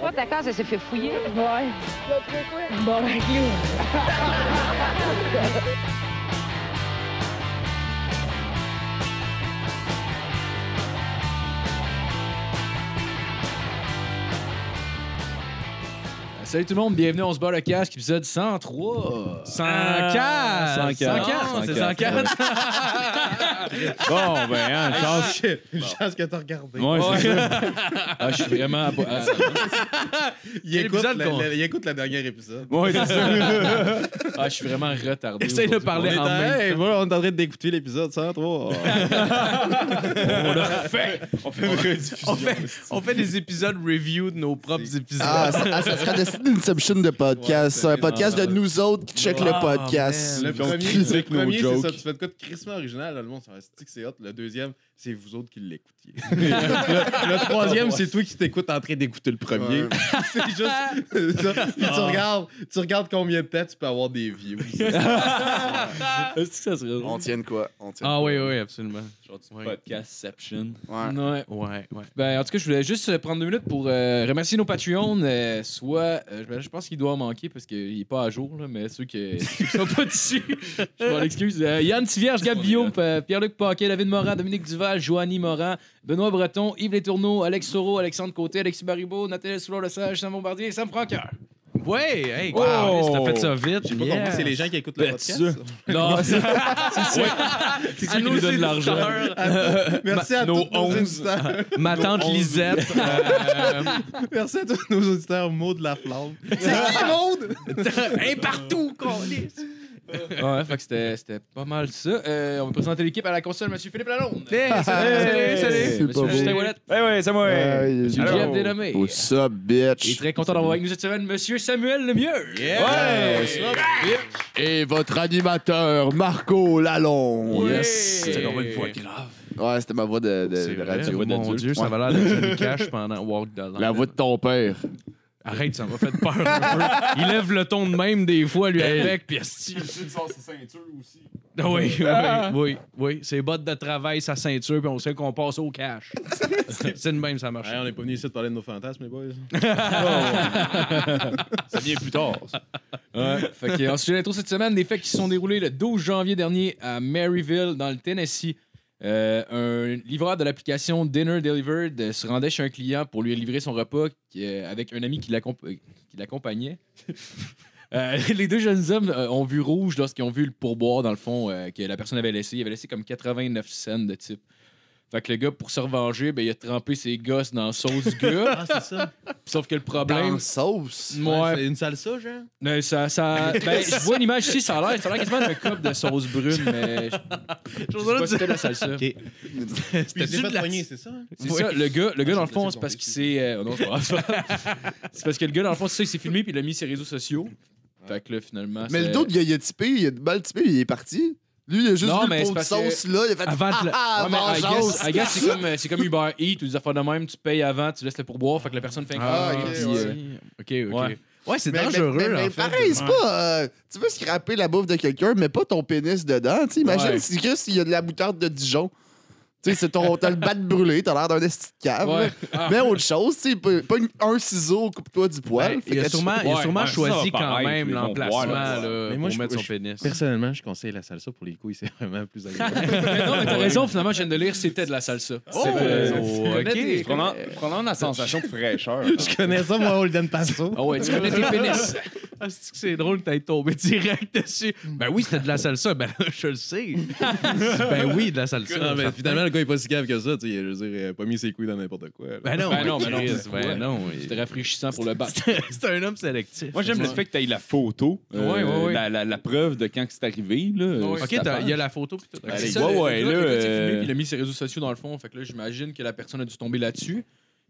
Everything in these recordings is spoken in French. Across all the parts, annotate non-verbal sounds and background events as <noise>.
Toi, ta case, elle s'est fait fouiller. Ouais. Bon, ben, clou. Salut tout le monde, bienvenue, on se bat le casque, épisode Ah, 103. 104! 104, c'est 104. <laughs> Bon, ben, hein, <laughs> chance. Une chance que t'as regardé. Ouais, c'est ça. Ah, je suis vraiment. à- à- il, écoute l'épisode le, qu'on- le- il écoute le dernier épisode. Ouais, c'est ça. Ah, je suis vraiment retardé. Essaye de aujourd'hui. parler On est en à- même Hey, Ah, voilà, on est en train d'écouter l'épisode <laughs> 103. On fait une rediffusion. <laughs> On fait, on fait des épisodes review de nos propres épisodes. Ah, ça, ah, ça serait une inception de podcast. C'est un podcast de nous autres qui check le Ah, podcast. man. le Puis on premier, le critique nos premier c'est jokes. <laughs> ça. Tu fais de quoi de crissement original, là, le monde s'en va c'est que c'est hot. Le deuxième, c'est vous autres qui l'écoutiez. le, <laughs> le troisième, c'est toi qui t'écoutes en train d'écouter le premier. Ah. Ouais. <laughs> c'est juste ça. Puis tu, regardes, tu regardes combien de temps tu peux avoir des <laughs> views. Est-ce que ça serait drôle? On tienne quoi? On tienne Ah oui, oui, absolument. Genre du podcastception. quoi? Ouais. Ouais. Ouais, ouais. Ben, en tout cas, je voulais juste euh, prendre deux minutes pour euh, remercier nos Patreons. euh, soit, euh, je- je pense qu'il doit en manquer parce qu'il n'est pas à jour, là, mais ceux <laughs> qui ne sont pas dessus, je m'en excuse. Euh, Yann Tivierge, Gab Guillaume, euh, Pierre-Luc Paquet, David Morin, Dominique Duval, Joanie Morin, Benoît Breton, Yves Letourneau, Alex Soro, Alexandre Côté, Alexis Baribeau, Nathalie Soulard-Lesage, Sam Bombardier et Sam Franqueur. Ouais, hey, Wow. Carlis, t'as fait ça vite. J'ai pas Yeah. compris, c'est les gens qui écoutent le Ben, podcast. c'est ça. <laughs> Non, c'est C'est À qui nos lui donne de l'argent. éditeurs, Merci à nos tous nos 11. auditeurs. Ma tante Lisette. euh, Merci à tous nos auditeurs. Mots de la flamme. C'est <laughs> qui, Maud? <laughs> hey, partout, Carlis. Ouais, fait que c'était- c'était pas mal ça. Euh, on va présenter l'équipe à la console, Monsieur Philippe Lalonde. Hey, salut, salut, salut. C'est pas Monsieur beau. Justin Wallet. Eh ouais, c'est moi. Ouais, il est Monsieur Allô. Jeff Delhomme. What's up, Et bitch? très content d'avoir avec nous cette semaine Monsieur Samuel Lemieux. Ouais. Et votre animateur, Marco Lalonde. Yes. C'était donc une voix grave. Ouais, c'était ma voix de, de- C'est de vrai, radio. Mon Dieu, ça Ouais. va l'air de Johnny Cash pendant Walk the Line. La voix de ton père. Arrête, ça m'a fait peur. un peu. Il lève le ton de même des fois, lui, avec, puis esti. Ah Oui, oui, oui, oui. Ses bottes de travail, sa ceinture, puis on sait qu'on passe <laughs> au cash. C'est de même, ça marche. Ouais, on n'est pas venu ici de parler de nos fantasmes, les boys. Ça vient plus tard. Ouais. <laughs> fait que, en sujet d'intro cette semaine, des faits qui se sont déroulés le 12 janvier dernier à Maryville, dans le Tennessee. Euh, un livreur de l'application Dinner Delivered euh, se rendait chez un client pour lui livrer son repas qui, euh, avec un ami qui l'accomp- euh, qui <laughs> l'accompagnait. Euh, <laughs> les deux jeunes hommes euh, ont vu rouge lorsqu'ils ont vu le pourboire, dans le fond, euh, que la personne avait laissé. Il avait laissé comme 89 cents de type. Fait que le gars, pour se revenger, ben, il a trempé ses gosses dans la sauce du gars. <laughs> Ah, c'est ça. Sauf que le Dans problème. la sauce. Ouais, C'est une salsa, genre? mais ça, ça... Ben, je vois une image ici, ça a l'air, ça a l'air quasiment d'un cup de sauce brune, mais je je sais pas si c'était la salsa. Puis C'était-tu tu de la- fait poignée, c'est ça? hein? C'est Oui. ça, le gars, le gars dans le c'est fond, bon, c'est parce c'est qu'il s'est... euh, non, c'est pas grave. <laughs> C'est parce que le gars, dans le fond, c'est ça, il s'est filmé puis il a mis sur ses réseaux sociaux. Fait que là, finalement... Mais Ah, c'est- le d'autre, il a, il a typé, il a mal typé, il est parti. Lui, il a juste Non, vu mais c'est le pot de parce sauce là, il a fait Avant de le- ah, Ouais, mais I vengeance. guess, I guess c'est comme, euh, c'est comme Uber Eats ou des affaires de même, tu payes avant, tu laisses le pourboire, fait que la personne fait un Ah, commande, ok, puis, ouais. euh, OK, OK. Ouais. Ouais, c'est Mais- mais- dangereux, mais- mais en fait. pareil, c'est Ouais. pas. euh, tu veux scraper la bouffe de quelqu'un, mais pas ton pénis dedans. Tu sais, imagine Ouais. si Chris, il y a de la moutarde de Dijon. Tu sais, c'est ton. T'as le bat brûlé, t'as l'air d'un esti de cave. Ouais. là. Mais autre chose, tu sais, pas pas une- un ciseau, coupe-toi du poil. Ouais, Fait il a que- sûrement, il a Ouais, sûrement ouais, ça, choisi quand pareil, même les bons l'emplacement bois, là. là, Mais moi, pour je- mettre son je- pénis. Personnellement, je conseille la salsa pour les couilles, c'est vraiment <laughs> plus agréable. Mais non, mais t'as raison, finalement, je viens de lire, c'était de la salsa. Oh, connais des- euh, OK. Prenons, prenons la sensation de fraîcheur. je connais ça, moi, Holden <laughs> Paso. <laughs> Ah ouais, tu connais tes pénis. Ah, c'est-tu que c'est drôle que t'aies tombé direct dessus. Ben oui, c'était de la salsa. Ben <laughs> je le sais. ben oui, de la salsa. Non, mais finalement, le gars, il est pas si cave que ça. Tu sais, je veux dire, il a euh, pas mis ses couilles dans n'importe quoi. là. Ben non, Ben non, ben non, Chris, c'est quoi? ben non. il- C'était rafraîchissant pour le bac. <laughs> C'est un homme sélectif. Moi, j'aime le fait que tu aies la photo, euh, Ouais, ouais, ouais. La, la- la preuve de quand que c'est arrivé. Là, Ouais. sur OK, ta t'as- page. il y a la photo. Pis tout. Ben, C'est les ça, gars, le- ouais, le gars, là, le gars s'est filmé, euh, puis il a mis ses réseaux sociaux dans le fond. Fait que là, j'imagine que la personne a dû tomber là-dessus.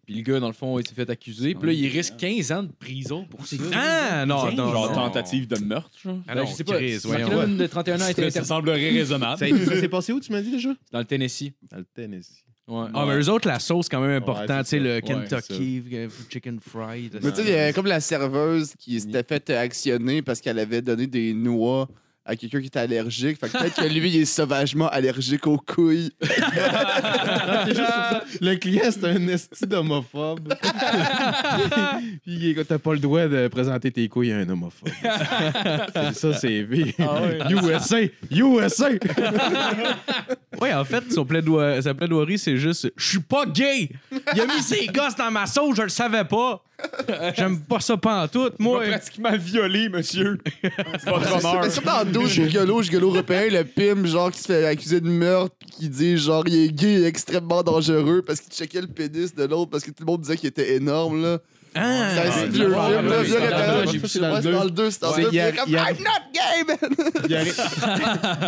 Puis le gars, dans le fond, il s'est fait accuser. Puis là, il risque 15 ans de prison pour ça. Ah non, non, Genre non. tentative de meurtre. genre. Ah non, Ben, je sais pas. Chris, Mark voyons. Lennon, de 31 ans, a été Ça, ça interpellé semblerait raisonnable. Ça, ça s'est passé où, tu m'as dit déjà? dans le Tennessee. Dans le Tennessee. Ouais. Ah, mais eux autres, la sauce, quand même importante. Ouais, tu sais, c'est le ça. Ouais, Kentucky, euh, chicken fried. euh, Mais tu sais, il y a comme la serveuse qui s'était faite actionner parce qu'elle avait donné des noix à quelqu'un qui est allergique. Fait que peut-être que lui, il est sauvagement allergique aux couilles. Le client, c'est un esti d'homophobe. Puis il est- t'as pas le droit de présenter tes couilles à un homophobe. c'est ça, c'est V. USA! USA! Oui, en fait, son plaidoi- sa plaidoirie, c'est juste Je suis pas gay! Il a mis ses gosses dans ma sauce, je le savais pas! J'aime pas ça pantoute, moi! pratiquement violé, monsieur. C'est votre honneur. C'est comme dans 12 gigolo, gigolo européen, le pim, genre, qui se fait accuser de meurtre, puis qui dit, genre, il est gay, il est extrêmement dangereux, parce qu'il checkait le pénis de l'autre, parce que tout le monde disait qu'il était énorme, là. Ah! C'est un Ah, petit vieux film, dans le là, deux, vieux dans le référent. deux, j'ai vu Ouais, ça c'est dans le deux. dans le 2, c'est dans C'est le 2, il y a- comme, il y a- I'm not gay, man! Il arrive-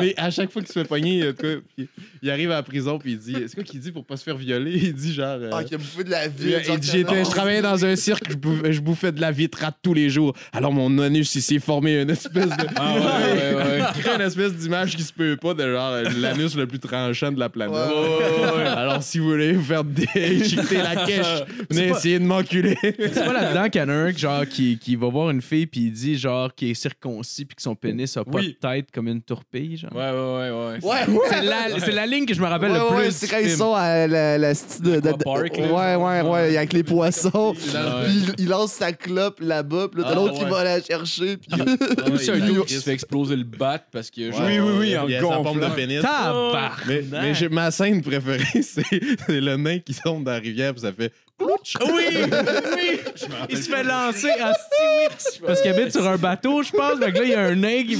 Mais à chaque fois qu'il se fait pogner, en tout cas, puis il arrive à la prison puis il dit C'est quoi qu'il dit pour pas se faire violer Il dit genre. euh, Ah, qu'il a bouffé de la vie. il- euh, il dit, J'étais- je travaillais dans un cirque, je bouffais, je bouffais de la vitrate tous les jours. Alors mon anus, il s'est formé une espèce de. ouais, ouais, ouais. Il crée <laughs> une espèce d'image qui se peut pas de genre euh, l'anus le plus tranchant de la planète. Ouais, Alors si vous voulez vous faire déchiqueter la cache, venez essayer de m'enculer. C'est pas là-dedans qu'il y en a un qui, genre, qui, qui va voir une fille puis il dit genre qu'il est circoncis puis que son pénis a pas Oui. de tête comme une tourpille. Genre. Ouais, ouais, ouais. ouais. Ouais, C'est, la, c'est la ligne que je me rappelle Ouais, le plus. hum. ouais, du c'est quand ils film. sont à la, la sti- de, de- Aquapark, de- là. Ouais, ouais, ouais, avec les poissons. Puis Ah, ouais. il, il lance sa clope là-bas, puis là, t'as Ah, l'autre qui ouais. va la chercher. Puis... Il <laughs> y a Ah, aussi un dude qui se fait exploser le bat parce que. genre, euh, Oui, oui, oui, en Il a sa gonflant. pompe de pénis. Tabarnak. Mais, mais j'ai- ma scène préférée, <laughs> c'est c'est le nain qui tombe dans la rivière puis ça fait Oui, oui. Il se fait lancer en oui. Parce qu'il habite sur un bateau, je pense. Fait que là, il y a un nain qui.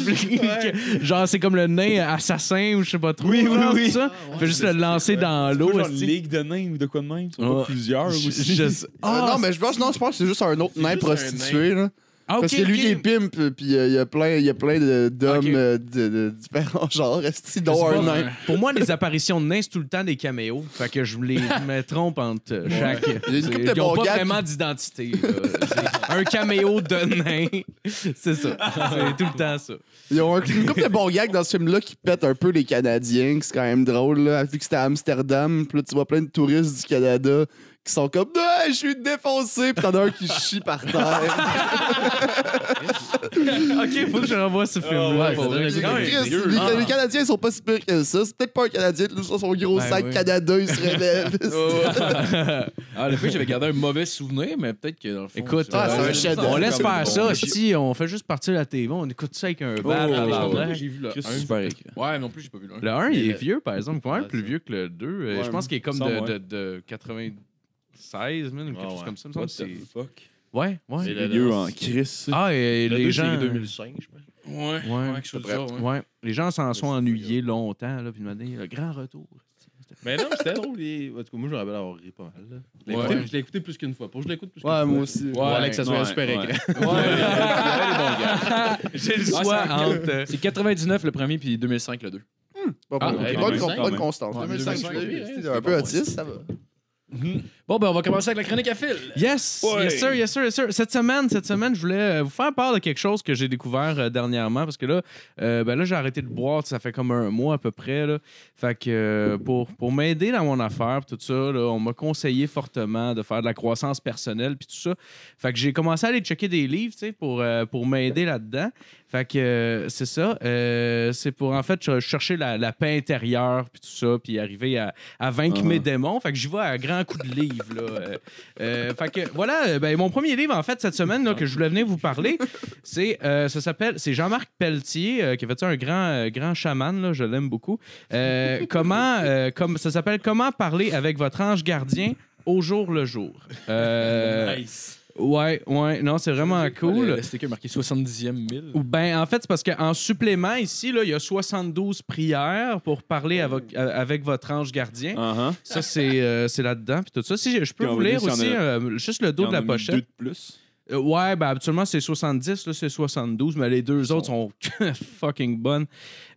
Genre, c'est comme le nain assassin ou je sais pas trop. Oui, oui, genre, oui. Ah, c'est Ça. fait juste le lancer dans l'eau. Pas genre esti. ligue de nains ou de quoi de même. Ils sont Ouais. pas plusieurs Je- aussi. je sais- Euh, Ah, non, mais je pense, non, je pense que c'est juste un autre nain juste un prostitué. là. ah, Parce ok, que lui, ok. il est pimp, euh, puis euh, il y a plein, il y a plein de- d'hommes Ok. euh, de, de différents <laughs> genres, esti, Je sais dont pas, un mais nain. Pour moi, les apparitions de nains, c'est tout le temps des caméos. Fait que je me les- je me trompe entre euh, chaque. Il y a une couple de Ils ont bons pas gars, vraiment d'identité. là. C'est un caméo de nain. <laughs> C'est ça. C'est tout le temps ça. Ils ont un, une couple de bons gags dans ce film-là qui pètent un peu les Canadiens, que c'est quand même drôle, là, vu que c'était à Amsterdam. Puis là, tu vois plein de touristes du Canada qui sont comme « Hey, je suis défoncé! » Puis t'en as un qui chie par terre. Ok, faut que je renvoie ce film-là. ouais, pour ça donne vrai. un J'ai goût comme, de Chris, vieux, les, là. les Canadiens, ils sont pas si pires que ça. C'est peut-être pas un Canadien, ils sont son gros Ben sac oui. Canada, ils se relèvent. Ah, le fait que j'avais gardé un mauvais souvenir, mais peut-être que dans le fond. Écoute, Ah, c'est euh, un chef-d'œuvre. on laisse Comme faire ça. bon. Si on fait juste partir la TV, on écoute ça avec un bal. tabarnak. J'ai vu le Qu'est-ce que un. tu parais que- Ouais, mais non plus, j'ai pas vu l'un. Le 1, il Mais est le- vieux, par exemple. Quand même Ouais, plus ça. vieux que le 2. Euh, Je Ouais, pense qu'il est comme semble, de, ouais. de, de 96, man, ou quelque Ah, chose ouais. comme ça, me What semble. the c'est- fuck? Ouais, ouais. C'est Les le- vieux en crise. Ah, et Le les deux, gens. c'est 2005, je pense. Ouais, ouais, quelque chose du genre. ouais. Ouais. Les gens s'en sont c'est ennuyés longtemps, là, puis maintenant, il y a le grand retour. Mais non, mais c'était drôle. les- En tout cas, moi, je me rappelle avoir ri pas mal. là. Je l'ai Ouais. écouté- Je l'ai écouté plus qu'une fois. Pour que je l'écoute plus qu'une Ouais, fois. moi aussi. Pour aller que ça soit Ouais, un super ouais. écran. J'ai le Ah, choix c'est- entre. euh, C'est 99 le premier, puis 2005 le deux. Pas Ah, ok. pour- bonne, 2005, bonne ouais. constance. Ouais, 2005, 2005, je l'ai vu, ouais, esti, c'était un peu bon, autiste, ça va. Bon, ben, on va commencer avec la chronique à fil. Yes, Ouais. yes sir, yes sir, yes sir. Cette semaine, cette semaine, je voulais euh, vous faire part de quelque chose que j'ai découvert euh, dernièrement parce que là, euh, ben là j'ai arrêté de boire, ça fait comme un mois à peu près là. Fait que euh, pour, pour m'aider dans mon affaire, pis tout ça, là, on m'a conseillé fortement de faire de la croissance personnelle puis tout ça. Fait que j'ai commencé à aller checker des livres, tu sais, pour euh, pour m'aider là-dedans. Fait que euh, c'est ça, euh, c'est pour en fait ch- chercher la, la paix intérieure puis tout ça, puis arriver à, à vaincre Ah. mes démons. Fait que j'y vais à grands coups de livres là. euh, euh, fait que voilà, euh, ben, mon premier livre en fait cette semaine là, que je voulais venir vous parler, c'est euh, ça s'appelle c'est Jean-Marc Pelletier euh, qui a fait ça, un grand euh, grand chaman là, je l'aime beaucoup. Euh, comment euh, comme ça s'appelle comment parler avec votre ange gardien au jour le jour. Euh, Nice. ouais ouais non c'est vraiment cool. Le sticker marqué 70e 1000. Ou ben, en fait, c'est parce qu'en supplément, ici, là, il y a 72 prières pour parler avec, euh, avec votre ange <laughs> gardien. Uh-huh. Ça, c'est euh, c'est là-dedans. Puis tout ça. Si je, je peux Puis on vous va lire dire si aussi on a- euh, juste le dos de la pochette. Deux de plus. Euh, ouais, ben, habituellement, c'est 70, là, c'est 72, mais les deux autres sont <laughs> fucking bonnes.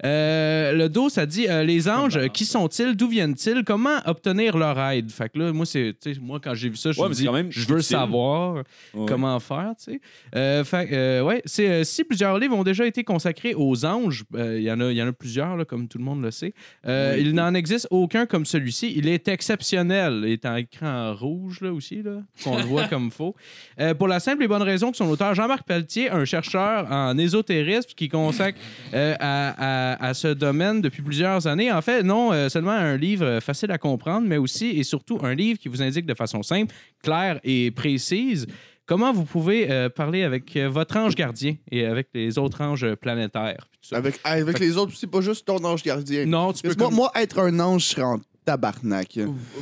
Euh, le dos, ça dit euh, Les anges, euh, qui sont-ils D'où viennent-ils Comment obtenir leur aide Fait que là, moi, c'est, tu sais, moi quand j'ai vu ça, je Ouais, me mais c'est dis quand même Je veux utile. savoir Ouais. comment faire, tu sais. Euh, fait, euh, ouais, c'est euh, si plusieurs livres ont déjà été consacrés aux anges, euh, il y en a, il y en a plusieurs là, comme tout le monde le sait. Euh, Il n'en existe aucun comme celui-ci. Il est exceptionnel. Il est en écran rouge là aussi là, qu'on le voit comme faux. Euh, pour la simple les bonnes raisons que son auteur, Jean-Marc Pelletier, un chercheur en ésotérisme qui consacre euh, à, à- à ce domaine depuis plusieurs années. En fait, non euh, seulement un livre euh, facile à comprendre, mais aussi et surtout un livre qui vous indique de façon simple, claire et précise comment vous pouvez euh, parler avec euh, votre ange gardien et avec les autres anges planétaires. puis tout ça. Avec, avec les autres, c'est pas juste ton ange gardien. Non, tu peux... Parce que moi, comme- moi, être un ange, je serais en tabarnak.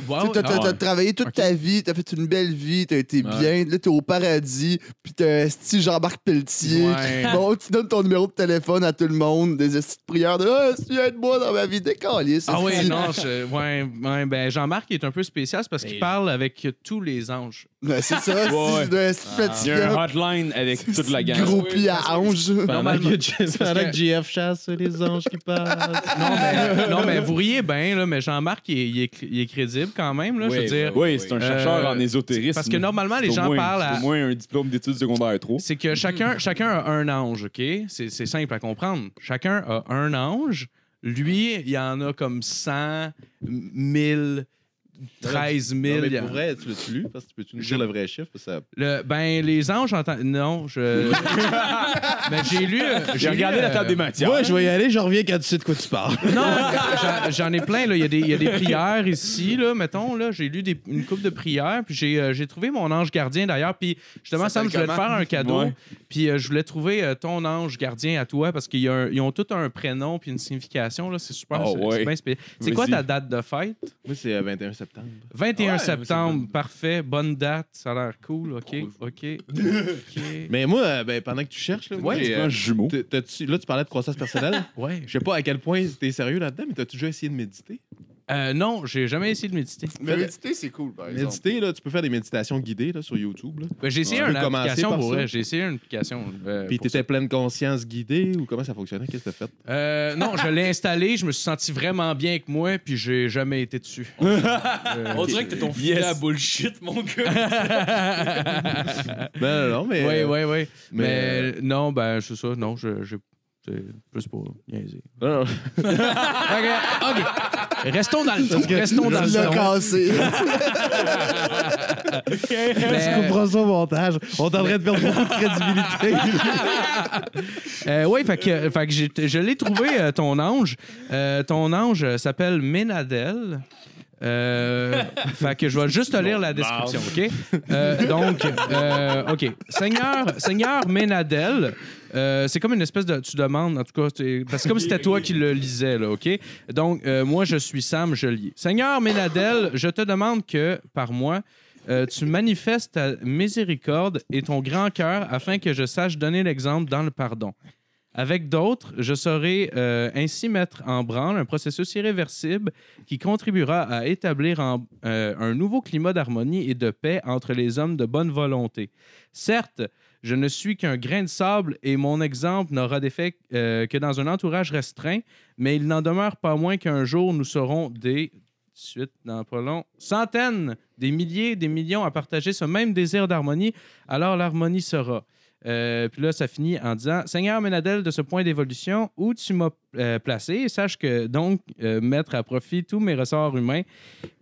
Wow. Tu sais, T'as t'as- Ah ouais. t'as travaillé toute Ok. ta vie, t'as fait une belle vie, t'as été Ouais. bien, là t'es au paradis, puis t'as un esti Jean-Marc Pelletier. Ouais. Bon, tu donnes ton numéro de téléphone à tout le monde, des esti de prières de Ah, si aide-moi dans ma vie, décalé, c'est Ah oui, <laughs> non, je- ouais, ouais, ben Jean-Marc il est un peu spécial c'est parce qu'il Mais- parle avec tous les anges. Ben, c'est ça, Ouais. c'est un esti Ah, Il y a <laughs> fatiguant, un hotline avec toute la gang. groupie à ange. Pendant Normalement. que, Jeff- pendant que JF chasse les anges qui passent. <laughs> Non, mais, non, mais vous riez bien, là, mais Jean-Marc, il, est- il est, il est crédible quand même, là, je veux Oui, dire. Oui, c'est un chercheur Euh, en ésotérisme. Parce que normalement, les C'est au gens moins- parlent c'est à... au moins Mm-hmm. un diplôme d'études secondaires 3. C'est que chacun, chacun a un ange, OK? C'est c'est simple à comprendre. Chacun a un ange. Lui, il y en a comme 100, 1000, 13 000. Non, mais il y a- pour vrai, tu l'as-tu lu? Parce que tu peux-tu nous dire le vrai chiffre? Parce que ça- Le- ben, les anges, j'entends... <laughs> Non, je... Mais j'ai lu... euh, J'ai lu, regardé la euh, table des matières. Ouais, je vais y aller, je reviens quand tu sais de quoi <laughs> tu parles. Non, j'en- j'en ai plein. là. Il y, a des- il y a des prières ici, là, mettons. Là. J'ai lu des- une coupe de prières, puis j'ai, euh, j'ai trouvé mon ange gardien d'ailleurs. Puis justement, Ça Sam, je voulais te s'appelle faire un cadeau. Ouais. Puis euh, je voulais trouver euh, ton ange gardien à toi parce qu'ils ont tous un prénom puis une signification. Là. C'est super. Ah c'est, ouais. c'est bien spé- C'est quoi Vas-y. ta date de fête? Moi, c'est euh, 21 septembre. 21 Ouais, septembre. Parfait. Bonne date. Ça a l'air cool. OK. OK. OK. Mais moi, euh, ben, pendant que tu cherches, là, moi, Ouais, j'ai, tu prends un euh, jumeau. t'as- t'as-tu- là, tu parlais de croissance personnelle. Ouais. Je sais pas à quel point t'es sérieux là-dedans, mais t'as-tu déjà essayé de méditer? Euh, non, j'ai jamais essayé de méditer. <laughs> Mais méditer, c'est cool, par exemple. Méditer, là, tu peux faire des méditations guidées là, sur YouTube. Là. Ben, j'ai essayé Ouais. une Tu peux commencer application par pour ça. vrai. J'ai essayé une application. euh, Puis pour ça. t'étais pleine conscience guidée ou comment ça fonctionnait? Qu'est-ce que t'as fait? Euh, non, je l'ai installé, je me suis senti vraiment bien avec moi, puis j'ai jamais été dessus. <laughs> On dirait que t'es ton filet Yes. à bullshit, mon gars. <laughs> Ben, Non, non, non, mais. euh, Oui, oui, oui. mais- Euh, Mais euh, non, ben, c'est ça, non, je. je- c'est plus pour niaiser. Non, non. OK. Restons dans le Parce trou. que Restons Tu dans le l'as trou. <laughs> cassé. Mais- ça au montage. On tenterait de perdre beaucoup de <laughs> crédibilité. Euh, oui, fait que, fait que j'ai- je l'ai trouvé, euh, ton ange. Euh, ton ange euh, s'appelle Ménadel. Euh, fait que je vais juste te lire la description, OK? Euh, donc, euh, OK. Seigneur, Seigneur Ménadel, euh, c'est comme une espèce de... Tu demandes, en tout cas, c'est- parce que c'est comme si c'était toi qui le lisais, là, OK? Donc, euh, moi, je suis Sam Jolier. Seigneur Ménadel, je te demande que, par moi, euh, tu manifestes ta miséricorde et ton grand cœur afin que je sache donner l'exemple dans le pardon. Avec d'autres, je saurai euh, ainsi mettre en branle un processus irréversible qui contribuera à établir en- euh, un nouveau climat d'harmonie et de paix entre les hommes de bonne volonté. Certes, je ne suis qu'un grain de sable et mon exemple n'aura d'effet euh, que dans un entourage restreint, mais il n'en demeure pas moins qu'un jour nous serons des suite dans pas long, centaines, des milliers, des millions à partager ce même désir d'harmonie, alors l'harmonie sera. Euh, puis là, ça finit en disant Seigneur Ménadel, de ce point d'évolution où tu m'as euh, placé, sache que donc euh, mettre à profit tous mes ressorts humains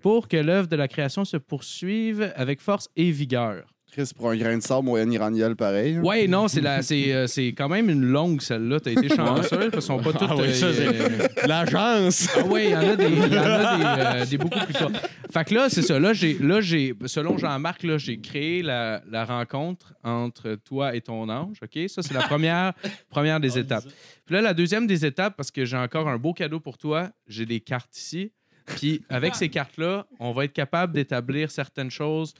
pour que l'œuvre de la création se poursuive avec force et vigueur. Chris, pour un grain de sable, moyenne iranienne, pareil. hein. Ouais, non, c'est la- c'est euh, c'est quand même une longue celle-là. T'as été chanceuse parce qu'on sont pas toutes. Ah oui, ça, euh, c'est- La chance! Ah oui, il y en a des, il y en a des, euh, des beaucoup plus forts. Fait que là, c'est ça. Là, j'ai, là, j'ai, selon Jean-Marc, là, j'ai créé la, la rencontre entre toi et ton ange. OK? Ça, c'est la première, première des étapes. Puis là, la deuxième des étapes, parce que j'ai encore un beau cadeau pour toi, j'ai des cartes ici. Puis avec ces cartes-là, on va être capable d'établir certaines choses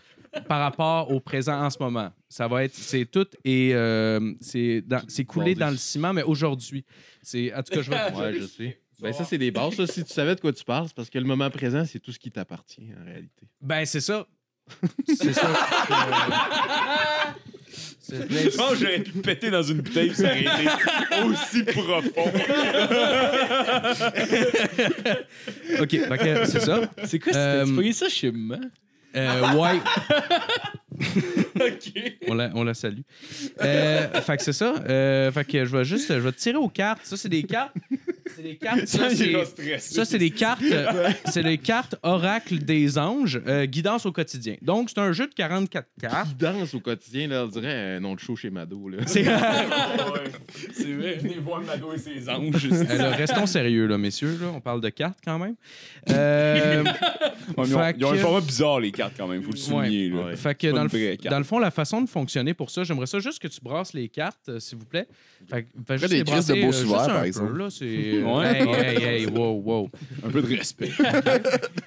par rapport au présent en ce moment. Ça va être, c'est tout et euh, c'est, dans- c'est coulé dans le ciment, mais aujourd'hui. C'est, en tout cas, je <laughs> vais, Ouais, je sais. Ben ça, c'est des bases. ça. Si tu savais de quoi tu parles, c'est parce que le moment présent, c'est tout ce qui t'appartient en réalité. Ben, c'est ça. C'est ça. Euh, c'est- mais- Je pense que j'aurais pu péter dans une bouteille, ça aurait été aussi profond. OK, fait que c'est ça. C'est quoi Euh, Tu pognes ça chez moi? Euh, ouais. On la, on la salue. Euh, fait que c'est ça. Euh, fait que je vais juste je vais te tirer aux cartes. Ça, c'est des cartes C'est des cartes. Ça, Ça, il c'est- va stresser. ça, c'est des cartes. euh, c'est les cartes Oracle des anges, euh, guidance au quotidien. Donc, c'est un jeu de 44 cartes. Qui danse au quotidien, là, on dirait un nom de show chez Mado. <laughs> Là. C'est- Ouais. C'est vrai, venez voir Mado et ses anges. Euh, là, restons sérieux, là, messieurs. Là, on parle de cartes quand même. Euh, <laughs> Ouais, mais Fait on- ils ont un que- format bizarre, les cartes, quand même. Faut le souligner. là. Ouais. fait que C'est pas dans une le, vraie f- carte. dans le fond, la façon de fonctionner pour ça, j'aimerais ça juste que tu brasses les cartes, euh, s'il vous plaît. Fait que, fais juste des les crises de brasser, beaux euh, juste souverains, un par peu, exemple. là, c'est- hey, hey, hey, wow, wow. Un peu de <laughs> respect.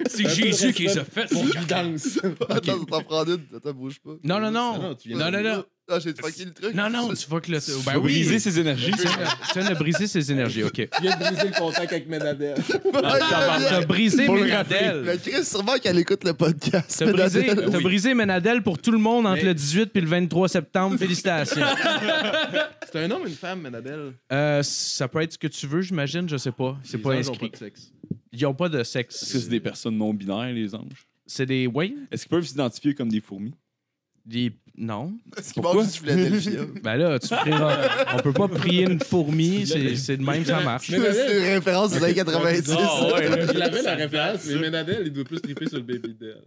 C'est Jésus qui les a faites. ces cartes. Attends, t'en prends une, attends, bouge pas. Non, non, non. Non, tu viens non, de- non, non. Ah, j'ai fucké le truc. Non, <laughs> non, tu vois que le. Ben Faut oui. Briser ses énergies. Tu viens de- tu viens de briser ses énergies, OK. Il a brisé le contact avec Menadel. T'as brisé Faut le Ménadel. Mais Chris, sûrement qu'elle écoute le podcast. T'as brisé, Madame. t'as brisé Ménadel pour tout le monde entre le 18 et le 23 septembre. Félicitations. <laughs> C'est un homme ou une femme, Menadel? Euh, ça peut être ce que tu veux, j'imagine. Je sais pas. C'est Les pas anges ont inscrit. de sexe. Ils ont pas de Est-ce que sexe. c'est des personnes non binaires, les anges? C'est des. Oui? Est-ce qu'ils peuvent s'identifier comme des fourmis? Des. Non. Est-ce qu'il mange <laughs> du Philadelphia? Ben là, tu prieras. On peut pas prier une fourmi. C'est, c'est de même, ça marche. C'est une référence des années 90. Ah, Ah, <laughs> Il avait la référence, mais Menadel, il doit plus triper sur le baby Dell.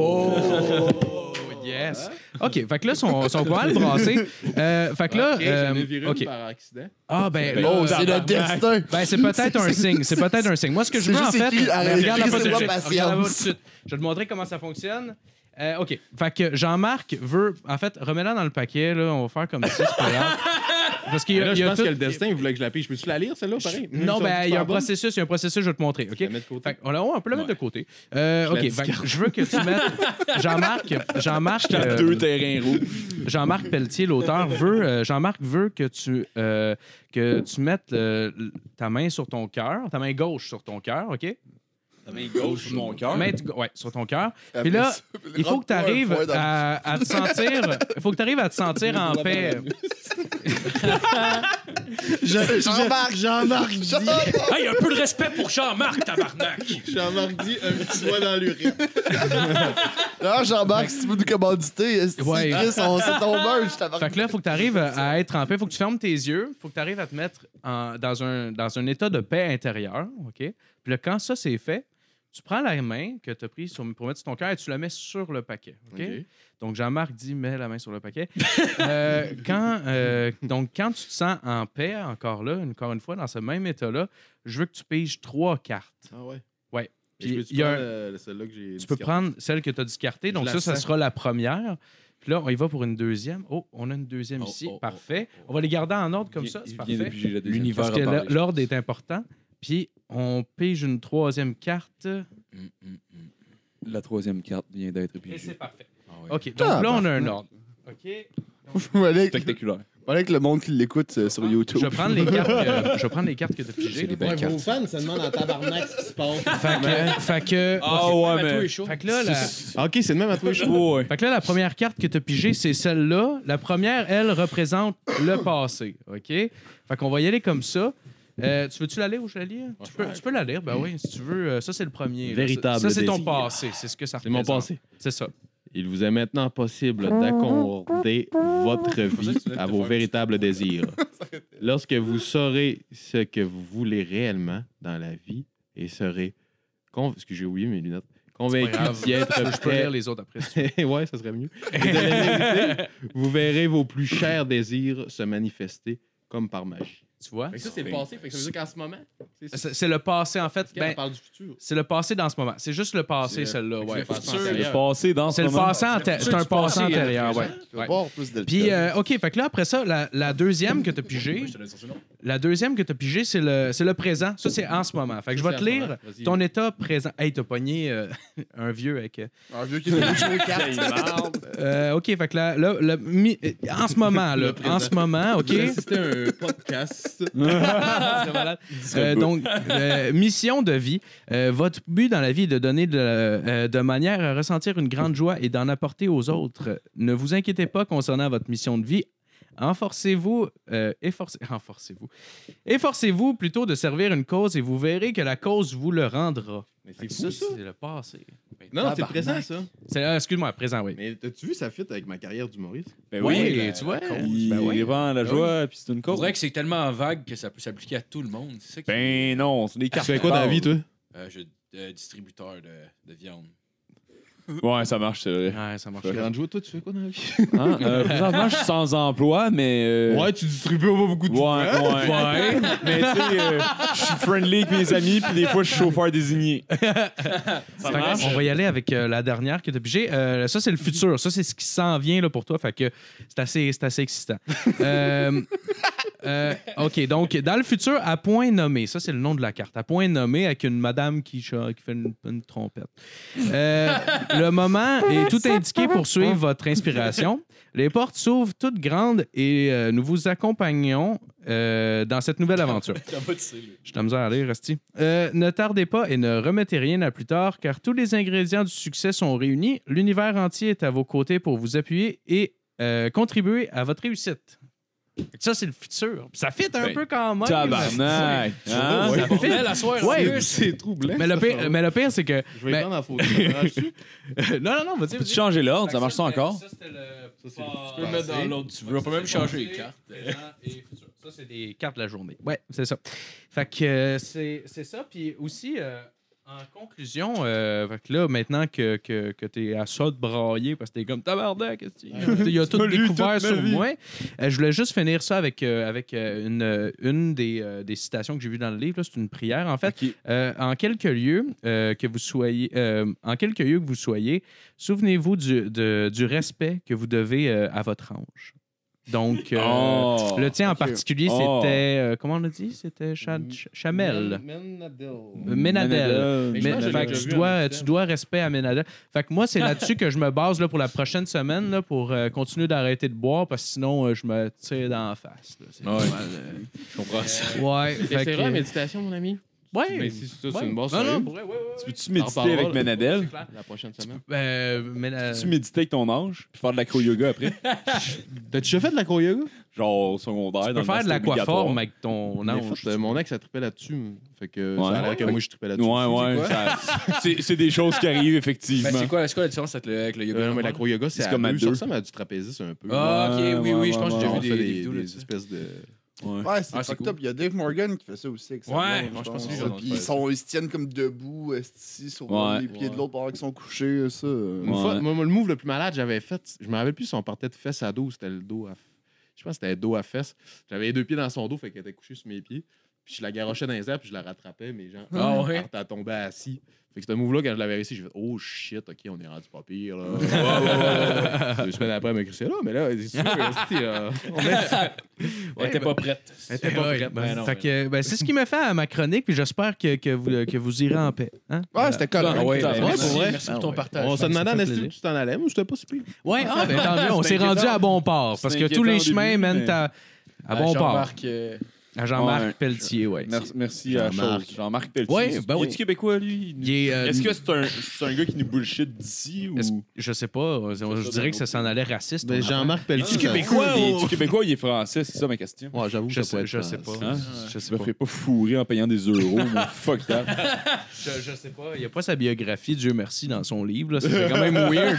Oh! Yes! OK, fait que là, ils sont, sont pas mal brassés. Euh, fait Ah, que là. euh, J'en ai viré OK. une par accident. Ah, ben là. Oh, c'est le tabarnak. destin. Ben, c'est peut-être un signe. C'est peut-être un signe. Moi, ce que je C'est veux, en juste fait. ben, écrit, arrête, Regarde la écris, photo. c'est moi, Regarde la photo tout de patience. suite. Je vais te montrer comment ça fonctionne. Euh, OK. Fait que Jean-Marc veut. En fait, remets-la dans le paquet, là. On va faire comme ça, c'est pas grave. Parce qu'il y a. Là, il y je a pense tout- que le destin, il voulait que je la pige. Je peux-tu la lire, celle-là, pareil? Non, ben, il y a un processus. processus. Il y a un processus, je vais te montrer. OK? Je la mets de côté. Fait que, on, la- on peut la mettre de côté. Euh, Je la OK. Fait que je veux que tu mettes. Jean-Marc. Jean-Marc. T'as euh, deux terrains rouges. Jean-Marc Pelletier, l'auteur, veut, euh, Jean-Marc veut que tu, euh, que tu mettes euh, l- ta main sur ton cœur, ta main gauche sur ton cœur, OK? Ta main gauche sur mon cœur. Main t- ouais, sur ton cœur. Ah, Puis là, Il faut que tu arrives à, à te sentir... Il faut que tu arrives à te sentir en paix. Jean-Marc, Jean-Marc, Jean-Marc. Hey, un peu de respect pour Jean-Marc, tabarnak. Jean-Marc dit un petit doigt dans l'urètre. Non, Jean-Marc, si tu veux nous commanditer, euh, si Ouais. Chris, on c'est ton merch, t'as Fait que là, il faut que tu arrives à être en paix. Il faut que tu fermes tes yeux. Il faut que tu arrives à te mettre en- dans, un, dans un état de paix intérieure, OK? Puis là, quand ça, c'est fait, tu prends la main que tu as prise sur- pour mettre sur ton cœur et tu la mets sur le paquet, OK? Donc, Jean-Marc dit mets la main sur le paquet. <laughs> Euh, quand, euh, donc, quand tu te sens en paix, encore là, encore une fois, dans ce même état-là, je veux que tu piges trois cartes. Ah ouais? Ouais. Puis Puis peux-tu il y a prendre, euh, celle-là que j'ai. Tu peux prendre celle que tu as discartée. Donc, la ça, ça sens. sera la première. Puis là, on y va pour une deuxième. Oh, on a une deuxième Oh, ici. oh, oh, parfait. On va les garder en ordre comme ça. C'est parfait. Parce L'univers que la- l'ordre est important. Puis, on pige une troisième carte. Mm, La troisième carte vient d'être Et c'est pigée. parfait. Ah ouais. OK. Donc, là, on a un ordre. OK. On va aller avec- Spectaculaire. on va aller avec le monde qui l'écoute euh, sur YouTube. Je vais prendre les cartes, que- je vais prendre les cartes que tu as C'est pigées. Ben, des belles cartes. fans se demandent en tabarnak ce qui se passe. Fait que, fait que, Oh, Ah ouais, mais. fait que là, la, fait Ah, Ok, c'est de même à toi. Ouais. que là, la première carte que tu as pigée, c'est celle-là. La première, elle, représente le passé. OK? Fait qu'on va y aller comme ça. Euh, tu veux-tu la lire ou je la lis? Tu peux, tu peux la lire, ben oui, si tu veux. Euh, Ça, c'est le premier. là. Véritable Ça, c'est ton désir. passé. <laughs> C'est ce que ça C'est mon représente. passé. C'est ça. Il vous est maintenant possible d'accorder votre vie à vos véritables <laughs> désirs. Lorsque vous saurez ce que vous voulez réellement dans la vie et serez. Con... Parce que j'ai oublié mes lunettes. Convaincu grave. d'y être Je peux prêt. <laughs> lire les autres après. ouais, ça <laughs> serait mieux. Et de les mériter, vous verrez vos plus chers désirs se manifester comme par magie. Tu vois? ça, c'est le passé. ça veut dire qu'en ce moment, C'est c'est le passé, en fait. Ben, parle du futur. c'est le passé dans ce moment. C'est juste le passé, C'est- celle-là. c'est ouais. le futur. C'est le passé dans ce C'est le moment. passé antérieur. C'est un du passé passé, antérieur, ouais. Je Ouais. vais boire plus de Puis, euh, OK, fait que là, après ça, la, la deuxième que tu as pigée, la deuxième que tu as pigée, c'est le, c'est le présent. Ça, c'est en ce moment. Fait que je vais te lire ton état présent. Hey, t'as pogné euh, <laughs> un vieux avec. euh, Un vieux qui est joué <laughs> aux cartes. euh, OK, fait que là, là, le mi- euh, en ce moment, là, en ce moment, OK. C'était un podcast. <laughs> C'est malade. Euh, donc, euh, mission de vie. Euh, votre but dans la vie est de donner de, euh, de manière à ressentir une grande joie et d'en apporter aux autres. Ne vous inquiétez pas concernant votre mission de vie. Enforcez-vous, euh, efforcez, enforcez-vous, efforcez-vous plutôt de servir une cause et vous verrez que la cause vous le rendra. Mais c'est Ça, fou, ça. c'est le passé. Non, c'est Tabarnak. présent, ça. C'est- ah, Excuse-moi, présent, oui. Mais t'as-tu vu sa fit avec ma carrière d'humoriste? <laughs> Ben Oui, oui, tu vois. Il Ben oui. vend la Ben joie, puis c'est une On cause. dirait que c'est tellement vague que ça peut s'appliquer à tout le monde. C'est ça qui- Ben non, c'est des Tu cartes. fais quoi dans la vie, toi? Euh, je euh, distributeur de, de viande. Ouais, ça marche, c'est vrai. Ouais, ça marche. Je suis rendu où, toi, tu fais quoi dans la vie? Hein? <laughs> Euh, présentement, je suis sans emploi, mais. euh, Ouais, tu distribues pas beaucoup de Ouais, ouais. Ouais. <laughs> Mais tu sais, euh, je suis friendly avec mes amis, puis des fois, je suis chauffeur désigné. Fait que On va y aller avec euh, la dernière que tu pigée. Euh, ça, c'est le futur. Ça, c'est ce qui s'en vient là, pour toi. Fait que c'est assez, c'est assez excitant. Euh, euh, OK, donc, dans le futur, à point nommé. Ça, c'est le nom de la carte. À point nommé avec une madame qui, cha- qui fait une, une trompette. Euh, le moment est tout indiqué pour suivre votre inspiration. Les portes s'ouvrent toutes grandes et euh, nous vous accompagnons euh, dans cette nouvelle aventure. <laughs> Je t'amuse à aller, Rusty. Euh, ne tardez pas et ne remettez rien à plus tard, car tous les ingrédients du succès sont réunis. L'univers entier est à vos côtés pour vous appuyer et euh, contribuer à votre réussite. Fait que Ça, c'est le futur. Ça fit un Ben, peu quand même. Tabarnak! hein? Ça Ouais. bordel à soir, en Ouais. plus. C'est troublant. Mais le pire, mais le pire, c'est que. Je vais mais- prendre en photo. Tu non, non, non, vas-y. Peux-tu vas-y. changer l'ordre? Ça marche ça encore? Ça, c'était le- c'est le Ah, Tu peux le mettre dans l'autre, tu veux. On peut même changer les cartes. Ça, c'est des cartes de la journée. Ouais, c'est ça. Fait que euh, c'est c'est ça. Puis aussi, euh, en conclusion, euh, fait que là, maintenant que, que, que t'es à ça de brailler parce que t'es comme tabarnak, qu'est-ce que tu- il y a tout lu découvert toute ma sur vie. moi. Euh, je voulais juste finir ça avec, euh, avec euh, une, euh, une des, euh, des citations que j'ai vues dans le livre. là. C'est une prière, en fait. Euh, en quelques lieux euh, que vous soyez, euh, en quelques lieux que vous soyez, souvenez-vous du, de- du respect que vous devez euh, à votre ange. Donc, euh, Oh. le tien en particulier, Oh. c'était euh, comment on a dit C'était Cha- Mm. Ch- Chamel. Ménadel. Mais euh, Mais, je pense que je fait l'ai que déjà tu, vu en dois, euh, Occident. tu dois respect à Ménadel. Fait que moi, c'est là-dessus que je me base là, pour la prochaine semaine là, pour euh, continuer d'arrêter de boire parce que sinon, euh, je me tire dans la face. là. C'est Ouais. pas mal, euh, Je comprends ça. Ouais. fait Ah. C'est que- vrai, méditation, mon ami. Ouais. Mais si c'est ça, ouais. c'est une bonne Non, non, sérieux. pour vrai, ouais, ouais, ouais. Tu peux-tu On en reparlera, méditer avec là. Manadel? La prochaine semaine. Euh, mais la- Tu méditer avec ton ange, puis faire de l'acro-yoga après? <laughs> T'as-tu déjà fait de la yoga? Genre au secondaire, Tu dans peux le faire master de obligatoire. l'aquaforme avec ton Non, ange. mon ex a trippé là-dessus. hein. Fait que Ouais. ça a l'air que Ouais. moi je trippais là-dessus. Ouais, ouais. ça- C'est c'est des choses qui arrivent, effectivement. Ben, c'est quoi, c'est quoi la différence avec le, avec le yoga Euh, non, mais normal? l'acro-yoga, c'est C'est comme comme à à deux. deux. Ça ressemble à du trapézisme un peu. Ah, ok, oui, oui, je pense que j'ai On vu fait des, des des, vidéos des là-dessus. espèces de. Ouais, c'est Ah, c'est fucked cool. up. Il y a Dave Morgan qui fait ça aussi. avec sa Ouais, blonde, moi, je pense que pense. c'est lui, Puis on ils, fait sont, ils se tiennent comme debout, esti, sur Ouais. les pieds Ouais. de l'autre pendant qu'ils sont couchés, ça. euh, Une Ouais. fois, moi, moi, le move le plus malade que j'avais fait, je me rappelle plus si on partait de fesse à dos ou c'était le dos à. Je pense que c'était dos à fesse. J'avais les deux pieds dans son dos, fait qu'elle était couchée sur mes pieds. Puis je la garochais dans les airs, puis je la rattrapais, mais genre, Ah ouais? elle tombé assis. Fait que ce move-là, quand je l'avais réussi, j'ai fait Oh shit, ok, on est rendu pas pire. Là. <laughs> Deux semaines après, elle me crissait là, mais là, c'est sûr, <laughs> esti, euh, on est- Elle était pas <laughs> prête. Elle était pas prête, ben hein. non, Fait que, ben, c'est ce qui me fait à ma chronique, puis j'espère que, que, vous, que vous irez en paix. Hein? Ouais, c'était correct. Ah ouais, Putain, ben, ouais, merci, pour vrai. merci pour ton partage. On se demandait en Ben, fait est-ce que plaisir. tu t'en allais, mais j'étais pas si pire. Ouais, ah, ben, tant mieux, on s'est rendu à bon port. Parce C'est que tous les inquiétant au chemins début, mènent mais- à, à Ben, bon port. euh, À Jean-Marc Ouais. Pelletier, ouais. Merci, merci à Jean-Marc. Chose. Jean-Marc Pelletier. Ouais, ben Il oui. est du Québécois, lui? Il- Il est, euh, Est-ce que c'est un, c'est un gars qui nous bullshit d'ici ou. est-ce- je sais pas, euh, je dirais que ça s'en allait raciste. Ben, on apprend. Jean-Marc Pelletier. du ça- Québécois, il est du Québécois, il est français, c'est ça ma question. Ouais, j'avoue que Je ça pourrait sais, être euh, je sais ça. pas. Hein? Je sais Je me pas. ferais pas fourrer en payant des euros. moi. Fuck that. Je, je sais pas. Il n'y a pas sa biographie, Dieu merci, dans son livre. là. Ça, C'est quand même <laughs> weird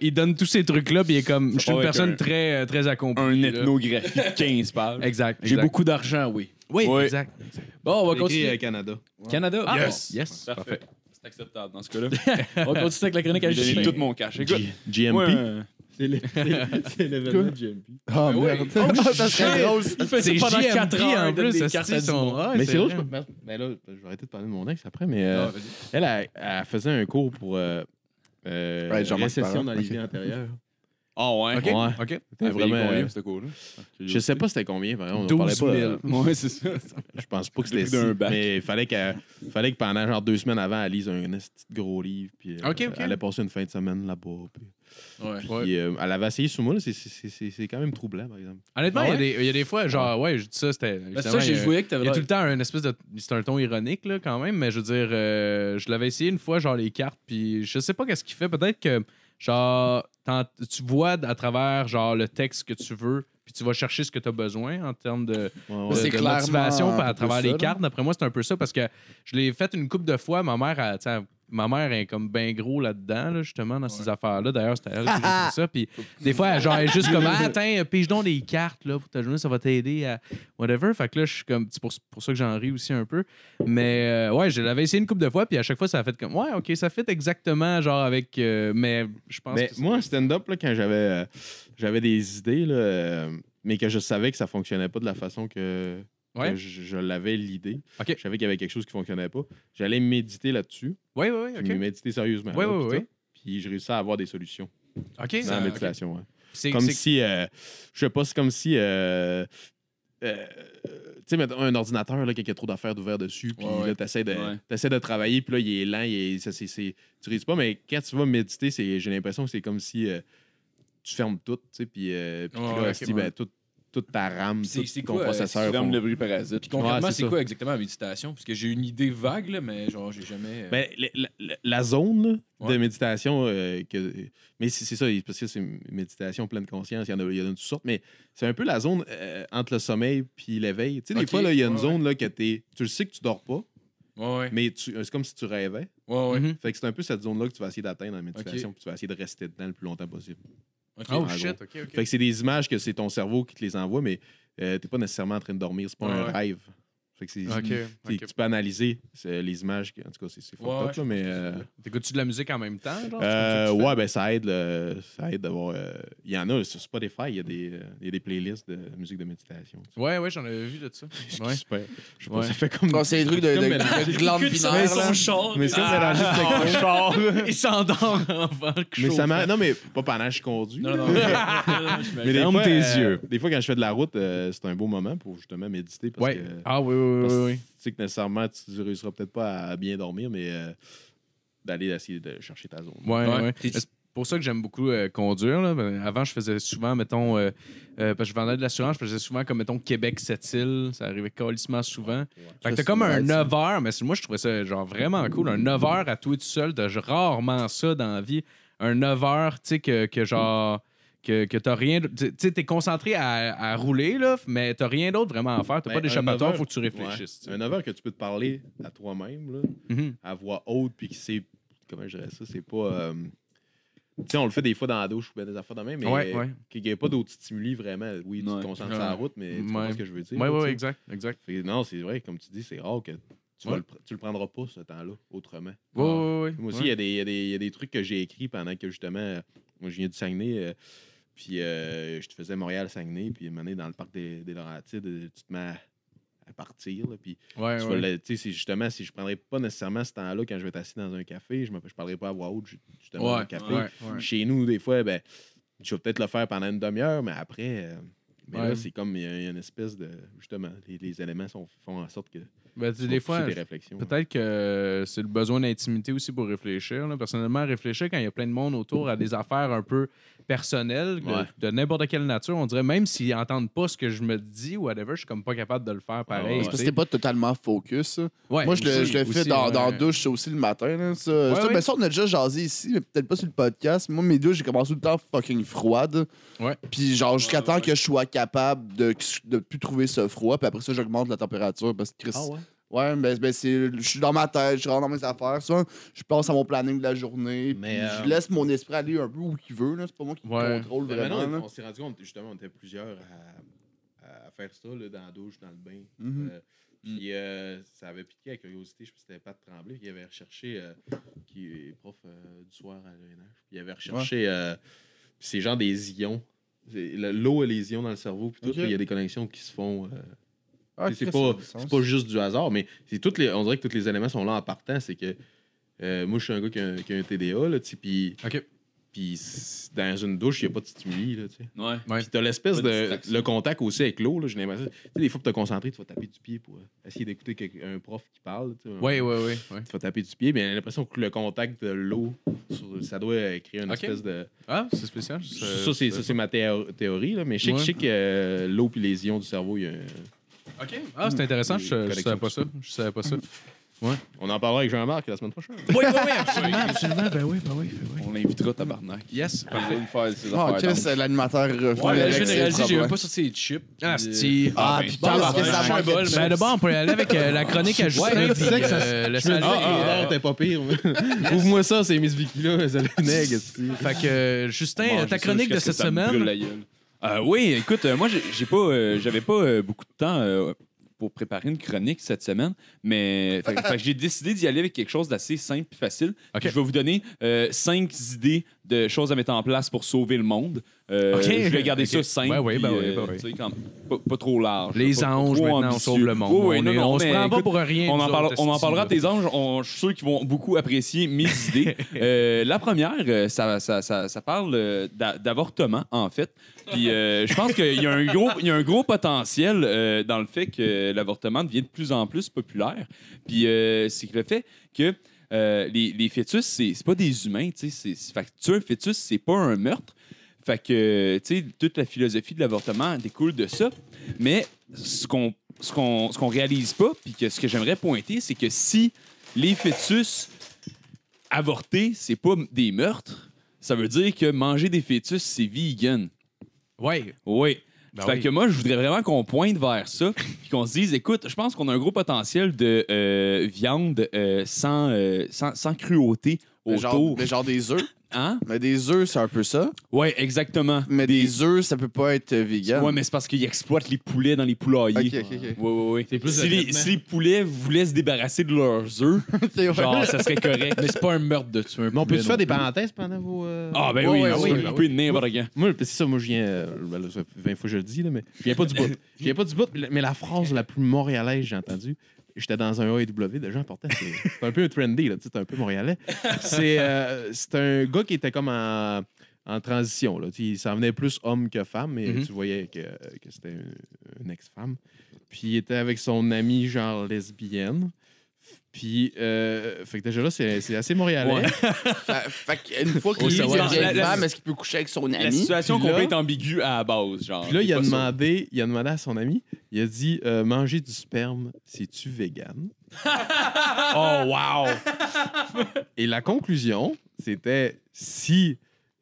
qu'il donne tous ces trucs-là, puis il est comme. Je suis part une avec personne un- très, euh, très accomplie. Un là. ethnographie de 15 pages. Exact. J'ai exact. beaucoup d'argent, oui. Oui, Ouais. exact. Bon, on va Écrit, euh, continuer. Canada. Canada. Ah, Yes. bon, yes. Parfait. C'est acceptable dans ce cas-là. On va continuer avec la chronique à J'ai donné Justin. tout mon cash. Écoute, GMP. moi, euh, C'est le- c'est- c'est l'événement de GMP. Ah, merde. <laughs> ça serait drôle. Il fait ça C'est pendant JMP 4 heures. en plus. cartes c'est- sont- ouais, mais c'est drôle, vrai. je peux- ben, ben là, je vais arrêter de parler de mon ex après, mais euh, elle, elle, elle faisait un cours pour euh, euh, Ouais, Jean-Marc récession Parent. dans les vies antérieures. Ah ouais. OK. Ouais. OK. C'était vraiment, euh, ce cours-là. je sais pas c'était combien, par exemple, on 12 parlait 000. pas. euh, Ouais, c'est ça. Je pense pas que Le prix c'était d'un si, bac. mais il fallait, qu'elle- fallait que pendant genre deux semaines avant, elle lise un esti de gros livre, puis euh, Ok, ok. elle allait passer une fin de semaine là-bas. Puis, Ouais. puis, euh, elle avait essayé sur moi, là, c'est- c'est- c'est c'est- c'est quand même troublant, par exemple. Honnêtement, Ah il y a ouais? des- il y, a des fois, genre, ouais, je dis ça, c'était. Ben, c'est évidemment, ça, j'ai il y a- joué que t'avais Il y a tout l'air. le temps un espèce de. C'est un ton ironique, là, quand même, mais je veux dire, euh, je l'avais essayé une fois, genre, les cartes, puis je sais pas qu'est-ce qu'il fait. Peut-être que, genre, t'en- tu vois à travers, genre, le texte que tu veux, puis tu vas chercher ce que tu as besoin en termes de, Ouais, de- ouais. c'est de clairement motivation un par- à peu travers ça, les là. cartes. D'après moi, c'est un peu ça, parce que je l'ai fait une couple de fois. Ma mère, elle, tu sais, elle Ma mère est comme ben gros là-dedans, là, justement, dans ces affaires-là. D'ailleurs, c'était elle qui nous dit ça. Puis <laughs> des fois, elle, genre, elle est juste comme Ah, attends, pige donc des cartes là, pour ta journée, ça va t'aider à whatever. Fait que là, je suis comme. C'est pour, pour ça que j'en ris aussi un peu. Mais euh, ouais, je l'avais essayé une couple de fois, puis à chaque fois, ça a fait comme Ouais, ok, ça fait exactement genre avec. euh, mais je pense Mais que. c'est- moi, en stand-up, là, quand j'avais euh, j'avais des idées, là, euh, mais que je savais que ça fonctionnait pas de la façon que, que Ouais. je, je l'avais l'idée, Ok. je savais qu'il y avait quelque chose qui fonctionnait pas, j'allais méditer là-dessus, Ouais, ouais, ouais, puis ok. méditer sérieusement. Ouais, là, ouais, puis ouais. ça. Puis je réussis à avoir des solutions Ok, dans la ça- méditation. ouais. c'est- Mm. Comme c'est- si, euh, je sais pas, c'est comme si... euh, euh, tu sais, mettons, un ordinateur, là, qu'il y a trop d'affaires d'ouvert dessus, puis Ouais, ouais. là, t'essaies de, Ouais. t'essaies de travailler, puis là, il est lent, il est- ça, c'est, c'est- tu réussis pas, mais quand tu vas méditer, c'est, j'ai l'impression que c'est comme si euh, tu fermes tout, tu sais, puis, euh, puis Ouais, là, ouais, ok, hostie, ben, ouais. tout- toute ta RAM, C'est- tout c'est ton quoi, euh, processeur. font- le bruit parasite. Puis concrètement, Ouais, c'est c'est ça. quoi exactement la méditation? Parce que j'ai une idée vague, là, mais genre, j'ai jamais. euh, Ben, le- la, la- la zone là, de Ouais. méditation, euh, que, mais c'est c'est ça, parce que c'est une méditation pleine conscience, il y en a, il y en a de toutes sortes, mais c'est un peu la zone euh, entre le sommeil puis l'éveil. Tu sais, des Ok, fois, là, il y a une ouais, zone là, que t'es- tu le sais que tu dors pas, Ouais, ouais. mais tu- euh, c'est comme si tu rêvais. Ouais, ouais. Mhm. Fait que c'est un peu cette zone-là que tu vas essayer d'atteindre en méditation, puis tu vas essayer de rester dedans le plus longtemps possible. Ok. Oh en shit, gros. ok, ok. Fait que c'est des images que c'est ton cerveau qui te les envoie, mais euh, t'es pas nécessairement en train de dormir, c'est pas Ouais, un ouais. rêve. Fait que c'est. Ok, c'est- ok. Tu peux analyser c'est, les images, que- en tout cas, c'est c'est fucked Ouais, up, ouais, je là, mais. pense que euh, T'écoutes-tu de la musique en même temps? Genre? C'est comme Euh, ça que tu fais? ouais, ben ça aide. là, ça aide d'avoir. euh, Il y en a sur Spotify, il y, a des, euh, il y a des playlists de musique de méditation. tu sais. Ouais, ouais, j'en avais vu de ça. Ouais. Super. Je sais pas, Ouais. ça fait comme. Oh, c'est des trucs de, de, Comme de glandes binaires, <laughs> là. char. Mais c'est comme mélangé de techno. <laughs> Il s'endort en vent Mais ça m'a- Non, mais pas pendant que je conduis. Non, non, non. <laughs> Mais des Ferme fois, tes euh, yeux. Des fois, quand je fais de la route, euh, c'est un beau moment pour justement méditer parce Ouais. que. Ah oui, oui, parce oui, que oui. oui. Tu sais que nécessairement, tu ne réussiras peut-être pas à bien dormir, mais euh, d'aller essayer de chercher ta zone. Ouais, Ouais. ouais. T'es- Mais C'est pour ça que j'aime beaucoup euh, conduire. là. Ben, Avant, je faisais souvent, mettons, euh, euh, parce que je vendais de l'assurance, je faisais souvent comme, mettons, Québec-Sept-Îles. Ça arrivait calissement souvent. Fait que t'as Ça, comme c'est un nice, 9 heures, mais c'est- moi, je trouvais ça genre vraiment cool. Un 9 heures à toi tout seul, t'as rarement ça dans la vie. Un 9 heures, tu sais, que, que genre. Que, que t'as rien. d- Tu sais, t'es concentré à, à rouler, là, mais t'as rien d'autre vraiment à faire. T'as Ben, pas un d'échappatoire, neuf faut que tu heures- réfléchisses. tu sais. Ouais. Un 9 heures que tu peux te parler à toi-même, là, Mhm. à voix haute, puis que c'est. Comment je dirais ça? C'est pas. euh, Tu sais, on le fait des fois dans la douche ou bien des affaires de même, mais Ouais, ouais. qu'il n'y ait pas d'autres stimuli vraiment. Oui, tu Ouais. te concentres sur la Ouais. route, mais tu Ouais. comprends ce que je veux dire. Ouais, là, ouais, tu sais. ouais, exact, exact. Fait que non, c'est vrai, comme tu dis, c'est rare que tu, vas Ouais. le, pr- tu le prendras pas ce temps-là autrement. Ouais, ouais, ouais. Moi aussi, il y a des- il y, a des- il y a des trucs que j'ai écrits pendant que justement, euh, moi, je viens du Saguenay, euh, puis euh, je te faisais Montréal-Saguenay, puis maintenant dans le parc des, des Laurentides, euh, tu te mets à, à partir, là, puis Ouais, tu ouais. vas le- tu sais, c'est justement, si je prendrais pas nécessairement ce temps-là quand je vais être assis dans un café, je ne parlerai pas à voix haute, ju- justement, dans Ouais, le café. Ouais, ouais. Chez nous, des fois, ben, je vais peut-être le faire pendant une demi-heure, mais après, euh, mais là, Ouais. c'est comme il y, a- il y a une espèce de. Justement, les, les éléments sont, font en sorte que. Ben, tu- tu vas des pousser fois, tes réflexions. peut-être que c'est le besoin d'intimité aussi pour réfléchir. là. Personnellement, réfléchir quand il y a plein de monde autour à des affaires un peu personnelles, de, Ouais. de n'importe quelle nature, on dirait même s'ils n'entendent pas ce que je me dis ou whatever, je suis comme pas capable de le faire pareil. Ah ouais. C'est parce tu que sais. t'es pas totalement focus. ça. Ouais, Moi, je le, aussi, je le fais aussi, dans, ouais. dans la douche aussi le matin. Là, ça. Ça, ouais. ben ça, on a déjà jasé ici, mais peut-être pas sur le podcast. Moi, mes douches, j'ai commencé tout le temps fucking froide. Ouais. Puis genre, jusqu'à Ouais, temps ouais. que je sois capable de, de plus trouver ce froid. Puis après ça, j'augmente la température parce que Chris, Ah ouais? Ouais, ben, ben, c'est. Je suis dans ma tête, je rentre dans mes affaires. Souvent, je pense à mon planning de la journée. Mais, puis euh, Je laisse mon esprit aller un peu où il veut. là. C'est pas moi qui Ouais. contrôle Ben, vraiment. maintenant, là. on, on s'est rendu compte, justement, on était plusieurs à, à faire ça là, dans la douche, dans le bain. Mhm. Euh, puis euh, ça avait piqué la curiosité, je sais pas si c'était Pat Tremblay, qui avait recherché, euh, qui est prof euh, du soir à l'ENH, puis il avait recherché, euh, puis c'est genre des ions. C'est- le- L'eau et les ions dans le cerveau, puis tout, Ok. puis il y a des connexions qui se font. euh, Ah, c'est Chris, pas, ça a du c'est sens. pas juste du hasard, mais c'est toutes les, on dirait que tous les éléments sont là en partant. C'est que euh, moi, je suis un gars qui a, un- qui a un TDA, là, tu sais, puis Ok. puis c'est- dans une douche, il n'y a pas de stimuli. Là, tu sais. Ouais. Ouais. Puis t'as l'espèce Pas de de. distraction. Le contact aussi avec l'eau, là, j'ai l'impression. Tu sais, des fois, pour te concentrer, tu vas taper du pied pour euh, essayer d'écouter quelqu'un- un prof qui parle. tu sais. Ouais, ouais, ouais. ouais. Tu vas taper du pied, mais j'ai l'impression que le contact de l'eau, sur- ça doit euh, créer une Ok. espèce de. Ah, c'est spécial. Ça, c'est, ça, c'est ma théo- théorie, là, mais je sais que- je sais que euh, l'eau puis les ions du cerveau, il y a un- Ok. Ah, c'est intéressant. Je, je savais pas ça. Je savais pas ça. On en parlera avec Jean-Marc la semaine prochaine. Oui, oui, oui, absolument, absolument. Ben oui, ben oui, ben oui. On l'invitera, tabarnak. Yes. Il va nous faire ses Ah, affaires. Chris, l'animateur revenu Ouais, avec j'ai ses réalisé, j'ai propres- même pas sorti les chips. Ah, Puis, euh, c'est. Ah, ben, putain, tabarnak, parce que ça je suis manque un bol, de Ben, de bon, on peut aller avec euh, la chronique à Justin. je me puis, disais que ça- euh, le Je me disais salut, que Ah, les euh, dents, Ah, t'es pas pire. mais- <laughs> Ouvre-moi ça, c'est Miss Vicky là, ça le nègre. Fait que, euh, Justin, Manger ta ça chronique jusqu'à de ce que cette ça me brûle semaine. la gueule. Euh, oui, écoute, euh, moi, j'ai j'ai pas, euh, j'avais pas euh, beaucoup de temps euh, pour préparer une chronique cette semaine, mais fait que- fait que j'ai décidé d'y aller avec quelque chose d'assez simple et facile. Ok. Puis Je vais vous donner euh, cinq idées de choses à mettre en place pour sauver le monde. Euh, Ok. Je vais garder Ok. ça simple. Ouais, ouais, puis, ben euh, ouais, ben ouais. tu sais, quand- pas, pas trop large. Les pas- pas anges, trop maintenant, on ambitieux. sauve le monde. Oui, oui, on non, est- non, on se mais prend pas écoute, pour rien. on nous en, parle- autres, on en parlera esti, tes anges. On- je suis sûr qu'ils vont beaucoup apprécier <laughs> mes idées. Euh, la première, euh, ça, ça- ça- ça parle euh, d'a- d'avortement, en fait. Puis euh, je pense qu'il y, a un gros- il y a un gros potentiel euh, dans le fait que l'avortement devient de plus en plus populaire. Puis euh, c'est que le fait que euh, les, les fœtus, c'est c'est pas des humains. tu sais, c'est- c'est- Fait que tuer un fœtus, c'est pas un meurtre. Fait que, tu sais, toute la philosophie de l'avortement découle de ça. Mais ce qu'on ce qu'on ce qu'on réalise pas, puis que ce que j'aimerais pointer, c'est que si les fœtus avortés, c'est pas m- des meurtres, ça veut dire que manger des fœtus, c'est vegan. là. Ouais. Oui. Ben fait oui. que moi, je voudrais vraiment qu'on pointe vers ça, puis qu'on se dise, écoute, je pense qu'on a un gros potentiel de euh, viande euh, sans, euh, sans, sans cruauté Mais Ben genre- autour. mais genre des œufs. Hein? Mais des œufs, c'est un peu ça. Oui, exactement. Mais des œufs, ça peut pas être euh, vegan. Oui, mais c'est parce qu'ils exploitent les poulets dans les poulaillers. Ok, ok, ok. Oui, oui, oui. plus si, le les, traitement. si les poulets voulaient se débarrasser de leurs œufs, genre, ça <laughs> serait correct. Mais c'est pas un meurtre de tuer un Mais on peut-tu poulet, faire des non plus. parenthèses pendant vos. euh, Ah, ben Ouais, oui, ouais, tu ouais, peux ouais, le couper de n'importe quand. Moi, c'est ça, moi, je viens. euh, ben là, ça fait 20 fois que je le dis, là, mais je viens pas du bout. Je viens pas du bout, mais la- mais la phrase la plus montréalaise que j'ai entendue, j'étais dans un AEW, déjà important, c'est c'est un peu trendy, là, tu sais, c'est un peu montréalais. C'est euh, c'est un gars qui était comme en, en transition, là. tu sais, Il s'en venait plus homme que femme, mais Mhm. tu voyais que, que c'était une, une ex-femme. Puis il était avec son amie, genre lesbienne. Puis, euh, fait que déjà là, c'est c'est assez montréalais. une fois qu'il Oui, est ça va. devient La- la- femme, est-ce qu'il peut coucher avec son La ami? situation Puis là- complète ambiguë à la base, genre. Puis là, T'es il a, pas sûr. demandé, il a demandé à son ami, il a dit euh, Manger du sperme, c'est-tu vegan <laughs> Oh, wow. Et la conclusion, c'était si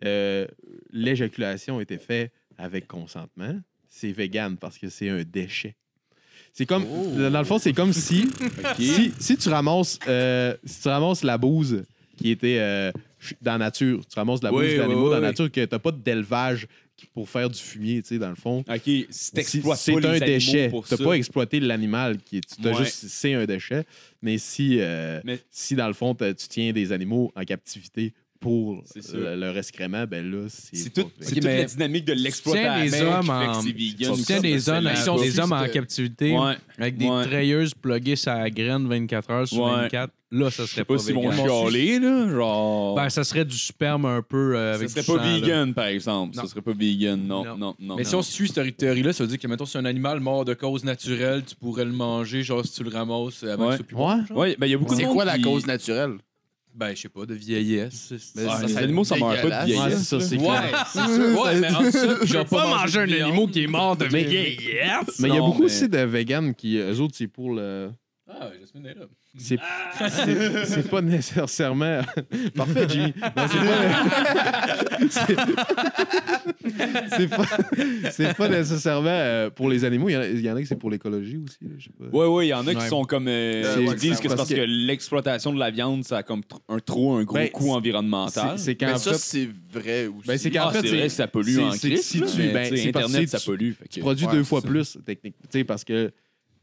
euh, l'éjaculation était faite avec consentement, c'est vegan parce que c'est un déchet. C'est comme, Oh. dans le fond, c'est <laughs> comme si, si, si tu ramasses, euh, si tu ramasses la bouse qui était euh, ch- dans la nature, tu ramasses de la Oui, bouse d'animaux oui, dans la oui. nature, que t'as pas d'élevage pour faire du fumier, tu sais, dans le fond. OK, si Si- t'exploites C'est pas les un animaux déchet. pour T'as ça. pas exploité l'animal qui est. t'as Ouais. juste. C'est un déchet. Mais si, euh, Mais- si dans le fond, t'as- tu tiens des animaux en captivité pour C'est sûr. le- leur excrément, ben là, c'est. C'est pas tout- fait. c'est Ok, toute mais la dynamique de Tiens, l'exploitation les qui fait hommes en. que c'est vegan. Tu tiens Ça, des ça, Ben, hommes, ça, à- ça, des ça, hommes en ça. captivité Ouais. avec des Ouais. treilleuses pluguées sa graine 24 heures sur Ouais. 24. Là, ça Je serait sais pas, pas s'ils vont vegan. chialer, là, genre... Ben, ça serait du sperme un peu euh, ça avec serait du pas sang, là. vegan, par exemple. Ça Non. serait pas vegan, Non. non, non, non. Mais si on suit cette théorie-là, ça veut dire que, mettons, c'est un animal mort de cause naturelle, tu pourrais le manger, genre, si tu le ramasses avant Ouais. que ça pue. Ouais. Ouais, ben, il y a beaucoup de C'est monde quoi la qui- cause naturelle? Ben, je sais pas, de vieillesse. Mais Ah, ça, les ça- animaux, ça meurt pas de dégueulasse. Ouais, c'est vieillesse. ça, c'est Ouais, clair. c'est sûr. Ouais, mais en dessous, Je genre, vais pas manger un de viande. animal qui est mort de Mais- vieillesse. Mais il y a Non, beaucoup mais- aussi de vegans qui, euh, eux autres, c'est pour le. Ah, Jasmine est là. C'est c'est- c'est pas nécessairement. <laughs> Parfait, Jimmy. Non, c'est pas- <laughs> c'est- c'est pas... c'est pas nécessairement euh, pour les animaux. Il y en a- il y, en a qui c'est pour l'écologie aussi. là, je sais pas. Ouais, ouais, il y en a qui Ouais. sont comme. euh, C'est- ils disent que c'est parce parce que, que- l'exploitation de la viande, ça a comme tr- un trop, un gros Ben, coût c'est- environnemental. C'est- C'est qu'en Mais ça, fait, c'est vrai aussi. Ben, c'est Ah, qu'en fait, c'est vrai que ça pollue c'est- en c'est que Christ. si là, tu- mais, ben, tu sais, c'est parce que Internet, ça tu- pollue. fait que- tu produis ouais, deux c'est fois ça. plus, techniquement. Tu sais, parce que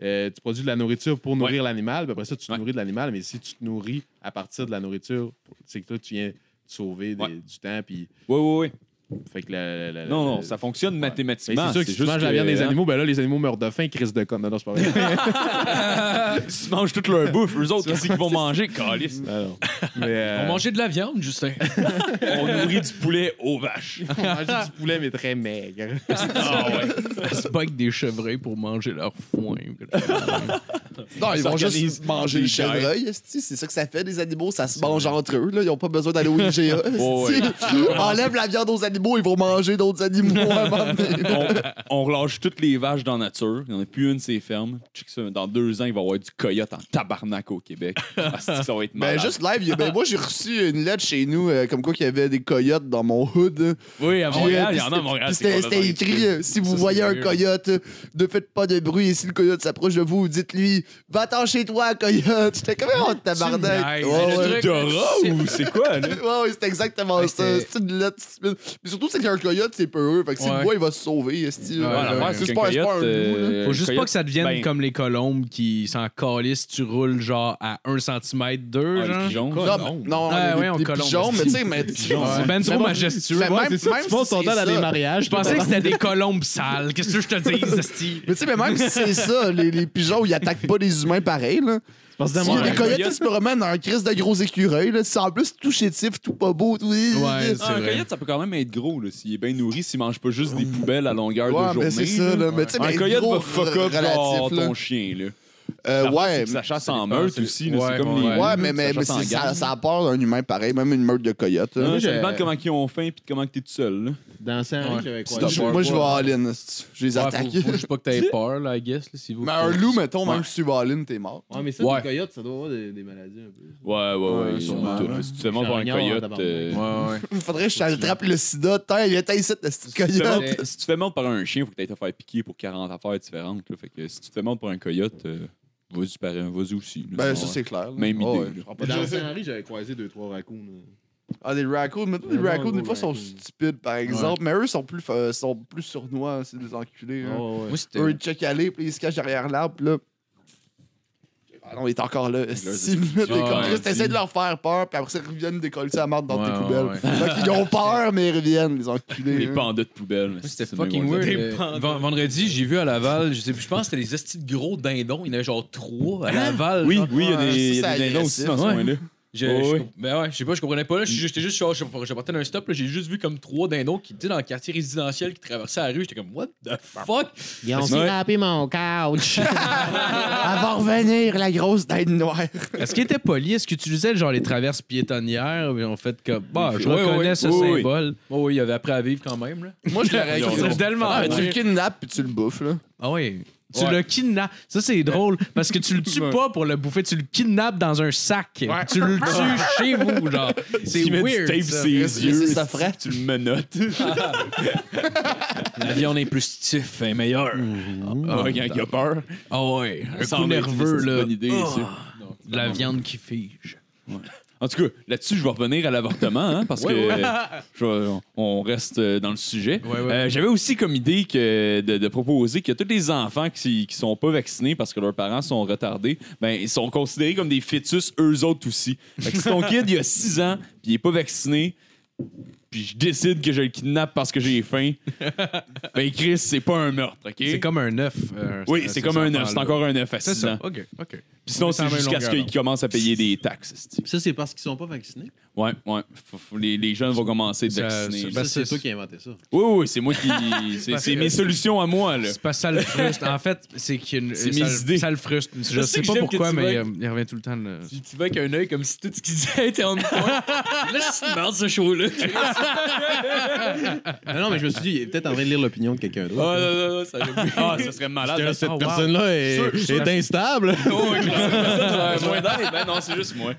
euh, tu produis de la nourriture pour nourrir l'animal, puis après ça, tu te Ouais. nourris de l'animal, mais si tu te nourris à partir de la nourriture, c'est que là, tu viens sauver des- Ouais. du temps, puis Ouais, ouais, ouais. fait que la- la- la- Non, non, la- ça fonctionne Ben, mathématiquement. Euh, c'est sûr que si tu juste manges la viande que- hein, des animaux, ben là, les animaux meurent de faim, crise de con. Non, non, c'est pas vrai. Ils mangent toute leur bouffe. Eux autres, <laughs> qu'est-ce qu'ils vont manger, calice? Non, non. Mais, euh, On mangeait de la viande, Justin. On <laughs> nourrit du poulet aux vaches. on mangeait du poulet, mais très maigre. Ah ouais. Elle se pogne des chevreuils pour manger leur foin. <laughs> Non, ils vont s'organisent. juste manger le Ils gèrent. chevreuil, esti. c'est ça que ça fait, des animaux, ça se mange entre eux, là. ils n'ont pas besoin d'aller au IGA. Oh, esti. <laughs> Enlève la viande aux animaux, ils vont manger d'autres animaux à un moment donné. <laughs> Ben, on, on relâche toutes les vaches dans la nature. Il n'y en a plus une, c'est ferme. Check ça, dans deux ans, il va y avoir du coyote en tabarnak au <laughs> Québec. Ah, c'est-tu que ça va être Ben malade. juste live, il y a- ben moi j'ai reçu une lettre chez nous euh, comme quoi qu'il y avait des coyotes dans mon hood. Oui, à Puis, euh, Ah, Montréal, puis il y en a à Montréal. puis C'était c'est c'était complètement écrit euh, si vous voyez un weird. coyote, euh, ne faites pas de bruit. Et si le coyote s'approche de vous, dites-lui Va-t'en chez toi, coyote. J'étais comme oh, tabarnak. niaises. Ouais, Le ouais. truc- Dora ou c'est quoi, là? <laughs> Ouais, ouais, c'est exactement Ouais, ça. c'était- C'est une lettre stupide. Puis surtout, c'est qu'un coyote, c'est peureux. Fait que si Ouais. le bois, il va se sauver. esti, là. Ouais, Voilà, ouais, ouais, ouais. c'est qu'un C'est pas- c'est pas un coyote, loup, euh, Faut juste coyote, pas que ça devienne ben, comme les colombes qui s'en calissent, tu roules genre à 1 cm, 2 ah, le genre. pigeon. Non, Oh. mais- non, Euh, Ah, les- ouais, on les colombe, pigeons, mais tu sais, <laughs> mais. C'est ben trop majestueux. Mais C'est ça, tu même passes si ton temps c'est dans des ça. mariages. Je pensais que c'était des colombes sales. Qu'est-ce que je te <laughs> dis, Esti? Mais tu sais, mais même si c'est ça, les, les pigeons, ils attaquent pas les humains pareil, là. Parce que Si dans mon- les coyotes ils se promènent dans un crise de gros écureuil, là, c'est en plus tout chétif, tout pas beau, tout. Ouais, Ah, un coyote, ça peut quand même être gros, là, s'il est bien nourri, s'il mange pas juste des poubelles à longueur Ouais, de journée. mais c'est ça, là. Mais tu sais, Un mais coyote gros va fuck up relatif, genre, là. ton chien, là. Euh, La force, c'est ouais. que Ça chasse en meute aussi, là, c'est Ouais, comme ouais, les. ouais. loups, Ouais, mais, mais, mais ça chasse c'est- en ça, gang. ça a peur d'un humain pareil, même une meute de coyotes. là. Hein, Je me j'ai- demande comment ils ont faim puis comment que t'es tout seul. là. Danser Ouais. avec j'avais Je- croisé. moi, je vais all-in. Je les Ouais, attaque. faut, faut juste pas que t'aies peur, là, I guess, là, si vous. <laughs> Mais un loup, mettons, Ouais. même si tu vas all-in, t'es mort. Ouais, mais ça, Ouais. les coyotes, ça doit avoir des, des maladies un peu. Ouais, ouais, ouais. Ouais, ils sont sûrement, tous- là. Si tu te fais mort par un Chagnard, coyote. tabarnak. euh, Ouais, <laughs> ouais. <laughs> Faudrait que je t'attrape le sida. Tiens, viens ici, le petit Si tu te fais coyote. mordre- si tu te fais mordre par un chien, il faut que tu ailles te faire piquer pour 40 affaires différentes. là. Fait que si tu te fais mordre par un coyote, euh, vas-y par un, vas-y aussi. là. Ben, Ouais. ça, c'est clair. là. Même Ah, idée, ouais, là. je prends pas Dans de chance. Saint-Henri, j'avais croisé deux, trois raccoons. Ah, les raccoons, mais les Ouais, raccoons, non, des fois, les sont raccoons. stupides, par exemple. Mais eux, sont plus, fa- sont plus sournois, c'est des enculés. hein. Moi, c'était. Eux, ils checkent aller, puis ils se cachent derrière l'arbre, puis là. Ah non, il est encore là. Si t'es Ah, comme ouais, Christ, t'essaies si. de leur faire peur, puis après ça, ils reviennent décoller ça à marde dans Ouais, tes ouais, poubelles. ouais. Fait qu'ils ont peur, mais ils reviennent, les enculés. Les hein. pandas de poubelle. mais Moi, C'était c'est fucking même weird. dire. Euh, ven- vendredi, j'ai vu à Laval, je sais plus, je pense que c'était les estis de gros dindons. Il y en avait genre trois à Laval. Oui, genre. oui, il y a Ouais, des, il y a ça, des c'est dindons aussi dans ce agressif. coin-là. Je, Oh, je- oui. ben ouais, je sais pas, je comprenais pas. là. Je- J'étais juste, genre, je- je partais d'un stop, là, j'ai juste vu comme trois dindons qui étaient dans le quartier résidentiel qui traversaient la rue. J'étais comme, what the fuck? Ils ont Ouais. mon couch. Elle va revenir, la grosse dinde noire. Est-ce qu'il était poli? Est-ce qu'il utilisait genre les traverses piétonnières? Ils ont fait comme, bah, je Oui, reconnais oui, ce oui, oui. symbole. Oh, oui, il y avait après à vivre quand même. Là. Moi, je l'aurais Ils ont- C'est tellement. Ah, mais tu drôle. le kidnappes, puis tu le bouffes, là. Ah oui. Tu Ouais. le kidnappes. Ça, c'est drôle parce que tu le tues pas pour le bouffer, tu le kidnappes dans un sac. Tu le tues chez vous, genre. C'est Il met weird. du tape ça. ses Est-ce que yeux. c'est sa frère? Tu le menottes. La viande impulsif est meilleure. Ah, quand il a peur. Ah ouais. Un Ça coup en est une nerveux, là. bonne idée, Ah. Oh. ça. De la viande qui fige. En tout cas, là-dessus, je vais revenir à l'avortement, hein, parce <laughs> Ouais, que ouais. euh, je vais- on- on reste euh, dans le sujet. Ouais, ouais. Euh, J'avais aussi comme idée que, de, de proposer que tous les enfants qui, qui sont pas vaccinés parce que leurs parents sont retardés, ben, ils sont considérés comme des fœtus eux autres aussi. Fait que si ton kid, il a 6 ans, puis il est pas vacciné, puis je décide que je le kidnappe parce que j'ai <laughs> faim, ben Chris, c'est pas un meurtre, OK? C'est comme un œuf. euh, oui, ce- c'est ce comme un œuf, enfant-là. c'est encore un œuf à C'est 6 ça. ans. OK. OK. Puis sinon, On est sur c'est la même jusqu'à ce longueur qu'il commence à payer des taxes. c'est-tu. Ça, c'est parce qu'ils sont pas vaccinés. Ouais, ouais. Faut- faut- les, les jeunes vont commencer de Ça- vacciner. ça- Ça, Ben, c'est c'est- toi qui as inventé ça. Oui, oui, c'est moi <laughs> qui. C'est, Parce c'est que- mes solutions à moi, là. C'est pas ça le frustre. En fait, c'est qu'il C'est ça, mes le- idées. ça le frustre. Je, sais sais que pas j'aime pourquoi, que tu mais vas- euh, il revient tout le temps. le- Tu, tu vas avec un œil comme si tout ce qu'il disait était en point. <laughs> là, c'est marre ce show-là. Ben non, non, mais je me suis dit, il est peut-être en train de lire l'opinion de quelqu'un d'autre. Ah, non, non, <laughs> non, ça j'aime mieux. Ah, ça serait malade. Putain, là, cette wow. personne-là est, Sûr, sûr. est instable. ça, j'aurais moins d'aide. Ben non, c'est <laughs> juste moi.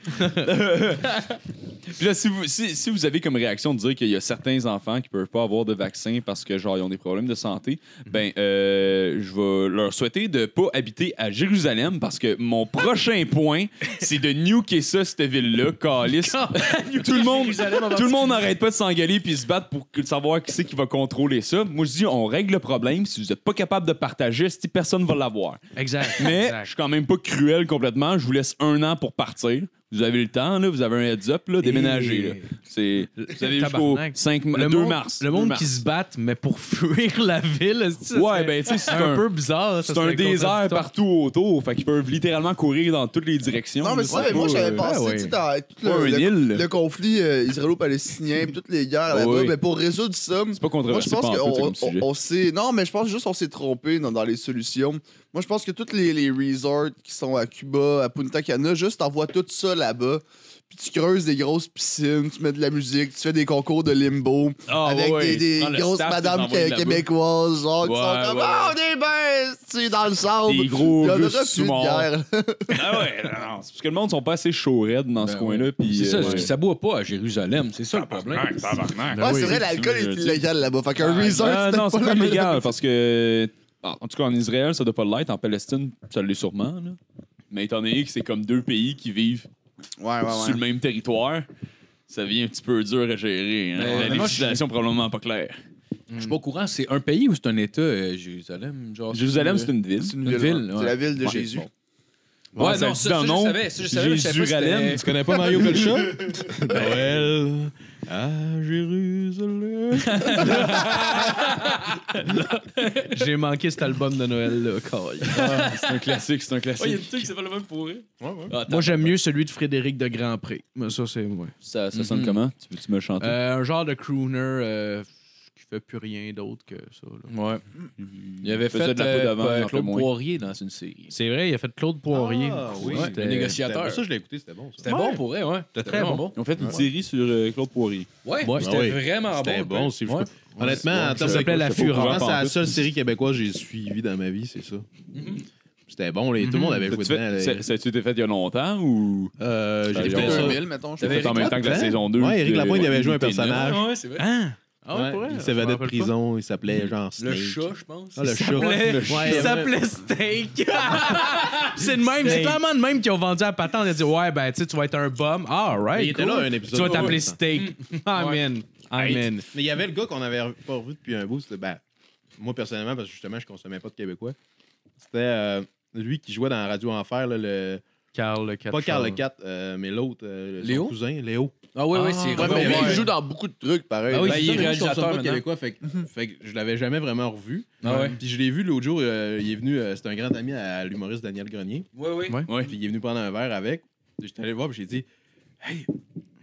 Puis là, si vous, si, si vous avez comme réaction de dire qu'il y a certains enfants qui peuvent pas avoir de vaccin parce que, genre, ils ont des problèmes de santé, Mhm. ben, euh, je vais leur souhaiter de pas habiter à Jérusalem parce que mon prochain point, c'est de nuker ça, cette ville-là, Calis. tout le monde, tout le monde n'arrête pas de s'engueuler puis se battre pour que- savoir qui c'est qui va contrôler ça. Moi, je dis, on règle le problème. Si vous n'êtes pas capable de partager, si personne va l'avoir. <laughs> Exact. Mais exact. je suis quand même pas cruel complètement. Je vous laisse un an pour partir. Vous avez le temps, là, vous avez un heads up, là, déménagez. Et- là. C'est, vous avez jusqu'au Tabarnak. 5 ma- Le 2 monde- mars. Le monde 2 qui mars. se batte, mais pour <laughs> fuir la ville, c'est- ça Ouais, serait ben, tu sais, c'est un, un- peu bizarre. ça C'est un serait désert contradictoire. partout autour. Fait qu'ils peuvent littéralement courir dans toutes les directions. Non, mais là, ça, c'est moi, pas, j'avais euh, pensé, ah ouais. tu sais, dans tout pas le, un le- île. le conflit euh, israélo-palestinien, puis toutes les guerres Ah là-bas, oui. mais pour résoudre ça, C'est pas moi, je controversé. pense pas en tout, ça, qu'on comme sujet. on- on s'est... Non, mais je pense juste qu'on s'est trompé dans, dans les solutions. Moi, je pense que tous les, les resorts qui sont à Cuba, à Punta Cana, juste t'envoies tout ça là-bas, puis tu creuses des grosses piscines, tu mets de la musique, tu fais des concours de limbo, Ah, avec ouais, ouais. des, des Prends le grosses staff, tu madames les envoies qué- là-bas. québécoises, genre, qui Ouais, sont comme ouais. Ah, on est bien, tu sais, dans le sable! Des gros Il y en Russes aura plus de sous-morts. guerre. Ah ouais, non, non, c'est parce que le monde sont pas assez chaud raides dans ce Ben coin-là. puis, C'est ça, euh, c'est ouais. Ah, que ça boit pas à Jérusalem, c'est ça le problème. Mm. Tabarnak, tabarnak. Ouais, Ah, ben Oui, c'est vrai, oui, l'alcool oui, est je- illégal là-bas. Fait qu'un Ah, resort, Ah, c'était non, c'est pas pas la illégal parce que. ah, En tout cas, en Israël, ça doit pas l'être. En Palestine, ça l'est sûrement. là. Mais étant donné que c'est comme deux pays qui vivent Ouais, sur le même territoire, ça devient un petit peu dur à gérer. hein. Mais La moi, je- législation, probablement pas claire. Je suis pas au courant, c'est un pays ou c'est un État, euh, Jérusalem? Genre, Jérusalem, c'est une ville. une ville, ouais. C'est la ville de Ouais, Jésus. bon. Ouais, Ouais, ça non, dit ça, dans ça, le je nom, savais, ça, je savais, je savais pas si Jérusalem. c'était- Tu connais pas Mario <laughs> Pelcha? Noël à Jérusalem. J'ai manqué cet album de Noël, là, caille. Ah, c'est un classique, c'est un classique. Moi, j'aime mieux celui de Frédéric de Grandpré. Mais ça, c'est moi. Ça, ça sonne Mhm. comment? Tu veux-tu me chanter? Euh, un genre de crooner euh, qui fait plus rien d'autre que ça. là. Ouais. Mm-hmm. Il avait Faisait fait de la peau euh, d'avant, euh, un peu Claude moins. Poirier dans une série. C'est vrai, il a fait Claude Poirier. Ah, oui. Ouais, le négociateur. Ça, je l'ai écouté, c'était bon. ça. C'était bon pour vrai, ouais. C'était très vraiment bon. Ils ont fait une série sur euh, Claude Poirier. Ouais, Ouais. c'était Ah ouais. vraiment bon. C'était bon, c'est fou. Ouais. Honnêtement, en Ça termes de s'appelait La je sais pas Je pense que Fureur. c'est en la plus. seule série québécoise que j'ai suivie dans ma vie, c'est ça. C'était bon, les- tout le Mhm. monde avait joué Ça dedans. là. a-tu été fait il y a longtemps ou. Euh, Ça J'ai fait fait ça. 2000, mettons. je C'est sais fait pas. en même temps que la Lapointe? saison 2. Ouais, Éric de- Lapointe, il avait joué un de- personnage. Ouais, ouais, c'est vrai. Hein? Ah ouais, Ouais, pour vrai? il Je s'évadait m'en de rappelle prison, il s'appelait genre Le Snake. chat, je pense. Ah, le pas. chat. Ouais, Le il chat. <laughs> s'appelait Steak. c'est de même, c'est Steak. clairement de même qu'ils ont vendu à Patente. Ils ont dit Ouais, ben tu sais, tu vas être un bum. Ah, right. Mais il était cool. là, un épisode. hein. Tu vas t'appeler <laughs> Ouais. Steak. Amen. Amen. Mais il y avait le gars qu'on avait pas revu depuis un bout. c'était- Ben, moi, personnellement, parce que justement, je consommais pas de Québécois. C'était euh, lui qui jouait dans Radio Enfer, là, le... Carl le 4. pas Carl le 4, euh, mais l'autre, euh, son Léo? cousin, Léo. Ah ouais, ouais, Ah, c'est ouais, Ouais, Robert mais lui, Poirier. il joue dans beaucoup de trucs, pareil. <laughs> Ah oui, Ben, c'est il ça, mais est lui, je réalisateur consomme pas de maintenant. Québécois, fait, que- <laughs> fait que je l'avais jamais vraiment revu. Ah ouais. Puis je l'ai vu l'autre jour, euh, il est venu, euh, c'est un grand ami à l'humoriste Daniel Grenier. Ouais, ouais. Ouais. Ouais. Puis il est venu prendre un verre avec. J'étais allé le voir, puis j'ai dit Hey,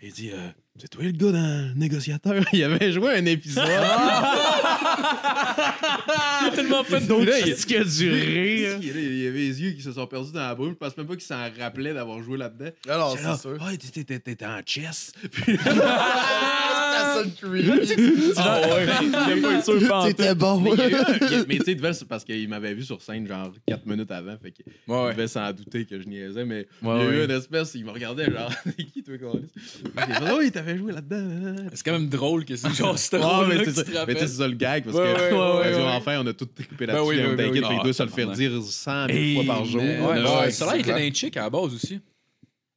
il dit euh, C'est toi le gars dans le négociateur <laughs> Il avait joué un épisode. <laughs> Ah, Il hein. a tellement fait d'autres d'autres choses choses que du il <laughs> rire. il avait les yeux qui se sont perdus dans la brume. Je pense même pas qu'il s'en rappelait d'avoir joué là-dedans. Alors, J'étais là, c'est sûr. Ah, il dit, t'étais- t'étais en chess. Puis Ah, ça sonne creepy. Ah ouais, t'es pas sûr, pas en tout. C'était bon. Mais, euh, il- il- mais tu sais, il devait- c'est parce qu'il m'avait vu sur scène genre 4 minutes avant. Fait qu'il Ouais, ouais. devait s'en douter que je niaisais, mais Ouais, il y a ouais. eu une espèce, il me regardait genre, <laughs> c'est qui toi, Carlis? Puis il fait, oh, il t'avait joué là-dedans. hein, C'est quand même drôle que c'est genre ce Ah, rôle-là mais que c'est tu te ça. Mais tu sais, rappelles. c'est ça le gag, parce Ouais, que ouais, Radio ouais, ouais. Enfer, on a tout coupé là-dessus. Ben oui, on ben oui, t'inquiète, ben fait oui. qu'il doit se le faire dire 100 000 Hey, fois par jour. man. Ouais, Ouais, ouais, ouais, Solar, il était c'est dans vrai. les chicks à la base aussi.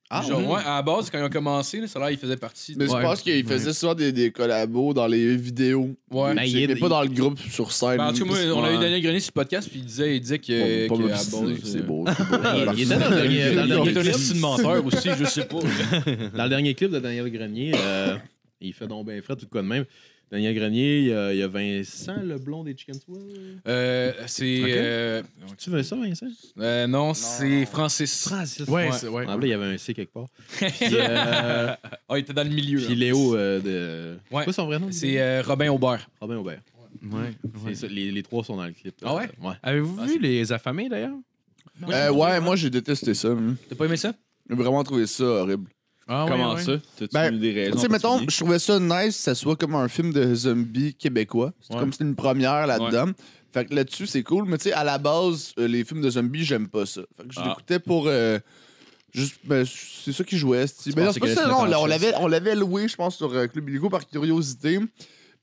Ah, Genre, ouais. ouais, à la base, quand ils ont commencé, là, Solar, il faisait partie. de- Mais je Ouais. pense qu'il faisait souvent des, des collabos dans les vidéos. Ouais. Ben, Mais il est- pas dans le groupe sur scène. Ben, en tout cas, moi, on a eu Ouais. Daniel Grenier sur le podcast, puis il disait, il disait que. Pas que à la m'obstiner, base, c'est euh, beau. c'est beau. <laughs> Il était dans le dernier- dans Il le dernier est un clip. esti de menteur aussi, je sais pas. Dans le dernier clip de Daniel Grenier, euh, <coughs> il fait donc ben frais, tout de quoi de même. Daniel Grenier, il y a, il y a Vincent, le blond des Chicken Swell. Euh, c'est. Ok. euh, Tu veux ça, Vincent? euh, non, c'est Francis. Francis. Ouais. Ouais, c'est- ouais. En vrai, il y avait un C quelque <laughs> part. Puis, euh, Ah, il était dans le milieu. puis hein. Léo euh, de. Ouais. C'est quoi son vrai nom? C'est euh, Robin Aubert. Robin Aubert. C'est Ouais. ça, les, les trois sont dans le clip. Ah ouais? Ouais. Avez-vous vu Les Affamés d'ailleurs Euh, ouais, moi, j'ai détesté ça. hum. T'as pas aimé ça? J'ai vraiment trouvé ça horrible. Ah, ouais, Comment ouais. ça? T'as-tu Ben, eu des raisons? Tu sais, mettons, particulières? je trouvais ça nice que ça soit comme un film de zombies québécois. C'est Ouais. comme si c'était une première là-dedans. Fait que là-dessus, c'est cool. Mais tu sais, à la base, euh, les films de zombies, j'aime pas ça. Fait que je Ah. l'écoutais pour. euh, juste, ben, c'est ça qui jouait. c'est- Tu Mais non, pensais c'est pas qu'elle ça, allait se non. mettre là, en on chaise. l'avait, on l'avait loué, je pense, sur euh, Club Illico par curiosité.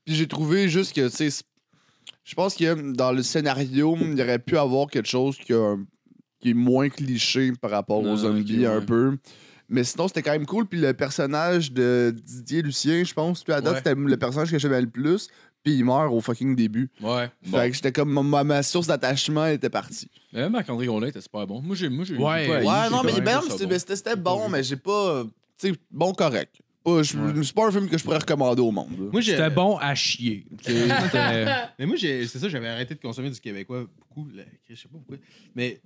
Puis j'ai trouvé juste que, tu sais, c'est- je pense que euh, dans le scénario, il aurait pu avoir quelque chose qui, a un- qui est moins cliché par rapport Ah, aux zombies ok, un ouais. peu. Mais sinon, c'était quand même cool. Puis le personnage de Didier Lucien, je pense, puis à date, Ouais. c'était le personnage que j'aimais le plus. puis il meurt au fucking début. Ouais. Bon. Fait que j'étais comme, ma, ma source d'attachement était partie. Euh, Marc-André Gondin était super bon. Moi, j'ai. Moi, j'ai Ouais. j'ai pas haï, Ouais, j'ai non, quand mais même ben, trouvé ça c'était- bon. c'était c'était bon, mais j'ai pas. Tu sais, bon, correct. Pas- je- C'est pas un film que je pourrais recommander au monde. là. Moi, j'ai- C'était bon à chier. Tu sais, c'était- Mais moi, j'ai- c'est ça, j'avais arrêté de consommer du québécois beaucoup. là. je sais pas pourquoi. Mais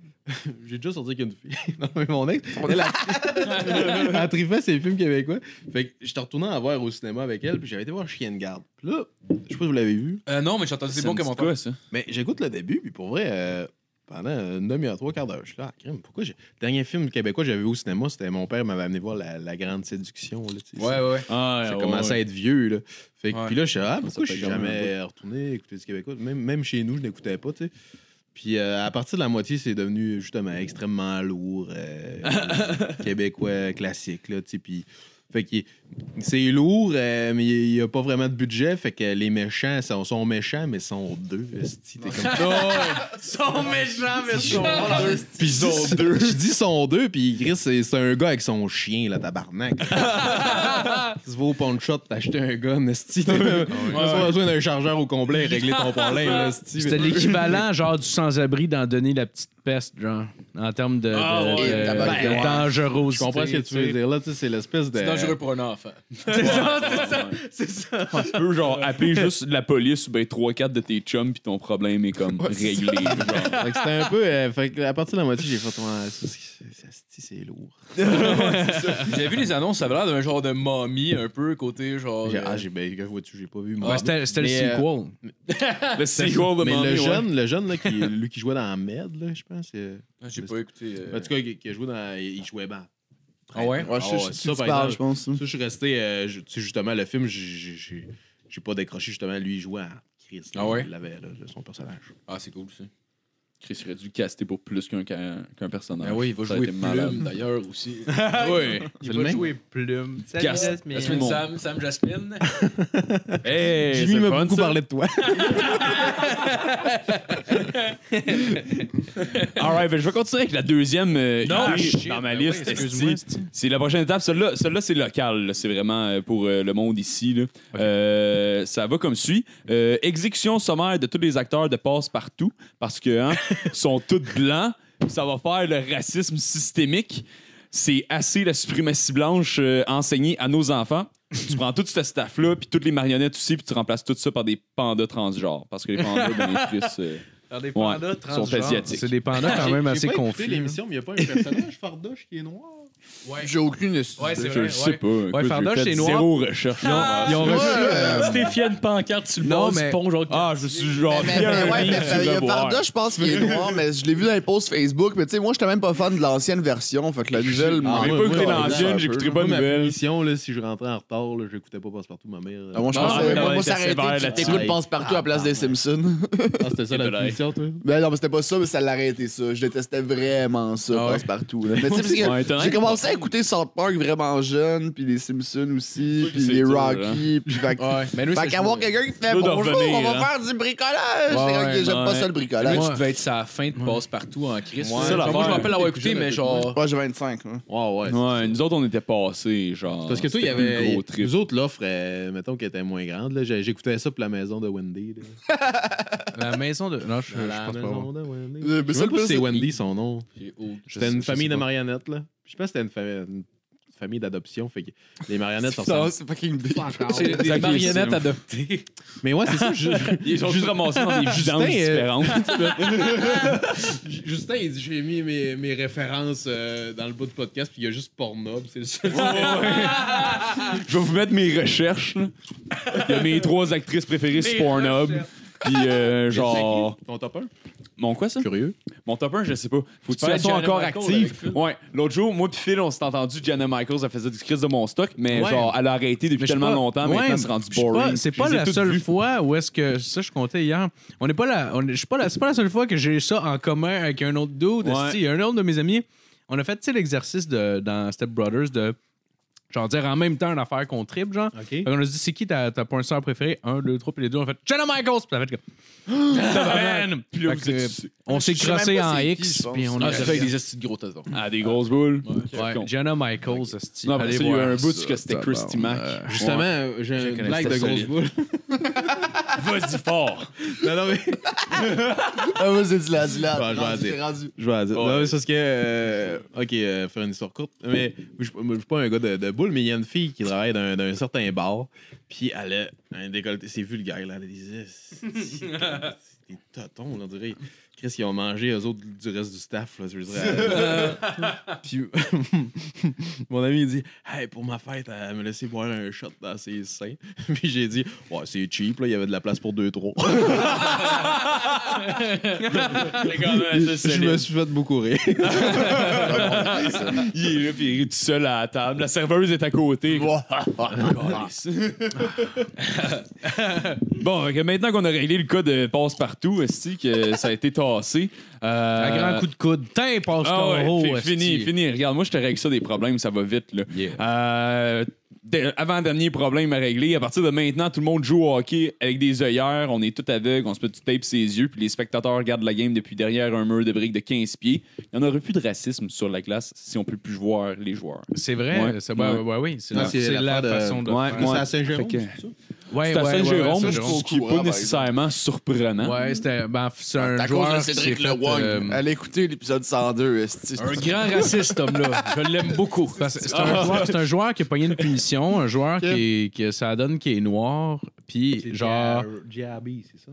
<laughs> j'ai déjà sorti qu'une fille. <laughs> Non, mais mon ex, elle, <laughs> elle, elle tripait ses films québécois. Fait que j'étais retourné en voir au cinéma avec elle, puis j'avais été voir Chien de garde. Puis là, je sais pas si vous l'avez vu, <laughs> Euh, non, mais j'ai entendu des Ça bons me dit commentaires. quoi, ça? mais j'écoute le début, puis pour vrai, euh, pendant une demi-heure, trois quarts d'heure, je suis là, ah, crime, pourquoi j'ai. Le dernier film québécois que j'avais vu au cinéma, c'était mon père m'avait amené voir La, La Grande Séduction. Là, tu sais, Ouais, ouais. Ah, ça ouais, commençait <laughs> ouais. à être vieux, là. Fait que, Ouais. Puis là, je suis ah, pourquoi Ça je fait suis quand même jamais retourné écouter du Québécois? Même, même chez nous, je n'écoutais pas, tu sais. Puis euh, à partir de la moitié, c'est devenu justement extrêmement lourd, <laughs> euh, québécois classique, là, tu sais. Puis, fait que c'est lourd, euh, mais il n'y a pas vraiment de budget. Fait que les méchants sont, sont méchants, mais sont deux. esti, t'es comme- sont méchants, mais sont Je dis sont deux, puis Chris, c'est c'est un gars avec son chien, là, tabarnak. Tu vas au pawn shop, t'acheter un gun, esti. T'as pas besoin d'un chargeur au complet et régler ton problème, là, esti. C'était l'équivalent, genre, du sans-abri d'en donner la petite peste, genre, en termes de, de, Ah ouais, de- tabac, de ouais. dangerosité. ben, Je comprends ce que tu veux dire, là, tu sais, c'est l'espèce de... C'est dangereux pour un enfant. C'est ça, c'est ça, c'est ça. Tu peux genre appeler juste la police ou ben 3-4 de tes chums puis ton problème est comme réglé. genre. Fait que c'était un peu... euh, fait que à partir de la moitié, j'ai fait... Ouais, ça, c'est- c'est- esti, c'est lourd. J'avais vu les annonces, ça avait l'air d'un genre de momie un peu côté genre. Oh, J'ai- euh, Ah, j'ai... Ben, que vois-tu, j'ai pas vu, moi. Ouais, c'était c'était le Mais, euh, sequel. Le sequel de mais Mamie, le ouais. jeune, le jeune là, qui, lui qui jouait dans Med, là, je pense, euh, J'ai pas écouté. euh, en tout cas, qui, qui a joué dans, il jouait bien. Ah ouais? Ouais, je sais- Ah ouais, je sais ça, de qui par tu parles, exemple. je pense. hein. Ça, je suis resté. euh, je- tu sais, justement, le film, j'ai- j'ai j'ai- j'ai pas décroché. Justement, lui, il jouait à Chris. là. Ah ouais? Il l'avait, là, son personnage. Ah, c'est cool ça. Chris aurait dû caster pour plus qu'un qu'un qu'un personnage. Ah oui, il va Ça a jouer été Plume malade. <laughs> d'ailleurs aussi. Oui. Il va jouer Plume. Casse- Jasmine Sam, Sam Jasmine. Hey, c'est fun, ça. de toi. <laughs> All right, ben, je vais continuer avec la deuxième euh, Non, idée shit, dans ma ben liste. oui, excuse-moi, esti. c'est la prochaine étape. Celle-là, celle-là, c'est local. là. C'est vraiment euh, pour euh, le monde ici. là. Euh, ça va comme suit. Euh, exécution sommaire de tous les acteurs de Passe-Partout parce que <laughs> hein, ils sont tous blancs. Ça va faire le racisme systémique. C'est assez la suprématie blanche euh, enseignée à nos enfants. tu prends tout ce staff-là, puis toutes les marionnettes aussi, puis tu remplaces tout ça par des pandas transgenres. Parce que les pandas, ben, les Chris, euh, des pandas Ouais, transgenres. sont asiatiques. C'est des pandas quand même assez confus. hein. l'émission, mais il n'y a pas un personnage Fardoche qui est noir. J'ai aucune idée. Ouais, c'est Je vrai. le sais ouais. pas. Écoute, Fardoche, j'ai fait c'est noir. Zéro recherche. Ils ont reçu. euh, Stéphane Pancarte sur le Non, bord mais- du pont, genre. Ah, je suis genre Mais, mais, bien mais, ouais, mais, sur mais, il y le a boire. Varda, je pense qu'il est noir, mais je l'ai vu dans les posts Facebook. Mais tu sais, moi, j'étais même pas fan de l'ancienne version. Fait que la nouvelle. Ah, m'a- J'ai ouais, pas écouté ouais, l'ancienne, ouais, j'écouterai pas Moi, de ma nouvelles. émission, là, si je rentrais en retard, là, j'écoutais pas Passepartout, ma mère. Ah, moi, je pense Ah, que ouais, moi, ouais, ça t'es sévère arrêté. là-dessus. T'écoutes passe partout à la place des Simpsons. Ah, c'était ça Nicolas. la émission, toi. <laughs> Ben non, mais c'était pas ça, mais ça l'a arrêté ça. Je détestais vraiment ça, Ah ouais? passe partout. là. Mais tu sais, parce que Ouais, t'as j'ai commencé à écouter South Park vraiment jeune, puis les Simpsons aussi, C'est sûr que puis c'est les dur, Rocky, puis fait que- Ouais, mais nous, Fait c'est- qu'avoir quelqu'un qui fait Deux de bonjour, revenir, on va hein. faire du bricolage. Ouais, C'est ouais, que j'aime pas ouais. ça le Là, bricolage. tu devais être sa fin de passe-partout en crise. Ouais. C'est ça, l'affaire. moi, je me rappelle l'avoir T'es plus écouté, jeune, mais t'es genre. Moi, j'ai 25. hein. Ouais, ouais. Ouais, nous autres, on était passés, genre. Parce que toi, il y C'était plus avait. le gros trip. Nous autres, l'offre, euh, mettons, qui était moins grande. là, j'ai- J'écoutais ça pour la maison de Wendy. là. La maison de. Non, je je La pense pas. maison de Wendy. Euh, mais Je sais ça, même pas le si c'est plus- Wendy son nom. J'ai aucune- C'était une famille de marionnettes, là. Je sais pas si c'était une famille, une famille d'adoption, fait que les marionnettes s'en Non, sortent. c'est fucking big. C'est des marionnettes adoptées. Mais ouais, c'est ça. Ju- <laughs> Ils ont juste ramassés dans des Justin, vidanges euh, différentes. Justin, il dit J'ai mis mes, mes références euh, dans le bout du podcast, puis il y a juste Pornhub. C'est le seul. <laughs> Je vais vous mettre mes recherches. là. Il y a mes trois actrices préférées sur Pornhub. Puis, euh, genre. Ton top 1 Mon quoi, ça? Curieux. Mon top 1, je sais pas. Faut que faire tu sois Gianna encore Michaels avec active. Phil. Ouais. L'autre jour, moi puis Phil, on s'est entendu. Gianna Michaels, elle faisait du crise de mon stock, mais genre, elle a arrêté depuis Mais je tellement sais pas- longtemps. ouais, maintenant, c'est rendu je sais pas- boring. C'est Je pas les ai la toutes seule vues. fois où est-ce que ça je comptais hier. On n'est pas la, on est- je suis pas la, c'est pas la seule fois que j'ai ça en commun avec un autre dude. Ouais. esti. Il y a un autre de mes amis. On a fait tu sais, l'exercice de dans Step Brothers de genre dire en même temps une affaire qu'on tripe genre. Ok. Fait qu'on a dit c'est qui ta ta pointeur préférée Un, deux, trois puis les deux on a fait Jenna Michaels. Puis ça a fait comme. Tabarnak! Puis là, Fait vous que, êtes- on s'est Je sais même crossé pas en c'est qui, X je pense. puis on Ah, a c'est fait avec des estis de gros tesons. Ah, des grosses boules. Ouais, Quelconque. Jenna Michaels. esti. Non, mais Allez ça, il y a eu voir Ah, un bout ça. euh, que c'était Christy Mac. <laughs> Justement, j'ai une blague de grosse boule. <laughs> Vas-y fort. Non, non, <laughs> mais Ah, vas-y, dis-la, dis-la. Bon, je vais Non, la c'est dire. rendu. je vais la dire. Ouais. Non, mais c'est parce que. euh, ok, euh, faire une histoire courte. Mais je moi, je suis pas un gars de, de boule, mais il y a une fille qui travaille dans, un- dans un certain bar. Puis elle a un décolleté. C'est vulgaire, là. Elle a des. esti- des totons, là, on dirait. Chris, ils ont mangé eux autres du reste du staff, là, je veux dire. Euh, Puis <laughs> mon ami, il dit Hey, pour ma fête, elle me laissé boire un shot dans ses seins. <laughs> Puis j'ai dit Ouais, c'est cheap, là, il y avait de la place pour deux, trois. <laughs> je me suis fait beaucoup rire. Il est là, puis il est tout seul à la table. La serveuse est à côté. Ah, ah. Bon, fait que maintenant qu'on a réglé le cas de passe-partout, est que ça a été tassé? euh, Un grand coup de coude. Tiens, passe Ah ouais, ton fi- fini, fini. Regarde, moi, je te règle ça des problèmes, ça va vite. Là. Yeah. Euh, de- avant-dernier problème à régler. À partir de maintenant, tout le monde joue au hockey avec des œillères. On est tout aveugle, on se peut tout tape ses yeux. Puis les spectateurs regardent la game depuis derrière un mur de briques de 15 pieds. Il n'y en aurait plus de racisme sur la glace si on peut plus voir les joueurs. C'est vrai, Ouais. c'est ouais, Ouais. ouais, oui, c'est Non, la, c'est c'est la l'affaire de- façon de. Ouais, faire. ouais. C'est à Saint-Jérôme. Fait que- Ouais, c'est à ouais, ouais, Saint-Jérôme, ouais, je Saint-Jérôme. trouve. ce qui n'est Ouais, pas par surprenant. surprenant. Ouais, c'était ben, c'est un T'as joueur cause de qui Cédric s'est fait, Leroy. euh, Allez écouter l'épisode 102, esti. Un grand raciste, cet homme-là. Je l'aime beaucoup. Ah. Parce que C'est un, joueur- c'est un joueur qui a pogné une punition, un joueur qui, est, qui ça donne qui est noir, puis genre, JRB, c'est ça?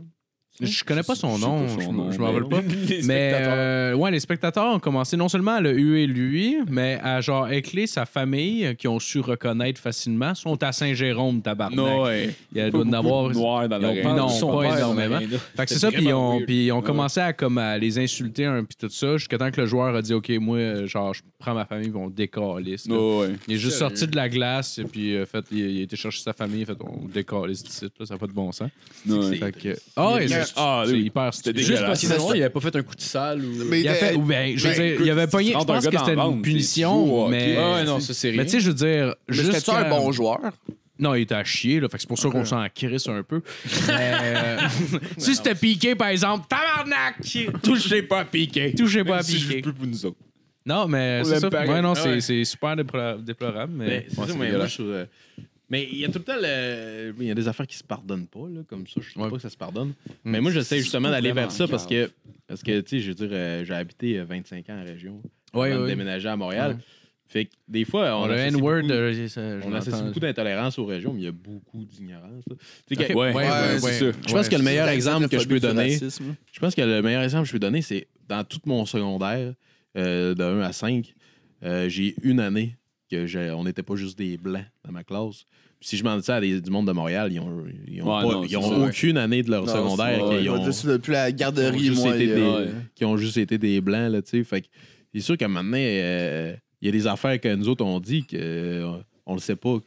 je connais pas son Je sais nom, pas son je nom, me- je mais- m'en rappelle pas. Les <laughs> Mais spectateurs. euh, ouais, les spectateurs ont commencé non seulement à le huer lui, mais à genre écler sa famille qui ont su reconnaître facilement sont à Saint-Jérôme tabarnak. Non, ouais. Il y a Pas doit en beaucoup avoir de noirs dans ils ont l'arène. pas- non, Son pas père dans énormément. l'arène. Fait que c'est ça, puis ils ont, puis ils ont commencé à, comme, à les insulter un puis tout ça, jusqu'à temps que le joueur a dit Ok, moi, euh, genre, je prends ma famille, puis on décalisse. là. Ouais, ouais. Il est juste sorti de la glace, et puis euh, fait, il, il a été chercher sa famille, fait, on décalisse d'ici, là, ça n'a pas de bon sens. Ouais. Fait que. Ah, ouais, c'est Ah, c'est oui. hyper C'était stupide. Juste parce qu'il Ça, est c'est- noir, il avait pas fait un coup de sale ou. Mais Il a fait- euh, ou ben, je veux ben, dire, écoute, il avait si pogné. tu Je rentres un pense gars que dans c'était la une bande, t'es fou, punition, ok. mais. Ah ouais, non, ça c'est rien. Mais tu sais, je veux dire. mais c'était-tu jusqu'à- un bon joueur? Non, il était à chier, là. Fait que c'est pour ça qu'on s'en crisse un <laughs> peu. Mais, euh, si c'était piqué, par exemple, tabarnak! Touchez pas à piqué. Touchez pas à Si je piqué. peux pour nous autres. Non, mais l'aime c'est ça. pas. Ouais, non, Ah c'est ouais. c'est super déplo- déplorable. Mais Mais, c'est Ouais, ça, c'est mais moi, dégueulasse. je trouve, euh, Mais il y a tout le temps le- Il y a des affaires qui se pardonnent pas, là, comme ça. Je trouve Ouais. Mm. pas que ça se pardonne. Mais moi, j'essaie justement d'aller vers ça parce que, parce que tu sais, je veux dire, euh, j'ai habité euh, 25 ans en région Ouais, avant de ouais. déménager à Montréal. Fait que des fois, on, le associe N-word, beaucoup- euh, ça, je on associe l'entends. beaucoup d'intolérance aux régions, mais il y a beaucoup d'ignorance. là. Tu sais, Ok, que- Ouais, ouais, c'est sûr. Je pense que le meilleur C'est exemple que je peux la xénophobie donner, du racisme. je pense que le meilleur exemple que je peux donner, c'est dans tout mon secondaire, euh, de 1 à 5, euh, j'ai une année que j'ai- on n'était pas juste des blancs dans ma classe. Puis si je m'en dis ça à des, du monde de Montréal, ils ont, ils ont Ouais, pas- non, ils c'est ont ça, ouais. aucune année de leur Non, secondaire c'est- qu'ils ouais, ont, moi, juste depuis la qui ont garderie, juste moi. euh, été il y a- des, Ouais. qui ont juste été des blancs là, tu sais. Fait que c'est sûr qu'à un moment donné, euh, il y a des affaires que nous autres on dit que euh, on ne sait pas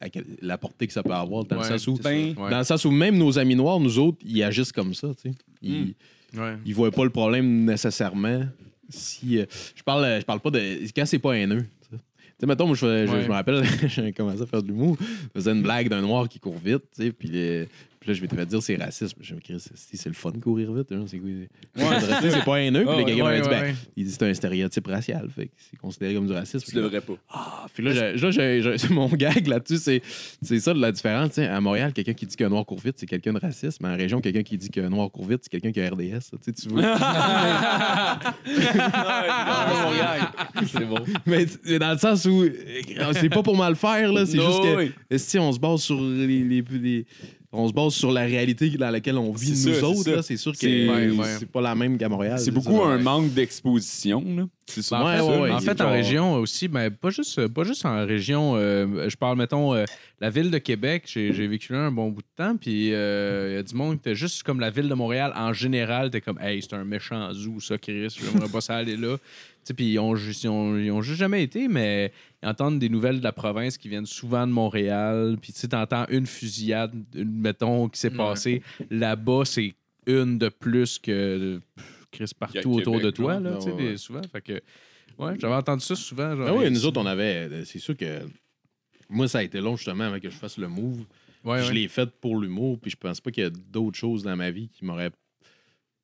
à quelle- la portée que ça peut avoir dans le Ouais, sens où c'est ça. Ben, Ouais. dans le sens où même nos amis noirs, nous autres, ils agissent comme ça, tu sais. Ils, Mm. Ouais. ils voient pas le problème nécessairement. Si euh, je parle, je parle pas de quand c'est pas haineux. Tu sais. Tu sais, mettons, moi, je, fais- je- Ouais. je me rappelle, <laughs> j'ai commencé à faire de l'humour. Je faisais une blague d'un noir qui court vite, tu sais, puis, le- puis là, je m'étais fait dire c'est raciste. Je me dis, Christ, c'est c'est le fun de courir vite. hein, c'est quoi? <laughs> Tu sais, c'est pas haineux. Puis Ouais, le gars, il m'a ouais, dit, ouais, ben, ouais. il dit c'est un stéréotype racial. Fait que c'est considéré comme du racisme. tu devrais pas. Ah, puis là, j'ai- là, j'ai- j'ai- c'est <laughs> mon gag là-dessus, c'est, c'est ça de la différence. tu sais. À Montréal, quelqu'un qui dit qu'un noir court vite, c'est quelqu'un de raciste. Mais en région, quelqu'un qui dit qu'un noir court vite, c'est quelqu'un qui a RDS. Tu sais, tu <laughs> vois. C'est bon. mais, t- mais dans le sens où euh, c'est pas pour mal faire, là. C'est Non, juste que oui. si on se base sur les, les- les- on se base sur la réalité dans laquelle on vit C'est nous ça, c'est autres, ça. là, c'est sûr que C'est- c'est, Ouais, ouais. pas la même qu'à Montréal. C'est beaucoup ça, un Ah, ouais. manque d'exposition. là. C'est souvent Ben, en Ouais, fait, ouais, ouais, en, il fait, est en genre- région aussi, mais pas juste, euh, pas juste en région. euh, je parle, mettons, euh, la ville de Québec. J'ai j'ai vécu là un bon bout de temps. Puis euh, il y a du monde qui était juste comme la ville de Montréal en général. T'es comme, hey, c'est un méchant zoo, ça, Chris. J'aimerais pas ça aller là. Tu sais, Puis ils ont, ju- ils, ont, ils ont juste jamais été, mais ils entendent des nouvelles de la province qui viennent souvent de Montréal. Puis tu sais, t'entends une fusillade, une, mettons, qui s'est passée. Là-bas, c'est une de plus que euh, pff, Chris Il y a partout autour Québec, de toi. non? Là, Non, tu sais, ouais, des- ouais. souvent. Fait que, ouais, j'avais entendu ça souvent. Genre, Ah oui, nous autres, on avait. euh, C'est sûr que. Moi, ça a été long justement avant que je fasse le move. Ouais, Je ouais. l'ai faite pour l'humour, puis je pense pas qu'il y a d'autres choses dans ma vie qui m'auraient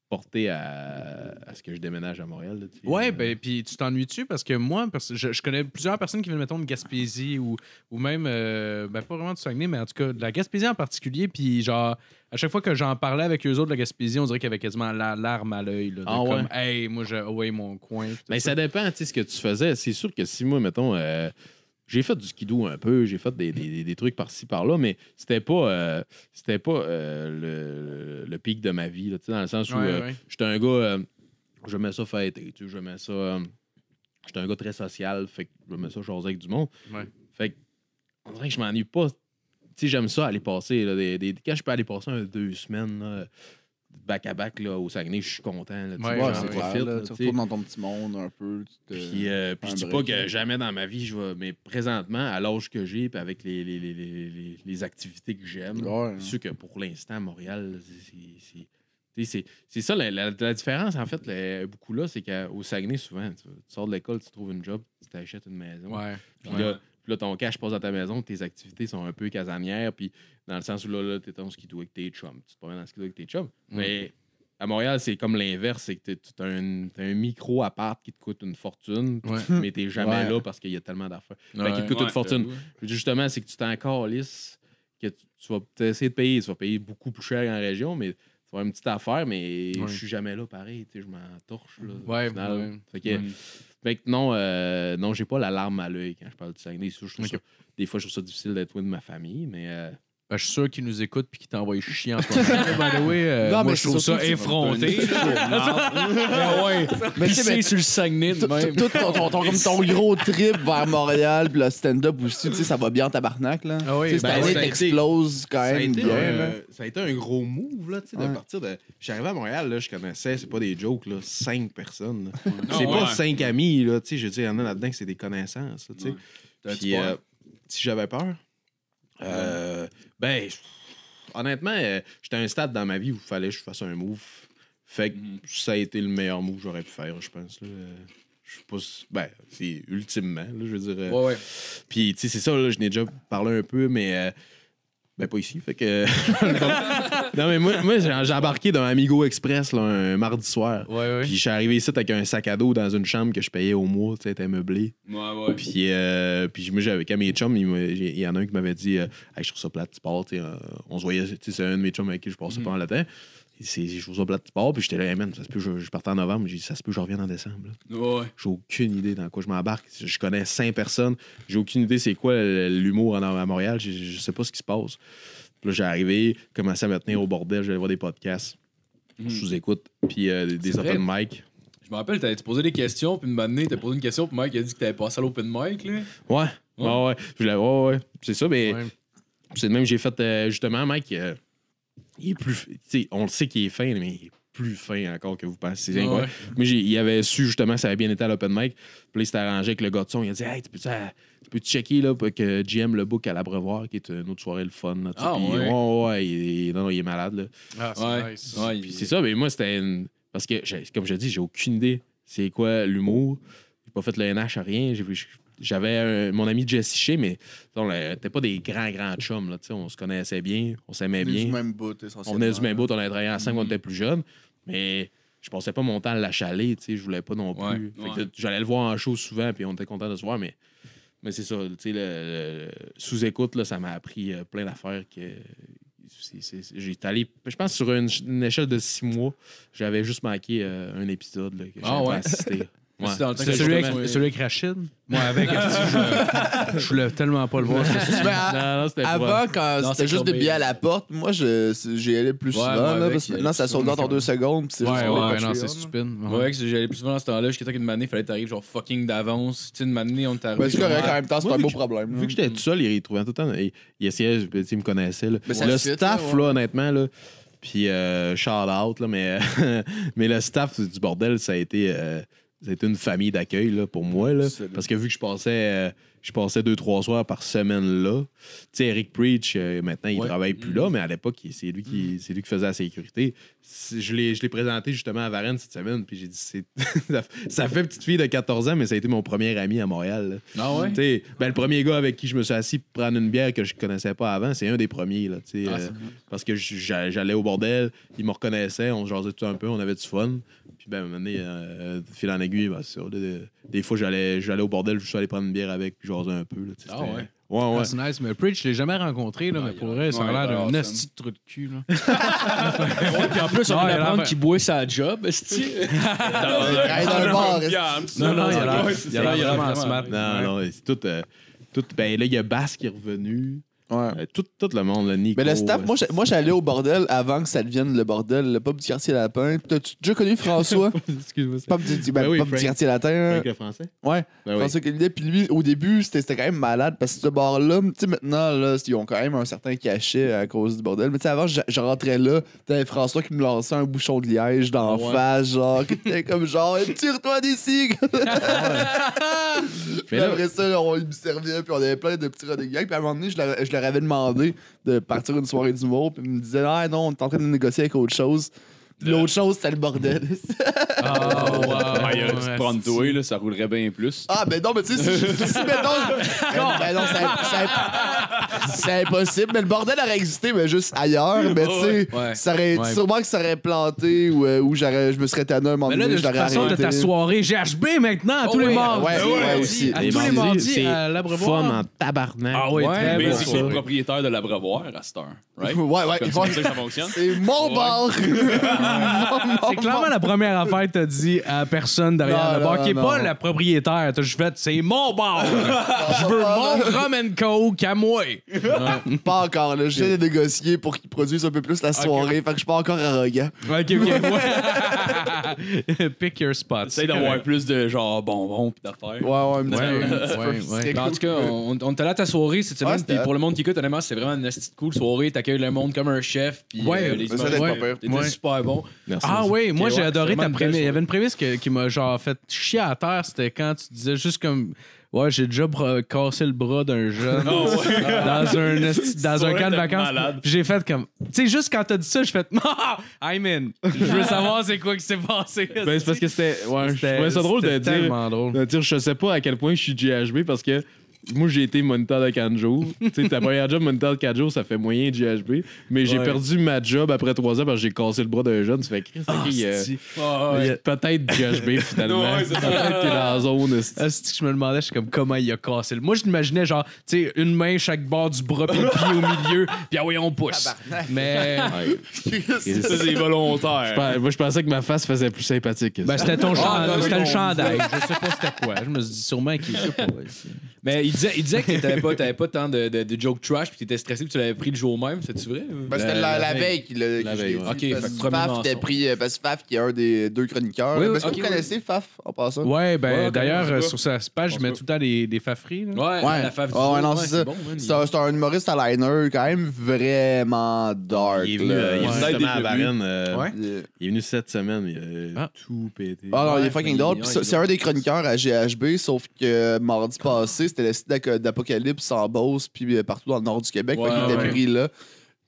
porté à, à parce que je déménage à Montréal. là, tu sais. Ouais, Euh, ben, puis tu t'ennuies-tu? Parce que moi, parce je, je connais plusieurs personnes qui viennent, mettons, de Gaspésie ou, ou même, euh, ben, pas vraiment de Saguenay, mais en tout cas, de la Gaspésie en particulier. Puis, genre, à chaque fois que j'en parlais avec eux autres de la Gaspésie, on dirait qu'il y avait quasiment la larme à l'œil. là, de Ah comme, hey, moi, je, ouais, mon coin. tout Mais Ben, ça dépend, tu sais, ce que tu faisais. C'est sûr que si moi, mettons, euh, j'ai fait du skidoo un peu, j'ai fait des, des- des- des trucs par-ci, par-là, mais c'était pas, euh, c'était pas euh, le, le pic de ma vie, là, tu sais, dans le sens où Ouais, euh, ouais. j'étais un gars, euh, j'aimais ça fêter, tu sais, j'aimais ça. euh, j'étais un gars très social, fait que j'aimais ça jaser avec du monde. Ouais. Fait que, on dirait que je m'ennuie pas. Tu sais, j'aime ça aller passer, là, des, des- quand je peux aller passer un, deux semaines, là, back à back là, au Saguenay, je suis content. là, tu sais, Ouais, j'en ouais, profite, clair, là, là, tu tu sais. retournes dans ton petit monde un peu. tu te- Puis, euh, puis un je dis pas break, que là. jamais dans ma vie, je vais. Mais présentement, à l'âge que j'ai, puis avec les, les, les, les, les- les activités que j'aime, Ouais. hein. c'est sûr que pour l'instant, Montréal, c'est- c'est- c'est. tu sais, c'est- C'est ça la, la- la différence, en fait, le- beaucoup là, c'est qu'au Saguenay, souvent, tu, tu sors de l'école, tu trouves une job, tu t'achètes une ça. maison. Ouais. Puis là, puis là, ton cash passe dans ta maison, tes activités sont un peu casanières, puis dans le sens où là, là t'es en ski avec tes chums. Tu te promènes en ski avec tes chums. Mm. Mais à Montréal, c'est comme l'inverse, c'est que t'es- t'as un, t'as un micro-appart qui te coûte une fortune, Ouais. <laughs> mais t'es jamais Ouais. là parce qu'il y a tellement d'affaires. Fait qu'il te Ouais. coûte Ouais, une fortune. Puis Justement, c'est que tu t'en calisses, que tu, tu vas essayer de payer. Tu vas payer beaucoup plus cher en région, mais tu vas avoir une petite affaire, mais Ouais. je suis jamais là pareil. tu sais, Je m'en torche. Là, au Ouais, final. ouais. Fait que- Mm. fait que non, euh, non j'ai pas la larme à l'œil quand je parle du Saguenay. Je trouve ça- des fois, je trouve ça difficile d'être loin de ma famille, mais euh, Ben, je suis sûr qu'ils nous écoutent puis qu'ils t'envoient chier en ce <laughs> moment. By the way, euh, Non, moi, mais je trouve c'est surtout ça que c'est effronté. Ben ouais. euh, Mais tu sais, Pisser <laughs> mais- sur le Saguenay de Tout- même. tout- tout ton, ton- ton- comme ton gros trip vers Montréal, puis le stand-up aussi, tu sais, ça va bien en tabarnak, là. Ah oui, Tu sais, ben cette année, ça a été- t'exploses quand ça, a même été, bien, là. euh, ça a été un gros move là, tu sais, de Ouais. partir de. Je suis arrivé à Montréal, là, je connaissais, c'est pas des jokes, là, cinq personnes. là. Non, c'est pas ouais. cinq amis, là, tu sais, je veux dire, il y en a là-dedans que c'est des connaissances. là, tu sais. Puis, euh, si j'avais peur, euh, ben, je- honnêtement, euh, j'étais à un stade dans ma vie où il fallait que je fasse un move. Fait que Mhm. ça a été le meilleur move que j'aurais pu faire, je pense. là. Euh, Je sais pas si- Ben, c'est ultimement, là, je veux dire. euh, Ouais, ouais. Puis, tu sais, c'est ça, là, je n'ai déjà parlé un peu, mais. euh, ben, pas ici, fait que. <laughs> non, mais moi, moi, j'ai j'ai embarqué dans Amigo Express là, un mardi soir. Ouais, Puis, ouais. je suis arrivé ici avec un sac à dos dans une chambre que je payais au mois, tu sais, elle était meublée. Ouais, ouais. Puis, euh, puis moi, j'avais quand mes chums, il, m'a- j'ai- il y en a un qui m'avait dit euh, Hey, Je trouve ça plate, tu pars. tu sais, euh, on se voyait, tu sais, c'est un de mes chums avec qui je passais pendant le temps. Il s'est dit, Je trouve ça plate, tu pars. Puis j'étais là, Hey, man, ça se peut, je, je partais en novembre. J'ai dit Ça se peut, je reviens en décembre. là. Ouais, ouais. J'ai aucune idée dans quoi je m'embarque. Je connais cinq personnes. J'ai aucune idée c'est quoi l'humour en- à Montréal. Je, je sais pas ce qui se passe. Puis là, j'ai arrivé, commencé à me tenir au bordel. J'allais voir des podcasts. Je vous écoute. Puis euh, des- des C'est vrai. open mic. Je me rappelle, t'avais posé des questions, puis une bonne année, t'as posé une question, puis Mike a dit que t'avais passé à l'open mic, là. Ouais. Ouais, ouais. Je voulais- ouais, ouais. C'est ça, mais. Ouais. C'est le même, j'ai fait euh, justement, Mike, euh, il est plus. tu sais, on le sait qu'il est fin, mais il est plus fin encore que vous pensez. C'est incroyable. Moi, j'ai- il avait su justement, ça avait bien été à l'open mic. Puis là, il s'était arrangé avec le gars de son. Il a dit Hey, tu peux, ça- tu peux te checker là, pour que GM le book à l'abreuvoir, qui est une autre soirée le fun. là, tu sais. Ah, Puis, ouais. ouais, ouais, il, est- non, non, il est malade. Là. Ah, c'est Ouais. nice. Ouais, Puis il- c'est ça, mais moi, c'était une. Parce que, j'ai- comme je dis, j'ai aucune idée. C'est quoi l'humour? J'ai pas fait le NH à rien. J'ai- J'avais un- mon ami Jesse Shea, mais on n'était pas des grands, grands chums. Là, tu sais, on se connaissait bien, on s'aimait venait du bien. même bout, essentiellement. On venait du <laughs> même bout, on avait travaillé ensemble quand on était plus jeunes. Mais je passais pas mon temps à l'achaler. tu sais, Je voulais pas non plus. Ouais, Fait que ouais. J'allais le voir en show souvent, puis on était content de se voir. Mais, mais c'est ça. tu sais, le- le- Sous-écoute, là, ça m'a appris euh, plein d'affaires que c'est- c'est- c'est- j'ai été allé, je pense, sur une, une échelle de six mois, j'avais juste manqué euh, un épisode là, que j'avais Ah ouais? pas assisté. Ouais. <laughs> C'est dans le temps C'est que celui, je- avec- celui avec Rachid? Moi, <laughs> avec, est-ce que je, je voulais tellement pas le voir. c'est- Mais <laughs> à- Non, non, c'était pas- Ben, Avant, quand Non, c'était c'est juste des courbé. billets à la porte, moi, je- j'y allais plus Ouais, souvent, moi, là, avec, parce que euh, maintenant, ça saute souvent, dans en deux secondes, puis c'est Ouais, juste ouais, pour les non, Patreons, c'est là. stupide. Ouais, ouais, que j'allais plus souvent dans ce temps-là, jusqu'à temps qu'une manée, fallait t'arriver genre fucking d'avance. Tu sais, une année, on t'arrive. Mais c'est correct, en même temps, c'est Moi, pas un vu beau que- problème. Vu là. que j'étais tout seul, il retrouvait tout le temps. Il, il essayait, je- tu sais, il me connaissait. là. Mais ça Le le fait, staff, là, là, ouais. honnêtement, là, puis euh, shout out, là, mais, <laughs> mais le staff du bordel, ça a été, euh, ça a été une famille d'accueil là, pour moi. là. Absolument. parce que vu que je passais, euh, je Je passais deux, trois soirs par semaine là. Tu sais, Eric Preach, euh, maintenant, il Ouais. Mm-hmm. travaille plus là, mais à l'époque, il- c'est lui, qui c'est lui qui faisait la sécurité. C'est- Je l'ai je l'ai présenté justement à Varennes cette semaine, puis j'ai dit, c'est- <laughs> ça fait- ça fait petite fille de 14 ans, mais ça a été mon premier ami à Montréal. là. Ah ouais? Tu sais, ben, le premier gars avec qui je me suis assis pour prendre une bière que je connaissais pas avant, c'est un des premiers. Là, tu sais, Ah, euh, parce que j- j'a- j'allais au bordel, il me reconnaissait, on se jasait tout un peu, on avait du fun. Puis ben, à un moment donné, euh, de fil en aiguille, ben, c'est ça, là, de- des fois j'allais j'allais au bordel, je suis allé prendre une bière avec, puis jaser un peu. là, tu sais, Ah c'était- ouais. Ouais, ouais. C'est nice, mais Preach, je l'ai jamais rencontré, là, mais pour vrai, ça ouais, a l'air bah, d'un ça- asti de trou de cul. Là. <laughs> Puis en plus, on Ah, va il a apprendre l'air- qu'il boit sa job, esti. Travaille dans <laughs> le bar, est-ce Non, non, il a l'air- Ouais, il a l'air c'est vraiment vraiment smart. Non, non, c'est tout, euh, tout. Ben là, il y a Bass qui est revenu. Ouais. Euh, tout, tout le monde, le Nico. Mais le staff, moi, euh, j'a- moi j'allais au bordel avant que ça devienne le bordel, le pub du quartier latin. T'as-tu déjà <laughs> connu François? euh, Excuse-moi. c'est- pub du, du- ben, Ben oui, pub du Frank. quartier latin. hein. Avec le français? Ouais. Ben oui. François Collinet. Puis lui, au début, c'était c'était quand même malade parce que ce bar-là, tu sais, maintenant, là, ils ont quand même un certain cachet à cause du bordel. Mais tu sais, avant, je, je rentrais là, t'avais François qui me lançait un bouchon de liège d'en Ah ouais. face, genre, qui était comme genre, tire-toi d'ici! Mais <laughs> Puis Ah là, après ça, là, on lui servait, puis on avait plein de petits running gags. Puis à un moment donné, je leur, je leur avais demandé de partir une soirée d'humour, puis ils me disaient, ah non, on est en train de négocier avec autre chose. Puis Euh. L'autre chose, c'était le bordel. <laughs> Oh, wow. il aurait dû te prendre toi, là, ça roulerait bien plus. Ah, ben non, mais tu sais, si, si, <laughs> si, mettons. Ben, ben non, c'est- c'est- c'est impossible. Mais le bordel aurait existé, mais juste ailleurs. Mais tu sais, Ouais. ça aurait Ouais. sûrement que ça aurait planté ou, euh, ou j'aurais, je me serais tanné un moment Mais là, de donné, je toute l'aurais façon, t'as arrêté. ta soirée GHB maintenant, à Oh tous les ouais, mardis. ouais, Ben ouais, aussi. À les tous les mardis, c'est à l'Abreuvoir. fun en tabarnak. Ah oui, très Mais bon. c'est qui le propriétaire de l'abreuvoir à cette heure, right? Ouais, ouais, Comme ça ouais. que ça fonctionne. <laughs> C'est mon <laughs> bar! C'est clairement la première affaire que t'as dit à personne derrière Non, le non, bar, qui est non, pas non. la propriétaire. T'as juste fait, c'est mon bar. Je veux mon rum and coke à moi. Pas encore, là. Je viens de négocier pour qu'ils produisent un peu plus la soirée. Fait que je suis pas encore arrogant. Ok, <laughs> ok. ouais. Pick your spot. Essaye d'avoir plus de genre bonbons pis d'affaires. Ouais, ouais, un petit Ouais, peu, un petit ouais, peu, ce ouais. Ben, serait Ben, En cool. tout cas, on, on était là à ta soirée cette Ouais, semaine. c'était Puis hot. pour le monde qui écoute, honnêtement, c'est vraiment une petite cool soirée. T'accueilles le monde comme un chef. Puis Ouais, euh, les ça doit être humoristes, pas pire. t'étais Ouais. super bon. Merci. Ah oui, moi Ok, j'ai ouais, adoré vraiment ta une belle prémisse. Il y soirée. avait une prémisse que- qui m'a genre fait chier à terre, c'était quand tu disais juste comme ouais, j'ai déjà bra- cassé le bras d'un jeune <laughs> dans <laughs> un esti- dans un Soirée camp de de vacances. malade. Puis J'ai fait comme tu sais juste quand t'as dit ça, j'ai fait <laughs> ah, I'm in. Je veux savoir c'est quoi qui s'est passé. Ben, c'est parce que c'était. Ouais, je C'était- trouvais ça drôle de c'était dire. tellement drôle. de dire, je Euh, sais pas à quel point je suis GHB parce que moi, j'ai été moniteur de 4 jours. <laughs> tu sais, ta première job moniteur de 4 jours, ça fait moyen GHB. Mais j'ai Ouais. perdu ma job après 3 ans parce que j'ai cassé le bras d'un jeune. Tu fais Chris, ok, euh, Asti. il est peut-être <laughs> GHB finalement. Ouais, c'est ça. peut-être qu'il est dans la zone. esti. Asti Ah, que je me demandais, je suis comme comment il a cassé le. Moi je l'imaginais genre tu sais une main chaque bord du bras puis le pied au milieu, puis ah oui, on pousse. Mais Ouais. Chris. Ça, c'est volontaire. Ben, Moi, je pensais que ma face faisait plus sympathique. que ça. Ben, c'était ton Ah, chandail. non, C'était non, le non. chandail. Je sais pas c'était quoi. Je me suis dit sûrement qu'il. Je sais pas. Mais il disait, il disait que t'avais pas, t'avais pas tant de, de, de jokes trash. Puis t'étais stressé. Puis tu l'avais pris le jour même. C'est-tu vrai? Ben, c'était la, la veille qu'il La l'a que je veille, l'ai ouais. Ok, dit, parce fait que que premier Faf t'es mensonge. pris, euh, parce que Faf qui est un des deux chroniqueurs. Ah, Oui, oui, Parce que ok, vous oui. connaissez Faf en passant. Ouais, ben Ouais, d'ailleurs, je sais euh, pas. sur sa page, je mets tout le temps des, des fafferies. là. Ouais, Ouais. la fave du Ah ouais, jour, non, c'est ça. bon, man, C'est un, c'est un humoriste à liner quand même vraiment dark. Il est venu, là. euh, il est venu Ouais. justement à Dès le début. Varennes. euh, Ouais. Il est- Il est venu cette semaine. Il a Ah. tout pété. Ah non, il est Ouais, fucking mais drôle. il- Puis il- ça, C'est un des chroniqueurs à GHB, sauf que mardi passé, c'était le site d'ac- d'Apocalypse en Beauce, puis euh, partout dans le nord du Québec. Ouais, fait qu'il était ouais. pris là.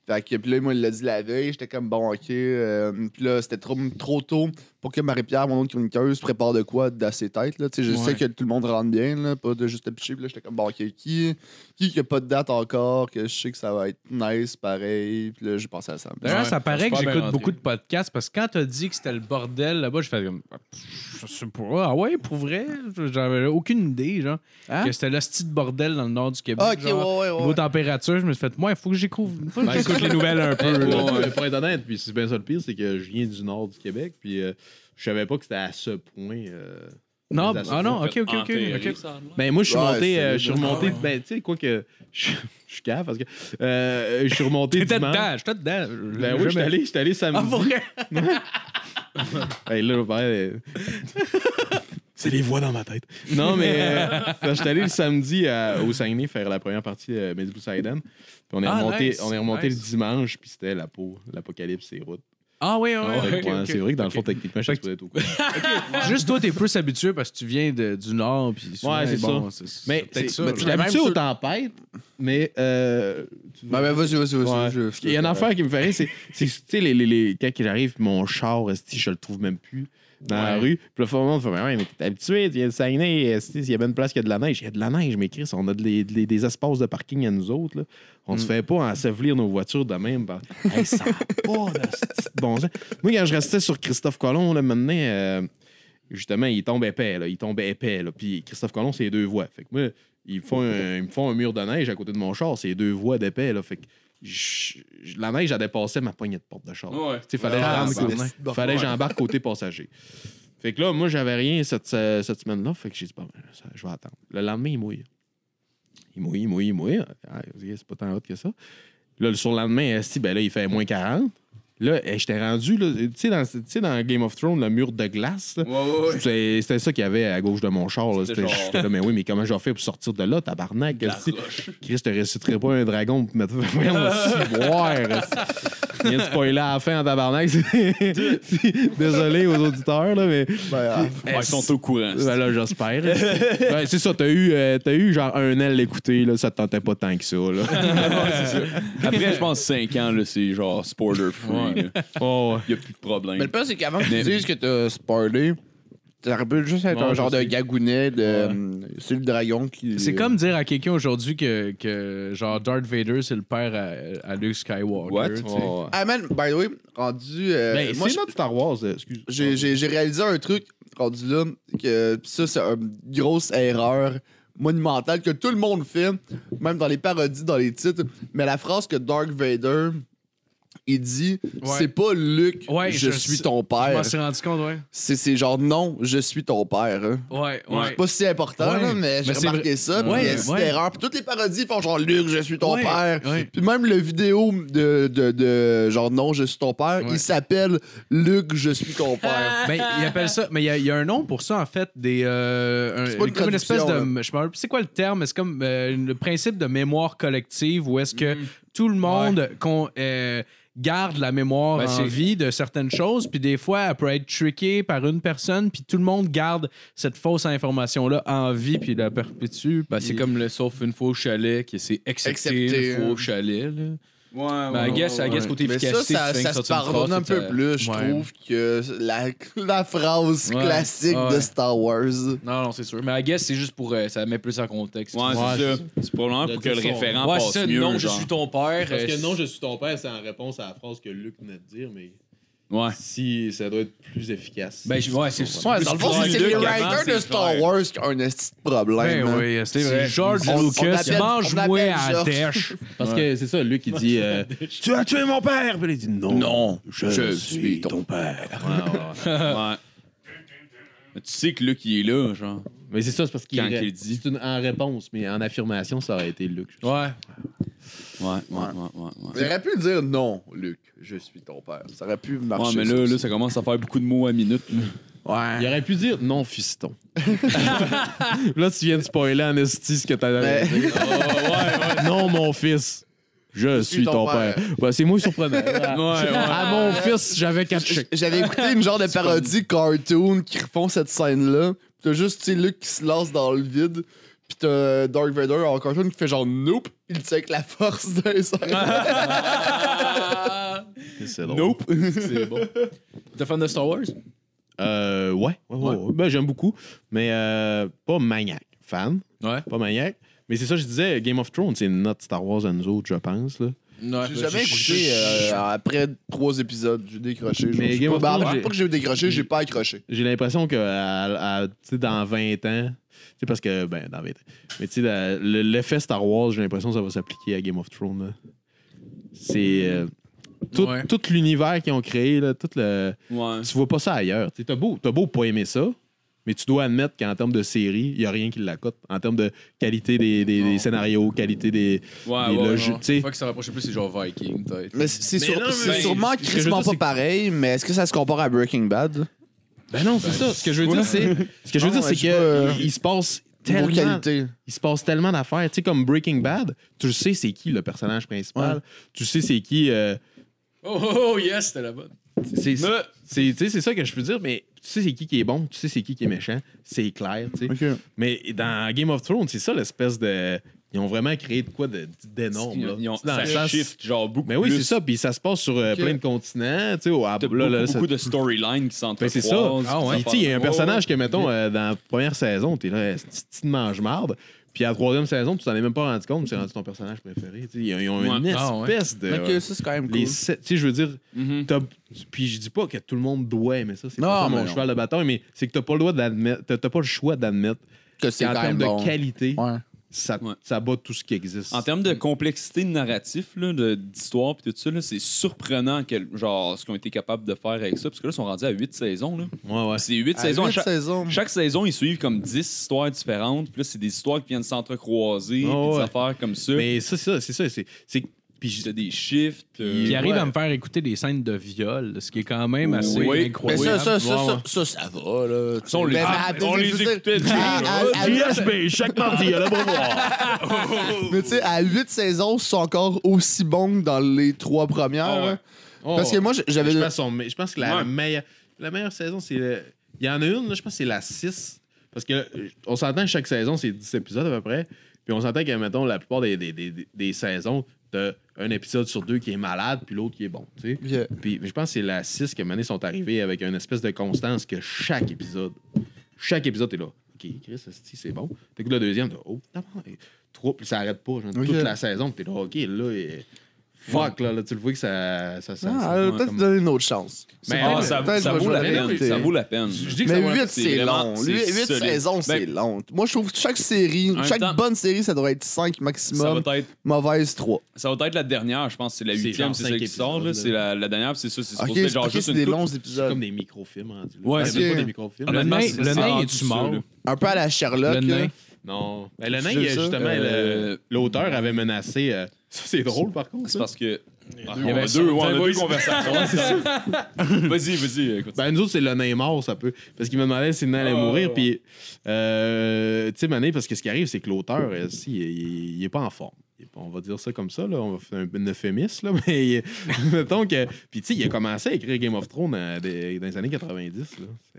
Fait que, puis là, moi, il l'a dit la veille, j'étais comme bon, ok. euh, puis là, c'était trop, trop tôt pour que Marie-Pierre, mon autre chroniqueuse, prépare de quoi dans ses têtes. Là. Tu sais, Je Ouais. sais que tout le monde rentre bien, là, pas de juste affiché. Puis là, j'étais comme bon, ok, qui, qui qui a pas de date encore, que je sais que ça va être nice, pareil. Puis là, j'ai pensé à ça. D'ailleurs, Ouais, ça paraît c'est que pas bien j'écoute rentré. beaucoup de podcasts parce que quand t'as dit que c'était le bordel là-bas, je fais comme. ah, pff, Je sais pas. Ah ouais, pour vrai? J'avais aucune idée, genre. Hein? Que c'était le style bordel dans le nord du Québec. Ok, ouais, genre. ouais, ouais. Niveau température, je me suis fait, moi, il faut que j'écoute faut Ben, que j'écoute les <laughs> nouvelles un peu. là. Bon, euh, pour être honnête, puis c'est bien ça le pire, c'est que je viens du nord du Québec, puis euh, je savais pas que c'était à ce point. euh. Non, Les ah non, ok, Fait ok, ok. enterrer. ok. Ben moi, je suis Ouais, remonté, c'est euh, je suis le- remonté, ben tu sais quoi que, <laughs> je je suis cave parce que euh, je suis remonté T'étais dimanche. dedans, j'étais dedans. Ben oui, je suis allé, je suis allé samedi. Ah, pour vrai? Hey, là, ouais, euh, <laughs> C'est les voix dans ma tête. Non, mais euh, <laughs> je suis allé le samedi à- au Saguenay faire la première partie de Medi Poussaiden. Puis on est Ah, remonté, nice, on est remonté nice. le dimanche, puis c'était la peau, l'apocalypse et routes. Ah oui, oui. Fait que, ok, ouais, ok. C'est vrai que dans le fond, Ok. techniquement, je Fait suis supposé être au courant. Juste toi, t'es plus habitué parce que tu viens de- du Nord. Puis souvent, Ouais, c'est bon, c'est- Mais c'est c'est peut-être ça. mais là. tu Même t'habitues ceux- aux tempêtes, mais. euh, tu- Ben, ben, vas-y, vas-y, vas-y. Ouais. je- Il y a une affaire qui me fait rire, c'est, c'est tu sais, les, les, les- quand il arrive, mon char, esti, je le trouve même plus dans la Ouais. rue. Puis le monde fait, mais ouais, mais t'es habitué, tu viens de Saguenay, esti, s'il y a bien une place qui a de la neige, il y a de la neige, mais Chris, on a de les- de les- des espaces de parking à nous autres. là. On se fait pas ensevelir nos voitures de même. par- Hey, ça n'a pas de esti de bon sens. Moi, quand je restais sur Christophe Colomb, là, maintenant, euh, justement, il tombe épais, là, il tombe épais. Là. Puis Christophe Colomb, c'est deux voies. Fait que moi, ils me font un, ils me font un mur de neige à côté de mon char, c'est deux voies d'épais. Là. Fait que je- je- la neige, elle dépassait ma poignée de porte de char. Ouais. Tu sais, fallait que Ah, j'embarque c'est côté- des petites bornes. fallait que j'embarque côté passager. Fait que là, moi, j'avais rien cette, ce- cette semaine-là. Fait que j'ai dit, bon, ben, ça, je vais attendre. Le lendemain, il mouille. Il mouille, il mouille, il mouille. Ah, c'est pas tant hot que ça. Là, le surlendemain, esti, ben là, il fait moins 40. Là, eh, j'étais rendu, là, tu sais, dans, tu sais, dans Game of Thrones, le mur de glace, là, c'est- C'était ça qu'il y avait à gauche de mon char. là. C'était C'était- genre- J'étais là, mais oui, mais comment je vais faire pour sortir de là, tabarnak? esti? Chris, je te ressusciterai pas un dragon pour mettre. <laughs> Voyons, si, boire. Il vient de spoiler à la fin en tabarnak. <laughs> C'est- c'est- Désolé aux auditeurs, là, mais. Ben, Ouais, ils sont au courant. Ben là, j'espère. Ben, c'est ça, t'as eu, euh, t'as eu genre un an à l'écouter, là, ça te tentait pas tant que ça. Là. Après, je pense 5 ans, là, c'est genre spoiler free. là. Oh, ouais. Il n'y a plus de problème. Mais le pire, c'est qu'avant que tu Mais- dises que t'as spoilé, ça aurait pu juste être Ouais, un je genre de sais. gagounet de. euh, C'est le dragon qui. C'est comme dire à quelqu'un aujourd'hui que, que genre Darth Vader, c'est le père à, à Luke Skywalker. What? tu sais. Oh, ouais. Ah, man, by the way, rendu. euh, Ben, moi, c'est je- notre Star Wars, euh, excuse. j'ai- j'ai j'ai réalisé un truc rendu là, que pis ça, c'est une grosse erreur monumentale que tout le monde fait, même dans les parodies, dans les titres. Mais la phrase que Dark Vader. Il dit, c'est pas Luc, Ouais, je, je suis sais- ton Je père. m'en suis rendu compte, ouais. C'est c'est genre, non, je suis ton père. hein. Ouais, C'est pas si important, Ouais. là, mais j'ai Mais c'est remarqué ça. Ouais, puis il y a une petite ouais. erreur. Puis toutes les parodies font genre Luc, je suis ton Ouais, père. ouais. Puis même le vidéo de, de, de genre non, je suis ton père, Ouais. il s'appelle Luc, je suis ton père. Ben, il appelle ça, mais il y a- il y, a un nom pour ça, en fait, des. euh, un- C'est pas une comme une espèce de. traduction, Je me rappelle plus c'est quoi le terme, mais c'est comme euh, le principe de mémoire collective où est-ce que Mm-hmm. tout le monde qu'on, euh, garde la mémoire Ben, en c'est- vie de certaines choses, puis des fois, elle peut être trickée par une personne, puis tout le monde garde cette fausse information-là en vie, puis la perpétue. Ben, puis- c'est comme le sauf une fois au chalet, qui c'est excepté, Accepté, une fois hein. au chalet. Là. Ouais, Ah, ouais, Ben, I guess, I guess, ouais. côté Mais ça, efficacité, ça, tu fais ça que se sortir une pardonne un phrase, peu t'as- plus, je Ouais. trouve, que la, la phrase Ouais. classique Ouais. de Star Wars. Non, non, c'est sûr. Mais I guess, c'est juste pour. euh, ça met plus en contexte. Ouais, c'est Ouais, ça. C'est probablement Il a pour que dit le son- référent Ouais, passe c'est ça. mieux. non, je genre. suis ton père. Parce euh, que non, je suis ton père, c'est en réponse à la phrase que Luc venait de dire, mais Ouais. si ça doit être plus efficace. Ben, je- ouais, c'est Ouais, dans le fond, c'est Luc les avant, writers c'est de Star clair. Wars qui ont un petit problème. Ben hein. oui, c'est vrai. George On- on Lucas, l'appelle- on mange-moi l'appelle à la George. tèche. Parce que c'est ça, Luc, il dit euh, Tu as tué mon père Puis il dit Non, <laughs> je, suis ton père. Ouais, ouais, ouais. ouais. Mais tu sais que Luc, il est là, genre. Mais c'est ça, c'est parce qu'il Quand ré- qu'il dit. c'est une- en réponse, mais en affirmation, ça aurait été Luc. Ouais. Ouais, ouais, ouais, ouais. ouais. J'aurais pu dire non, Luc, je suis ton père. Ça aurait pu marcher. Ouais, mais ça là, aussi. là, ça commence à faire beaucoup de mots à minute. là. Il aurait pu dire Non, fiston. là, tu viens de spoiler en esti ce que t'as Mais- dire. Non, mon fils. Je, suis, ton, père. Ben, c'est moins surprenant. À Euh, mon fils, j'avais quatre J- chèques. J'avais écouté une <laughs> genre de parodie cartoon qui refont cette scène-là. Pis t'as juste, tu sais, Luke qui se lance dans le vide. Pis t'as Dark Vader en cartoon qui fait genre nope. Il tient avec la force d'un <laughs> air. C'est drôle. <laughs> Nope. Ah. c'est bon. T'es fan de Star Wars? Euh, ouais, ouais, ouais, ouais. Ben, j'aime beaucoup, mais euh, pas maniaque. Fan, Ouais. pas maniaque. Mais c'est ça, je disais, Game of Thrones, c'est notre Star Wars à nous autres, je pense. Là. Non, J'ai jamais écouté euh, après trois épisodes. J'ai décroché. Mais Mais Game pas, of ben, Thrones, pas j'ai- que j'ai décroché, j'ai pas accroché. J'ai l'impression que à- à- tu sais, dans 20 ans, tu sais, parce que, ben, dans 20 ans, mais tu sais, la- le- l'effet Star Wars, j'ai l'impression que ça va s'appliquer à Game of Thrones. là. C'est euh, tout, Ouais. tout l'univers qu'ils ont créé, là, tout le. Ouais. tu vois pas ça ailleurs. Tu sais, T'as beau, t'as beau pas aimer ça, mais tu dois admettre qu'en termes de série, il y a rien qui l'accote. En termes de qualité des, des- des scénarios, qualité des. Ouais, Mais ouais. le ouais. jeu, tu sais. Une fois que ça rapprochait plus, c'est genre Viking, peut-être. Mais c'est Mais sûr- non, mais c'est ben, sûrement sûrement ce que je veux crissement dire, pas crissement pas c'est que- pareil, mais est-ce que ça se compare à Breaking Bad? Ben non, c'est ça. Ce que je veux dire, c'est. Ce que je veux Non, dire, c'est je sais pas. que il se passe Pour tellement. qualité. Il se passe tellement d'affaires. Tu sais, comme Breaking Bad, tu sais c'est qui le personnage principal. Tu sais c'est qui. euh, Oh, oh, oh, yes, c'était la bonne. C'est c'est- c'est- tu sais, c'est ça que je peux dire, mais tu sais c'est qui qui est bon, tu sais c'est qui qui est méchant, c'est clair, tu sais. OK. Mais dans Game of Thrones, c'est ça l'espèce de. Ils ont vraiment créé de quoi de- d'énorme. là. Ils ont- C'est dans ça le sens- shift, genre, beaucoup Mais Ben oui, plus. c'est ça. Puis ça se passe sur euh, Ok. plein de continents. Tu sais, au- à- T'as là, là, beaucoup, ça- beaucoup de storylines qui Ben, s'entrecroisent. c'est ça. Ah ouais. Puis, tu sais, il y a un personnage que, mettons, euh, dans la première saison, t'es là, petite mange-marde. Puis à la troisième saison, tu t'en es même pas rendu compte, tu es rendu ton personnage préféré. Tu sais, Ils ont, ils ont une Ouais. Ah ouais. espèce de. Ok, ça, c'est quand même les cool. sept- tu sais, je veux dire, Mhm. t'as- puis je dis pas que tout le monde doit aimer ça, c'est Non, pas ça mais mon non. cheval de bataille, mais c'est que t'as pas le droit d'admettre, t'as t'as pas le choix d'admettre Que c'est qu'en quand termes même de bon. qualité, Ouais. ça, Ouais. ça bat tout ce qui existe. En termes de complexité de narratif, là, de- d'histoire puis tout ça, là, c'est surprenant quel, genre, ce qu'ils ont été capables de faire avec ça. Parce que là, ils sont rendus à 8 saisons. Là. Ouais, ouais. C'est 8 À saisons. à huit chaque, saisons. chaque saison, ils suivent comme 10 histoires différentes. Puis là, c'est des histoires qui viennent s'entrecroiser, Ah puis des ouais. affaires comme ça. Mais ça, c'est ça, c'est ça. c'est- c'est- Puis je- Puis t'as des shifts. euh, Il arrive ouais. à me faire écouter des scènes de viol, ce qui est quand même assez Oui. Mais incroyable. ça, ça, ça, Ouais, ouais. ça, ça, ça va, là. Ça, on les- Mais- Ah, mais- on mais- les je veux dire, écoutait, tu sais, à- à- à- chaque mardi, il y a le voir. Mais tu sais, à 8 saisons, ils sont encore aussi bons que dans les trois premières. Ah ouais. hein. Parce que moi, j- j'avais. Oh. Je pense, son- mais je pense que la, Ouais. meilleure, la meilleure saison, c'est. le- Il y en a une, là, je pense que c'est la 6. Parce que euh, on s'entend que chaque saison, c'est 10 épisodes à peu près. Puis on s'entend que, mettons, la plupart des, des, des, des saisons, t'as un épisode sur deux qui est malade, puis l'autre qui est bon. tu sais. Yeah. Puis je pense que c'est la 6 que Mané sont arrivés avec une espèce de constance que chaque épisode, chaque épisode est là. OK, Chris, esti, c'est bon. T'écoutes le deuxième, t'as, oh, tabarnak, trois, puis ça arrête pas. genre, Ok. Toute la saison, puis t'es là, OK, là, eh, fuck, là, là, tu le vois que ça. ça, ça- Ah, ça- euh, peut-être comme- donner une autre chance. Mais Ah, euh, ça, peut-être ça je vais vaut la jouer à la peine. vérité. Ça vaut la peine. je dis que ça Mais vaut la- 8, c'est c'est vraiment- long. c'est 8, solide. saisons, c'est Ben- long. Moi, je trouve que chaque série, En chaque même temps- bonne série, ça doit être 5 Ça maximum. va être Mauvaise 3. Ça va être la dernière, je pense. C'est la C'est huitième, genre c'est cinq celle qui sort. là. épisodes, C'est la, la dernière, puis c'est ça. C'est Ok, supposé être genre ok, juste c'est une des coupe. longs c'est épisodes. comme des microfilms rendus. là. Ouais, Ben, c'est- même pas des microfilms. Le là. nain, c'est- le c'est nain rendu est-tu ça, mort? là. Un peu à la Sherlock. Le nain. là. Non. Ben, le nain, Je il y a sais ça. justement, Euh, le- l'auteur avait menacé. euh, <laughs> Ça, c'est drôle, par contre. C'est là. parce que. Ah, y on avait a ça. deux, on a Ouais, deux conversations. <laughs> Vas-y, vas-y, écoute. Ben, nous autres, c'est le nain mort, ça peut. Parce qu'il me demandait si le nain allait Ah, mourir. ouais. Puis, euh, tu sais, Mané, parce que ce qui arrive, c'est que l'auteur, euh, si, il, il- il est pas en forme. Il est pas- On va dire ça comme ça, là. On va faire un, un euphémisme, là. <laughs> Mais, il- mettons que. Puis, tu sais, il a commencé à écrire Game of Thrones euh, des- dans les années 90, là.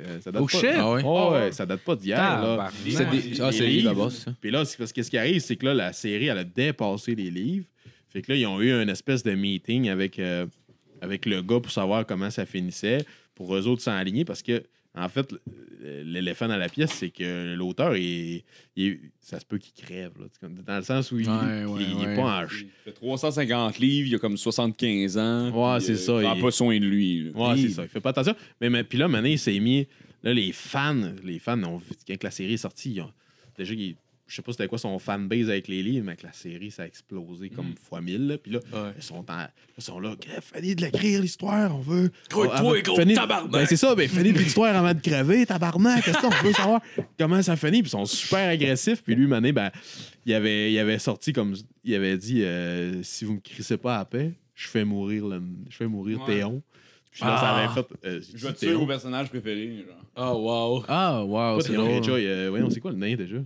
Euh, Ça date Oh, pas... shit! bah, Ah ouais. Ah ouais. ouais, ça date pas d'hier, là. Tabarnak. C'est des- Ah, c'est les livres. boss. Puis là, c'est parce que ce qui arrive, c'est que là, la série, elle a dépassé les livres. Fait que là, ils ont eu une espèce de meeting avec, euh, avec le gars pour savoir comment ça finissait, pour eux autres s'enligner, parce que, en fait, euh, l'éléphant dans la pièce, c'est que l'auteur, il, il- ça se peut qu'il crève, là, tu sais, dans le sens où il, Ouais, ouais, il- il est ouais. pas en ch- Il fait 350 livres, il a comme 75 ans. Ouais, puis, euh, c'est ça, Il prend il- pas soin de lui. là. Ouais, Hi. c'est ça. Il fait pas attention. Mais, mais puis là, maintenant, il s'est mis. Là, les fans, les fans ont vu quand la série est sortie, ils ont- déjà, ils- je sais pas c'était quoi son fanbase avec les livres, mais que la série, ça a explosé comme fois mille. là. Puis là, ils sont, en- ils sont là, Crève, finis de l'écrire, l'histoire, on veut. Ah, avant- finis- Ben, c'est ça, ben, finis de l'histoire avant de crever, tabarnak. Qu'est-ce qu'on veut savoir comment ça finit? Puis ils sont super agressifs. Puis lui, Mané, ben, il avait, il avait sorti comme. Il avait dit, euh, si vous me crissez pas à paix, je fais mourir, le- je fais mourir Ouais. Théon. Puis là, ça avait fait. euh, Je vais c'est tuer Théon. mon personnage préféré. genre. Oh, wow. Ah, wow, Pas c'est Théon drôle. Greyjoy, euh, voyons, c'est quoi le nain déjà?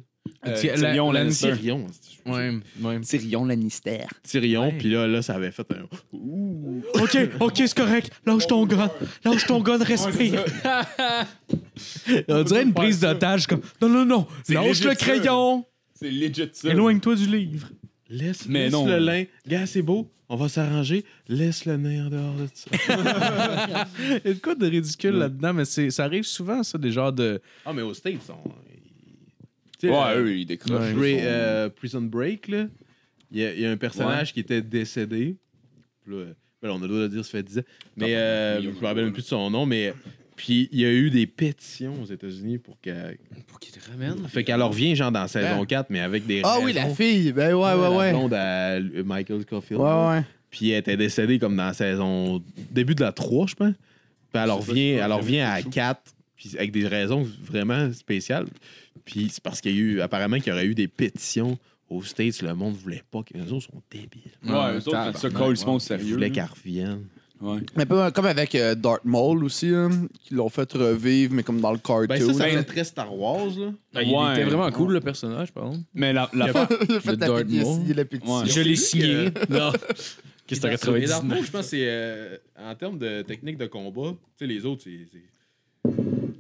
Euh, Tyrion la- la- Lannister. Tyrion. Ouais, ouais. Tyrion Lannister. Tyrion, Ouais. puis là, là, ça avait fait un. oh, OK, OK, c'est correct. Lâche ton gun. Lâche ton gun, respire. On dirait une prise d'otage comme Non, non, non. Lâche le légitime. crayon. C'est legit ça. Éloigne-toi du livre. Laisse, Mais laisse non. le lin. Gars, c'est beau, on va s'arranger. Laisse le nain en dehors de ça. Il y a de quoi de ridicule là-dedans, mais c'est- ça arrive souvent, ça, des genres de. <laughs> ah, mais au States, on. Tu sais, Ouais, Ah euh, eux, ils décrochent. Ouais. ils Bra- sont- euh, Prison Break, là, il y, a- il y a un personnage qui était décédé. Puis là, euh, ben là, on a le droit de le dire, ça fait 10 ans. Mais Ah, euh, oui, on je a le me rappelle droit, même plus de son nom, mais. Puis il y a eu des pétitions aux États-Unis pour qu'elle. Pour qu'il te ramène. Fait qu'elle revient, genre, dans saison 4, mais avec des. Hein? Ah oui, la raisons. fille. Ben ouais, La ouais, ouais. Ouais, blonde à L- Michael Caulfield. ouais. Puis elle était décédée comme dans la saison. Début de la 3, je pense. Puis elle revient, elle revient à 4, puis avec des raisons vraiment spéciales. Puis c'est parce qu'il y a eu, apparemment, qu'il y aurait eu des pétitions aux States. Le monde voulait pas. que- Les autres sont débiles. Ouais, eux autres, ils se collent, ils se font au Ils sérieux. voulaient là. qu'elle revienne. Ouais. Mais peu- comme avec euh, Darth Maul aussi, hein, qui l'ont fait revivre, mais comme dans le cartoon. Ben, ça, ça Ben- fait très Star Wars, là. Ah, Il Ouais. était vraiment cool, le personnage, par contre. Mais la, la <laughs> Il a fait Le la Darth pétition, Maul. il a Ouais. <laughs> pétition. l'ai signé. Non. Euh, Qu'est-ce que Puis t'aurais dans- trouvé mais dans le dix-neuf? fond, je pense que c'est. euh, en termes de technique de combat, tu sais, les autres, c'est. c'est-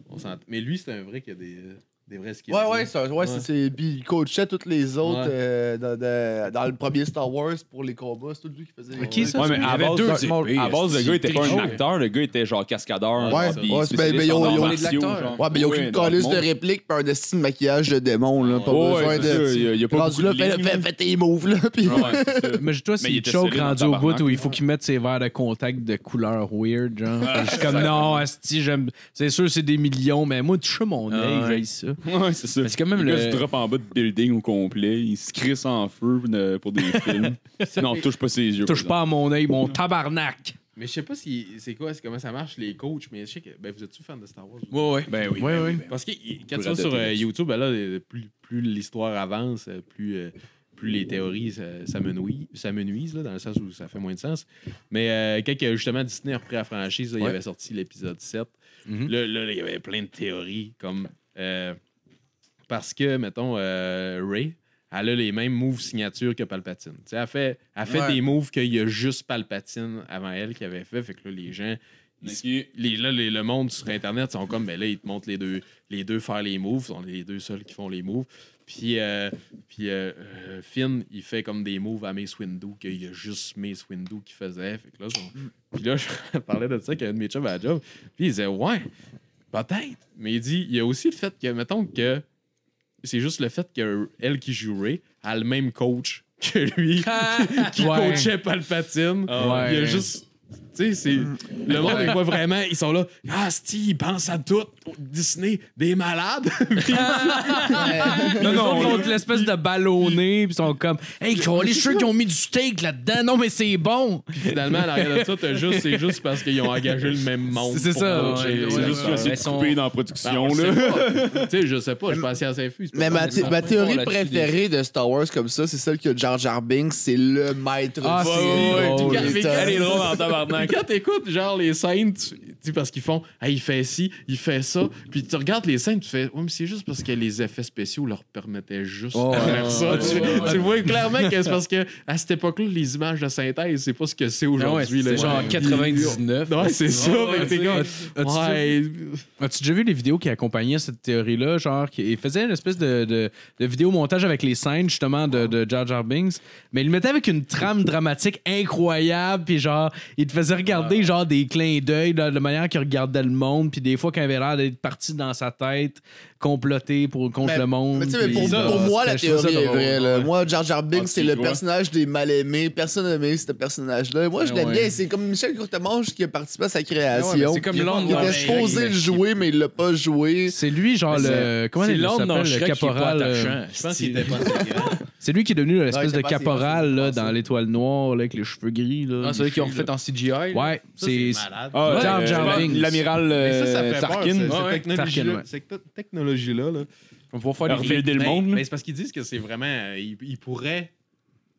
On s'entend. Mais lui, c'est un vrai qui a des, euh, des vrais skills. Ouais, ouais, ça, ouais, Ouais. c'est- c'est. Puis il coachait toutes les autres Ouais. euh, dans, dans- dans le premier Star Wars pour les combats. C'est tout lui qui faisait les Ok, combats. ça, Ouais, mais Il y à avait base, deux de- épées, à base, le c'est gars était pas un chaud. acteur, le gars était genre cascadeur. Ouais, genre, puis ouais, spécialiste ben, ben, ils en ont- arts ils ont- martiaux, l'acteur, genre. Ouais, mais il n'y a Ouais, aucune dans le calice de monde. réplique pis un destin de maquillage de démon, là. Pas Ouais, besoin c'est de. ça, il y a pas Rendu beaucoup là, de Ah, fais, lignes, fais- fais tes moves, là. Puis... Ouais, c'est ça. Mais je- toi, Mais c'est il était choke solide dans rendu au bout tabarnak. où il faut qu'il mette ses verres de contact de couleur weird, genre. Ah, je suis comme, non, Asti, j'aime. C'est sûr, c'est des millions, mais moi, tu sais mon œil, Ah ouais. j'aille ça. Ouais, c'est ça. Mais c'est quand même le gars le- se drop en bas de building au complet, il se crisse en feu euh, pour des films. non, touche pas ses yeux. Touche par pas à mon œil, mon tabarnak. Mais je sais pas si c'est quoi, c'est comment ça marche les coachs, mais je sais que ben, vous êtes-tu fan de Star Wars? Ouais, ouais. Ben oui. Ouais, ouais. Parce que y- quand Vous tu vas sur adoptez euh, là-dessus. YouTube, ben là, euh, plus, plus l'histoire avance, euh, plus, euh, plus les théories ça, ça me nuit, ça me nuise, là, dans le sens où ça fait moins de sens. Mais euh, quand que, justement Disney a repris la franchise, là, il Ouais. avait sorti l'épisode 7. Mhm. là, là, là, il y avait plein de théories. comme euh, Parce que, mettons, euh, Ray, elle a les mêmes moves signatures que Palpatine. Tu sais, elle fait, elle fait Ouais. des moves qu'il y a juste Palpatine avant elle qui avait fait. Fait que là, les gens les, là, les- le monde sur Internet sont comme, ben là, ils te montrent les deux, les deux faire les moves, sont les deux seuls qui font les moves. Puis, euh, puis euh, euh, Finn, il fait comme des moves à Mace Windu, qu'il y a juste Mace Windu qui faisait. Fait que là, Mm. son- Puis là, <laughs> je parlais de ça qu'un de mes chums à la job. Puis il disait, ouais, peut-être. Mais il dit, il y a aussi le fait que, mettons que c'est juste le fait que elle qui jouerait a le même coach que lui qui Ouais. coachait Palpatine. Ah ouais. Mm. Il y a juste. Tu sais, c'est. Le monde, ils voient vraiment, ils sont là. Ah, Steve, ils pensent à tout. Disney, des malades. Puis- non, Non, non, on- contre l'espèce de ballonné, puis ils sont comme, hey, les ceux qui ont mis du steak là-dedans, non, mais c'est bon. Finalement, à l'arrière de ça, t'as juste, c'est juste parce qu'ils ont engagé le même monde. C'est pour ça, coacher. ouais, C'est ouais, juste ouais. essayer ça. Mais de son- couper dans la production. Ben, on là. sait Tu sais, je sais pas, je pensais à Saint-Fus. <laughs> Mais ma, thé- ma Bon, théorie là-dessus, préférée de Star Wars comme ça, c'est celle que Jar Jar Binks, c'est le maître Ah, de c'est série. drôle. Tout le temps. Elle est drôle en tabarnak. Quand t'écoutes, genre, les scènes, tu tu sais, parce qu'ils font, hey, il fait ci, il fait ça, puis tu regardes les scènes, tu fais, ouais, mais c'est juste parce que les effets spéciaux leur permettaient juste Oh, de faire ouais, ça. ouais, tu, ouais, ouais. tu vois clairement que c'est parce que à cette époque-là, les images de synthèse, c'est pas ce que Ah c'est aujourd'hui. là. Ah c'est genre en 99. Ouais, c'est ça. fait que t'es comme, ouais, As-tu déjà vu les vidéos qui accompagnaient cette théorie-là? Genre, qui- il faisait une espèce de, de, de vidéo-montage avec les scènes, justement, de, de Jar Jar Binks. Mais il le mettait avec une trame dramatique incroyable. Puis genre, il te faisait regarder, genre, des clins d'œil, de, de manière qu'il regardait le monde. Puis des fois, quand il avait l'air d'être parti dans sa tête, comploté pour, contre Mais- le monde. Ben, Mais Bah, tu sais, mais puis pour, ça, pour moi, la c'était- je trouvais ça théorie est drôle. vraie. là. Moi, Jar Jar Binks, Ah, c'est tu le vois. personnage des mal aimés. Personne n'aimait ce personnage-là. Moi, je Ah l'aime ouais. bien. C'est comme Michel Courtemanche qui a participé à sa Ah ouais, mais création. c'est comme Il l'onde dans était Shrek. supposé le jouer, mais il l'a pas joué. C'est lui, genre, le. Comment C'est il l'ordre s'appelle, dans le Shrek qui caporal. est pas euh, attachant. c'est- C'est lui qui est devenu l'espèce Ouais, de capable, c'est- caporal c'est- là, c'est- dans l'étoile noire là, avec les cheveux gris. Là, Ah, c'est eux qui ont refait en CGI. là. Ouais, c'est. malade. Ah, Jar euh, Jar Binks. L'amiral Mais ça, ça euh, fait peur, Tarkin. cette- Ouais, cette ouais. technologie-là- Tarkin, ouais. Cette technologie-là, là. On va pouvoir faire des Reveal remakes. le Mais- monde, là. Mais c'est parce qu'ils disent que c'est vraiment. euh, ils, ils pourraient.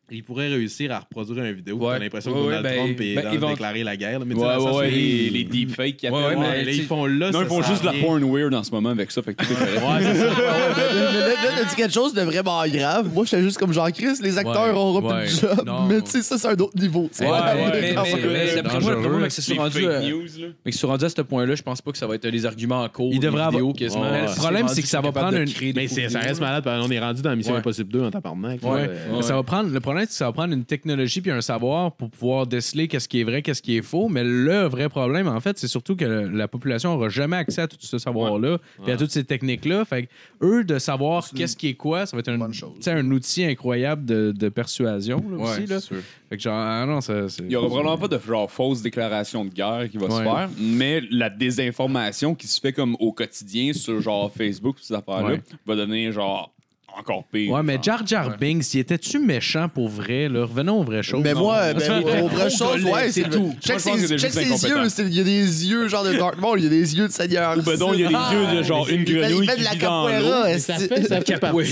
Ils pourraient réussir à reproduire une vidéo. Ouais. T'as l'impression que Ouais, Donald ouais, ben, Trump est ben, dans- ils vont- déclaré la guerre. là, Mais tu sais, Ouais, dans le ouais, sens ouais, où- les, les deepfakes qui Ouais, appellent. Ouais, mais mais là, tu sais- ils font là. non, ça, ils font ça juste de la revient. porn weird en ce moment avec ça. Fait que tout est correct. Ouais, c'est ça. Euh, Là, t'as dit quelque chose de vraiment grave. Moi, j'étais juste comme Jean-Christ, les acteurs Ouais, auront ouais. plus de job. Non. Mais tu sais, ça, c'est un autre niveau. tu sais. Ouais, Ouais, mais- ouais, mais- quand mais- on peut- mais c'est d'après moi, le dangereux. problème, c'est que Les c'est rendu, fake euh, news, là. mais que c'est rendu à ce point-là, je pense pas que ça va être des arguments en cours. Il des devrait avoir- vidéos quasiment. Ouais, ouais. Mais Le problème, rendu c'est que ça va qu'ils sont capables prendre de une- créer des Mais faux c'est- ça vidéos. reste malade. parce qu'on est rendu dans Mission Ouais. Impossible 2 en tabarnak. là. Ouais. Euh, Mais Ça va prendre, le problème, c'est que ça va prendre une technologie puis un savoir pour pouvoir déceler qu'est-ce qui est vrai, qu'est-ce qui est faux. Mais le vrai problème, en fait, c'est surtout que le- la population n'aura jamais accès à tout ce savoir-là puis à toutes ces techniques-là. Fait que eux, de savoir qu'est-ce qui est quoi, ça va être un, bonne chose. tu sais, un outil incroyable de, de persuasion là, Ouais, aussi. Là. c'est sûr. Fait que genre, ah non, ça, c'est- Il n'y aura probablement pas de genre fausse déclaration de guerre qui va se Ouais. faire, mais la désinformation qui se fait comme au quotidien sur genre Facebook ces affaires-là Ouais. va devenir genre encore pire. Ah. Ouais, mais genre. Jar Jar Binks, il était-tu méchant pour vrai? Là? Revenons aux vraies choses. <laughs> Mais moi, Ça, ben, c'est aux vraies trop choses, dolé, ouais, c'est tout. Moi, Check je pense que ses, c'est juste check ses incompétent. yeux. c'est- Il y a des yeux, genre de Dark Maul, il y a des yeux de Seigneur. Ou ben donc, il y a Ah, des yeux de genre une il fait- grenouille Il fait qui de la vit dans l'eau. capoeira. ça <laughs> esti. fait, ça fait partie.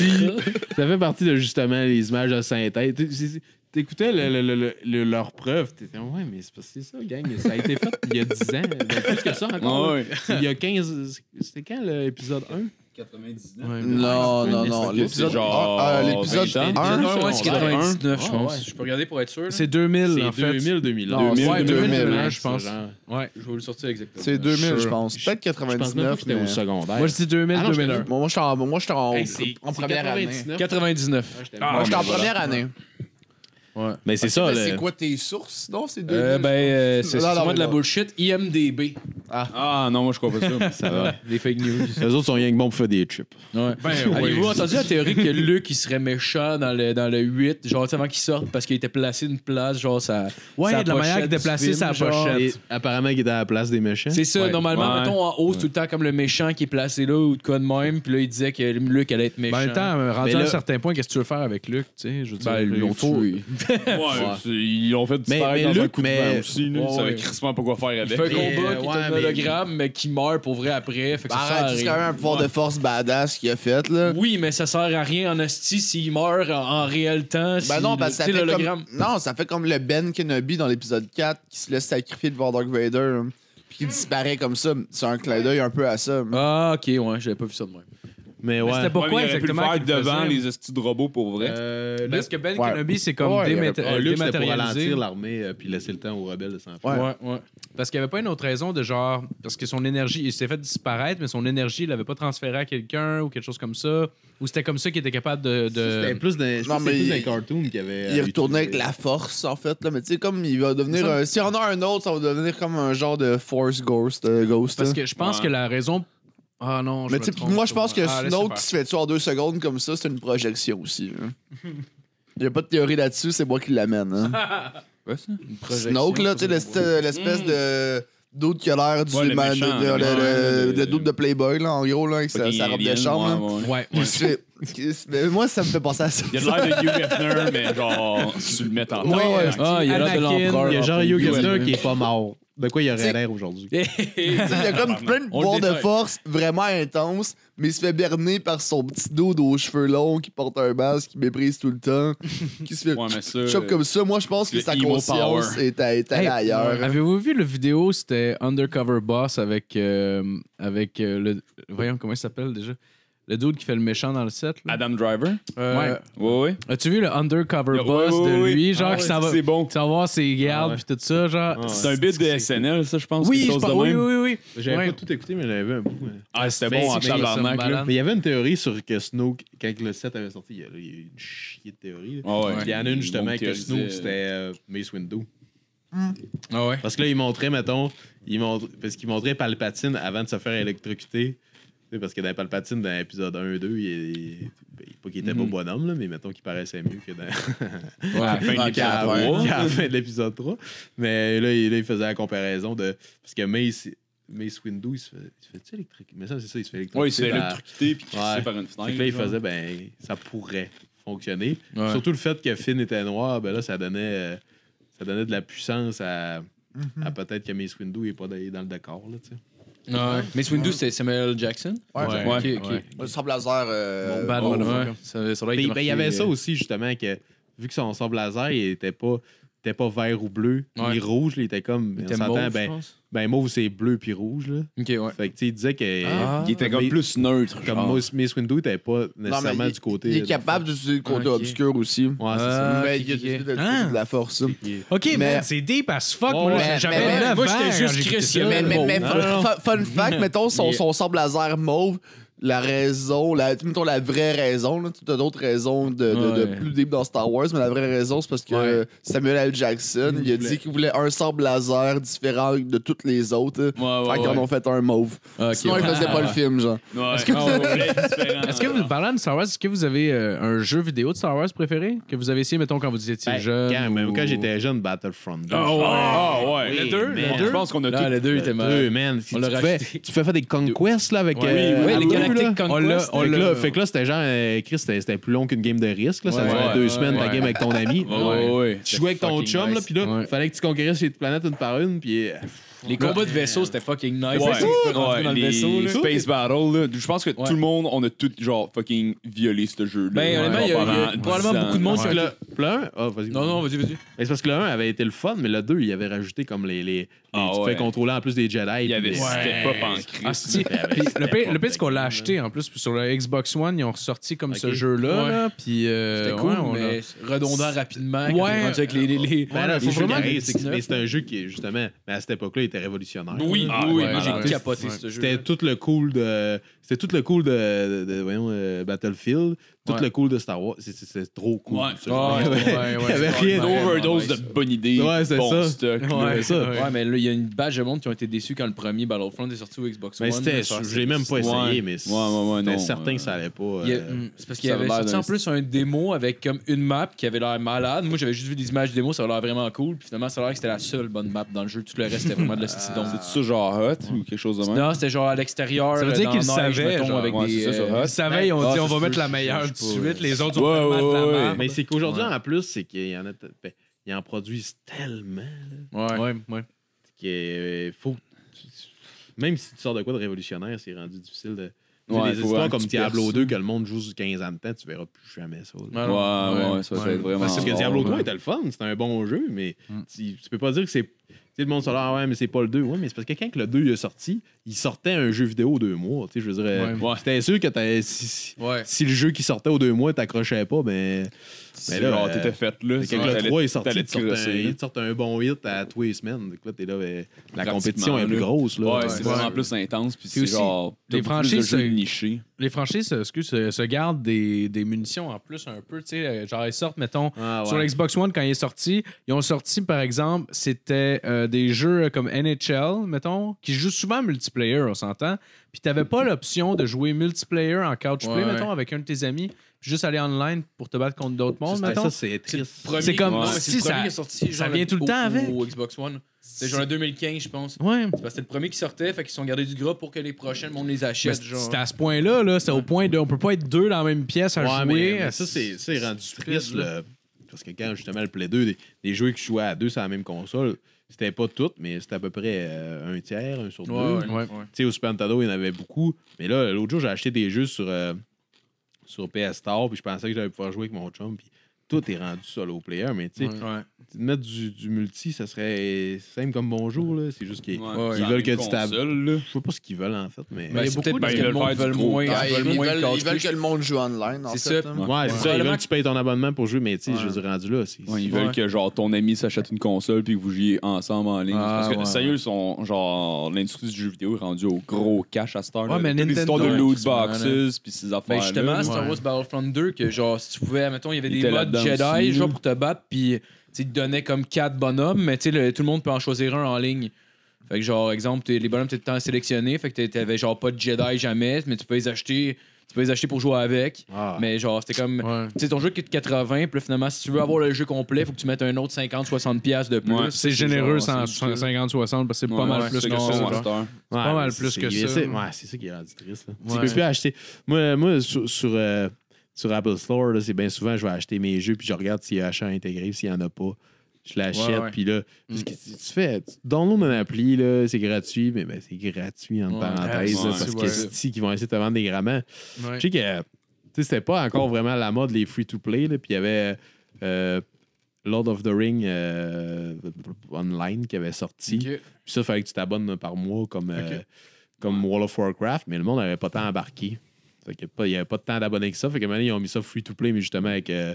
ça fait partie de justement les images de synthèse. Tu- tu- T'écoutais le- le- le- le- le- leur preuve, t'étais ouais, mais c'est parce que c'est ça, gang, ça a été fait il y a 10 ans, ben, plus que ça encore. Ouais, ouais. C'est Il y a 15. C'était quand l'épisode 1 99. ouais, <laughs> Non, non, non. c'est L'épisode genre Ah, euh, l'épisode 20 ans. 1, L'épisode Ouais, c'est 99, je Ah, pense. ouais. Je peux regarder pour être sûr. là. C'est 2000, en C'est fait. 2000, 2001. Non, Ouais, 2000, 2000, 2000, je pense. genre. Ouais. Je vais vous le sortir exactement. c'est 2000, je Sure. pense. Je Peut-être pense même pas que 99. j'étais au mais- secondaire. Moi, je dis 2000, Ah non, je te 2001. Bon, Moi, j'étais en- moi, j'étais en, en première année. Ah, 99. 99. Ah, Moi, j'étais en mais voilà. première année. Mais Ben, Ah, c'est ça, là. quoi tes sources? Non, c'est Euh, ben, euh, c'est Non, non, sûrement mais de la bon. bullshit. IMDB. Ah non, moi je crois pas ça. Ça <laughs> va. Des fake news. Les autres sont rien que bon pour faire des chips. <laughs> Ouais. Ben oui. Avez-vous entendu la théorie que Luc il serait méchant dans le, dans le 8, genre tu sais, avant qu'il sorte parce qu'il était placé une place, genre ça. sa Ouais, de la manière pochette de du déplacer film, sa genre. Et pochette. apparemment, il était à la place des méchants. C'est ça, Ouais. normalement, Ouais. mettons en haut, c'est tout le temps comme le méchant qui est placé là ou de quoi de même, puis là il disait que Luc allait être méchant. Ben, le temps, euh, rendu Mais à un là- certain point, qu'est-ce que tu veux faire avec Luc, tu sais? Je veux dire, Ben, ils il l'ont faut- tué. Ouais, c'est- Ils l'ont fait Mais- disparaître mais dans un Luc, coup de mais- vent aussi. là. Ouais, Ils savaient ouais. crissement pas quoi faire Il fait un avec. combat Mais, euh, qui ouais, est un mais- hologramme, mais... qui meurt pour vrai après. Fait que Ben, ça sert à Arrête, c'est rien. quand même un pouvoir de force badass qu'il a fait, là. Oui, mais ça sert à rien en hostie s'il meurt en, en réel temps. Ben si- non, parce que ça tu sais, fait l'hologramme. comme... Non, ça fait comme le Ben Kenobi dans l'épisode 4 qui se laisse sacrifier devant Dark Vader, hein, puis qui disparaît comme ça. C'est un clin d'œil un peu à ça. Ah, ok, ouais, j'avais pas vu ça de même. Mais Mais ouais. c'était pourquoi Ouais, mais il aurait pu le exactement? faire qu'il devant faisait? les hosties de robots pour vrai. Euh, Parce que Ben Ouais. Kenobi, c'est comme Ouais, il démat- aurait- euh, Ah, Luke, c'était pour dématérialisé. ralentir l'armée euh, puis laisser le temps aux rebelles de s'enfuir. Ouais. Ouais, ouais. Parce qu'il n'y avait pas une autre raison de genre. Parce que son énergie, il s'est fait disparaître, mais son énergie, il l'avait pas transféré à quelqu'un ou quelque chose comme ça. Ou c'était comme ça qu'il était capable de. C'était de... plus d'un je Non, pense que mais c'est plus il- d'un cartoon qu'il y avait. Il euh, retournait avec utilisé. la force, en fait, là. Mais tu sais, comme il va devenir... Il me semble- euh, S'il y en a un autre, ça va devenir comme un genre de Force Ghost. euh, ghost Parce là. que je pense Ouais. que la raison. Ah non, je Mais me tu sais, puis trompe, moi, je pense que Ah, laisse Snow faire. qui se fait tuer en deux secondes comme ça, c'est une projection aussi. hein. <laughs> Il n'y a pas de théorie là-dessus, c'est moi qui l'amène. Hein. Snoke, là, tu sais, l'est- euh, l'espèce de. D'autres qui a l'air du Mm. Ouais, le man- méchant, de- de- le- le- le- le doute de Playboy, là, en gros, là, avec sa, Fucking sa robe de alien, chambre. hein? là. ouais, ouais. Ouais, Il se fait- il se- mais moi, ça me fait penser à ça. Il y a de l'air de Hugh Hefner, mais genre, si tu le mets en Ouais, tête, ouais. hein. Ah, il y a l'air de Anakin, l'empereur. Il y a genre Hugh Hugh Hefner Hefner. qui est pas mort. De quoi il aurait T'sais- l'air aujourd'hui? Tu sais, Il y a comme plein de On le pouvoirs de détaille. force vraiment intenses, mais il se fait berner par son petit dos aux cheveux longs qui porte un masque, qui méprise tout le temps, <laughs> qui se fait Ouais, mais ça. Chop comme ça, moi je pense que le sa emo conscience power. est, à- est allée Hey, ailleurs. Avez-vous vu le vidéo C'était Undercover Boss avec. euh, avec euh, le. Voyons, comment il s'appelle déjà Le dude qui fait le méchant dans le set. là. Adam Driver. Euh, Ouais. Ouais, ouais. As-tu vu le Undercover Boss Ouais, ouais, de ouais. lui Genre, Ah qui ouais, s'en va. C'est bon. qui s'en va voir ses gardes Ah ouais. puis tout ça, genre. Ah ouais. C'est un bit de SNL, ça, je pense. Oui, quelque je chose de pense- oui, même. oui, oui. J'avais Ouais. pas tout écouté, mais j'avais vu un bout. hein. Ah, c'était Mais bon en c'est- mais tabarnak, ça me là. balance. Mais il y avait une théorie sur que Snow, quand le set avait sorti, il y a, il y a eu une chier de théorie. là. Ah ouais. Puis il y en a une justement Ils que théorisaient- Snow, c'était euh, Mace Windu. Ah ouais. Parce que là, il montrait, mettons, il montre, parce qu'il montrait Palpatine avant de se faire électrocuter. Tu sais, Parce que dans Palpatine, dans l'épisode 1 et 2, il, il- ben, pas qu'il était Mhm. pas bonhomme, là, mais mettons qu'il paraissait mieux que dans Ouais. <laughs> Fin de Ah, l'épisode qu'à qu'à la, trois. <laughs> qu'à la fin de l'épisode 3. Mais là il, là, il faisait la comparaison de. Parce que Mace, Mace Windu, il se fait, il se fait électrocuter. Mais ça, c'est ça, il se fait électrocuter. Ouais, il s'est par- électrocuté puis crissé Ouais. par une Fait que là, il fenêtre. faisait, ben, ça pourrait fonctionner. Ouais. Surtout le fait que Finn était noir, ben là, ça donnait, euh, ça donnait de la puissance à, Mm-hmm. à peut-être que Mace Windu n'est pas d'aller dans le décor, là, tu sais. <laughs> Ouais. Mais Swindu, c'est Samuel Jackson. Ouais, Ouais. Ok, ok. Ben, Ouais. Le sable laser. euh, Bon, bad oh, motherfucker. Ouais. Ça, ça doit être Ben, ben, il y avait marqué, ça euh, aussi, justement, que vu que son sable laser, il était pas, il était pas vert ou bleu, Ouais. ni rouge, là, il était comme, il on était s'entend, mauve, je ben, pense. ben mauve, c'est bleu puis rouge, là. Ok, ouais. Fait que, tu sais, il disait que Ah. Il était comme Mais- plus neutre. comme genre. Mace- Mace Windu n'était pas nécessairement il- du côté... Il est de- capable d'utiliser le côté Ah, ok. obscur aussi. Ouais, c'est Ah, mais il ok, a ok. utilisé le côté Ah. de la force. ça. Il est- Ok, mais Mais- c'est deep as fuck. Ouais, moi, là, ouais. j'avais Mais- 9 moi, ans j'étais quand juste j'ai écouté Christian. Mais, ça. mais, mais Non, fun, non, non. fun- fun fact, mettons son, Il- son sable laser mauve, la raison, la, mettons la vraie raison, là, t'as d'autres raisons de, de- de Ouais. plus deep dans Star Wars, mais la vraie raison, c'est parce que Ouais. Samuel L. Jackson, il a voulait- dit qu'il voulait un sable laser différent de toutes les autres. Ouais, ouais, Fait qu'ils en ouais. ont fait un mauve. Ah, ok, Sinon, ouais. ils faisaient pas le film, genre. Ouais. Est-ce que- Ah, ouais, différent, Est-ce que vous, genre. parlant de Star Wars, est-ce que vous avez euh, un jeu vidéo de Star Wars préféré que vous avez essayé, mettons, quand vous étiez Ben, jeune? quand, ou- même quand j'étais jeune, Battlefront 2. Ah, ouais. Ah, ouais. Oui, Le deux, man. le deux. Je pense qu'on a Là, tout. les deux étaient Deux, mal. man. Si On tu, l'a pouvais, racheté. tu pouvais faire des conquests là, avec. Ouais, euh, oui, à les deux, Galactic là. On l'a, Conquest. on Fait que, là, l'a. fait que là, c'était genre, euh, Chris, c'était c'était plus long qu'une game de risque. Là, ça Ouais, durait ouais, deux ouais, semaines ta Ah, ouais. game avec ton ami. Ouais, ouais. Tu jouais avec ton fucking chum, là, nice. puis là, Ouais. fallait que tu conquérisses les planètes une par une, puis euh, Les combats de vaisseaux, c'était fucking nice. Ouais, Ça, c'est ouais, rentrer dans le les vaisseau, là. Space Battle, là, je pense que Ouais. tout le monde, on a tout genre fucking violé ce jeu-là. Ben, honnêtement, il y a- il y a Pendant probablement 10 ans, beaucoup de monde Parce qui que le, le 1, ah, vas-y. Non, non, vas-y, vas-y. Mais c'est parce que le 1 avait été le fun, mais le 2, il avait rajouté comme les. les, les Ah tu te ouais. fais contrôler en plus des Jedi. Il y puis avait des- C'était pas en crise. Ah, si. Il y avait- Puis le pire, le pire, c'est qu'on l'a Ouais. acheté en plus. puis sur la Xbox One, ils ont ressorti comme ce Ok. jeu-là. Ouais. là, puis, euh, C'était cool, ouais, on l'a- mais redondant rapidement. quand Ouais. on est rendu avec les. les, les- Ben Voilà, non, les faut jeux qui vraiment arrivent, le c'est que- 19. mais c'est un jeu qui, est, justement, mais à cette époque-là, il était révolutionnaire. Oui, Ah, oui, ouais, moi ouais. j'ai tout capoté ce jeu. C'était tout le cool de. C'était tout le cool de, de- de- voyons, euh, Battlefield, tout Ouais. le cool de Star Wars. C'est- c'est- C'est trop cool. Ouais. ce Ah, jeu-là. <laughs> ouais, Il y avait- ouais, il y avait ouais. rien Une d'autre. overdose de bonne idée. Ouais, c'est bon ça. stock, là. Ouais, ça. ouais. Ouais, mais là, il y a une badge de monde qui ont été déçus quand le premier Battlefront est sorti au Xbox <laughs> Mais One. c'était. Ça, Je l'ai même pas essayé, mais Ouais, ouais, ouais, non, c'était certain euh, que ça allait pas. Il y a- euh, mm, C'est parce qu'il ça avait avait l'air sorti d'un- en plus un démo avec comme une map qui avait l'air malade. Moi, j'avais juste vu des images de démo, ça avait l'air vraiment cool. Puis finalement, ça a l'air que c'était la seule bonne map dans le jeu. Tout le reste, c'était vraiment de la donc C'est ça genre hot ou quelque chose de même? Non, c'était genre à l'extérieur. Ça veut dire dans qu'ils le neige, savaient, mettons, genre, avec ouais, des. c'est ça, euh, ça, Ils savaient, ils ont Ah, dit on ça va se mettre peut, la je- meilleure je tout de sais pas, suite. ouais. Les autres ont Ouais, fait ouais, mal de ouais. la merde. Mais c'est qu'aujourd'hui, Ouais. en plus, c'est qu'il y en a. t- ben, Ils en produisent tellement Ouais. Ouais, ouais. qu'il faut. Même si tu sors de quoi de révolutionnaire, c'est rendu difficile de. Tu sais, Ouais, des faut histoires un comme petit Diablo perso. 2 que le monde joue 15 ans de temps, tu verras plus jamais ça. là. Ouais, Ouais, ouais, ouais, ça, ça va être vraiment. Parce que rare, Diablo 3 ouais. était le fun, c'était un bon jeu, mais Ah, Mm. tu, tu peux pas dire que c'est. Tu sais, le monde se dit, ah ouais, mais c'est pas le 2. Ouais, mais c'est parce que quand que le 2 est sorti, il sortait un jeu vidéo aux deux mois. Tu sais, je veux dire, euh, Ouais. Ouais. c'était sûr que t'avais- si, si- Ouais. si le jeu qui sortait aux deux mois t'accrochait pas, ben. Mais Mais là, là, genre, euh, Ah, t'étais faite là. Fait que sinon le t'allais- 3 est sorti, t'allais il te te sortait un, crosser. il te sortait un bon hit à tous les semaines. Donc là, t'es là, ben, la Pratiquement, compétition est plus là. grosse. Là, Ouais, c'est Ouais. vraiment plus intense. Puis Puis c'est aussi, genre. les t'as beaucoup plus de franchises, jeux c'est- nichés. Les franchises, euh, excuse, se, se gardent des, des munitions en plus un peu. Tu sais, euh, genre, ils sortent, mettons, Ah, ouais. sur l'Xbox One, quand il est sorti, ils ont sorti, par exemple, c'était euh, des jeux comme NHL, mettons, qui jouent souvent multiplayer, on s'entend. Puis t'avais pas l'option de jouer multiplayer en couch play, Ouais. mettons, avec un de tes amis, puis juste aller online pour te battre contre d'autres mondes, Ça, mettons. ça, c'est triste. premier- C'est comme Non, mais si c'est le premier ça- qui est sorti, genre, vient tout le au- temps avec. Au Xbox One. C'était genre en 2015, je pense. Ouais. C'est parce que c'était le premier qui sortait, fait qu'ils sont gardés du gras pour que les prochaines, le monde les Mais achète. Ben, c'est- genre. Ben, c'est à ce point-là, là, c'est au point de. On peut pas être deux dans la même pièce à Ouais, jouer. mais, mais ça, c'est ça, c'est rendu stupide, triste. là. là. Parce que quand justement le Play 2, des, des jeux que je jouais à deux sur la même console, c'était pas toutes, mais c'était à peu près euh, un tiers, un sur deux. ouais, Mmh. ouais. Tu sais, au Super Nintendo, il y en avait beaucoup. Mais là, l'autre jour, j'ai acheté des jeux sur, euh, sur PS Store, puis je pensais que j'allais pouvoir jouer avec mon chum, puis tout est rendu solo player. Mais tu sais, Ouais. de mettre du, du multi, ça serait simple comme bonjour. là. C'est juste qu'ils Ouais, ils dans veulent une que tu t'ab- console, là. Je sais pas ce qu'ils veulent en fait, mais. Ben, il y c'est a beaucoup peut-être de- parce Ben, ils que le veulent monde faire du veulent gros moins. temps. Ah, Ils veulent ils, moins veulent, de ils veulent cash-couche. que le monde joue online. en C'est fait, ça. Ouais, c'est ça. hein. Ils veulent Probablement que tu payes ton abonnement pour jouer, mais tu sais, je veux dire, rendu là, c'est. Ouais, ils veulent Ouais. que genre ton ami s'achète une console puis que vous jouiez ensemble en ligne. Ah, Parce que ouais, sérieux, ils sont, genre l'industrie du jeu vidéo est rendue au gros cash à cette heure. Ouais, mais Toutes les Nintendo, histoires de loot Xbox, là. boxes puis ces affaires. Ben justement, c'est- Star Wars Battlefront 2, que genre, si tu pouvais, mettons, il y avait Il des était modes là-dedans Jedi, aussi, genre, là. pour te battre, puis tu te donnais comme quatre bonhommes, mais tu sais, le- tout le monde peut en choisir un en ligne. Fait que, genre, exemple, t'es- les bonhommes, t'es tout le temps sélectionné, fait que t'es- t'avais genre pas de Jedi jamais, mais tu peux les acheter, tu peux les acheter pour jouer avec. Ah. Mais genre, c'était comme. Ouais. Tu sais, ton jeu qui est de 80, puis là, finalement, si tu veux avoir le jeu complet, faut que tu mettes un autre 50, 60 pièces de plus. Ouais, C'est généreux, genre, cent- c'est utile. 50-60, parce que c'est pas mal plus que ça. genre. Ouais, pas mal mais plus c'est- que c'est- ça. c'est- Ouais, c'est ça qui est rendu triste. là. Ouais. Tu peux plus acheter. Moi, moi sur, sur, euh, sur Apple Store, là, c'est bien souvent, je vais acheter mes jeux, puis je regarde s'il y a achat intégré, s'il n'y en a pas. Je l'achète, Ouais, ouais. puis là, parce que tu, tu fais, tu downloads une appli, là, c'est gratuit, mais ben, c'est gratuit, entre Ouais, parenthèses, là, ouais, parce c'est que vrai. c'est ici qu'ils vont essayer de te vendre des grammaires. Ouais. Je sais que euh, tu sais, c'était pas encore vraiment la mode, les free-to-play, là, puis il y avait euh, Lord of the Ring euh, Online qui avait sorti. Ok. Puis ça, il fallait que tu t'abonnes par mois comme, euh, comme World of Warcraft, mais le monde n'avait pas tant embarqué. Fait que pas- il n'y avait pas de temps d'abonner que ça. Fait que maintenant, ils ont mis ça free to play, mais justement avec euh,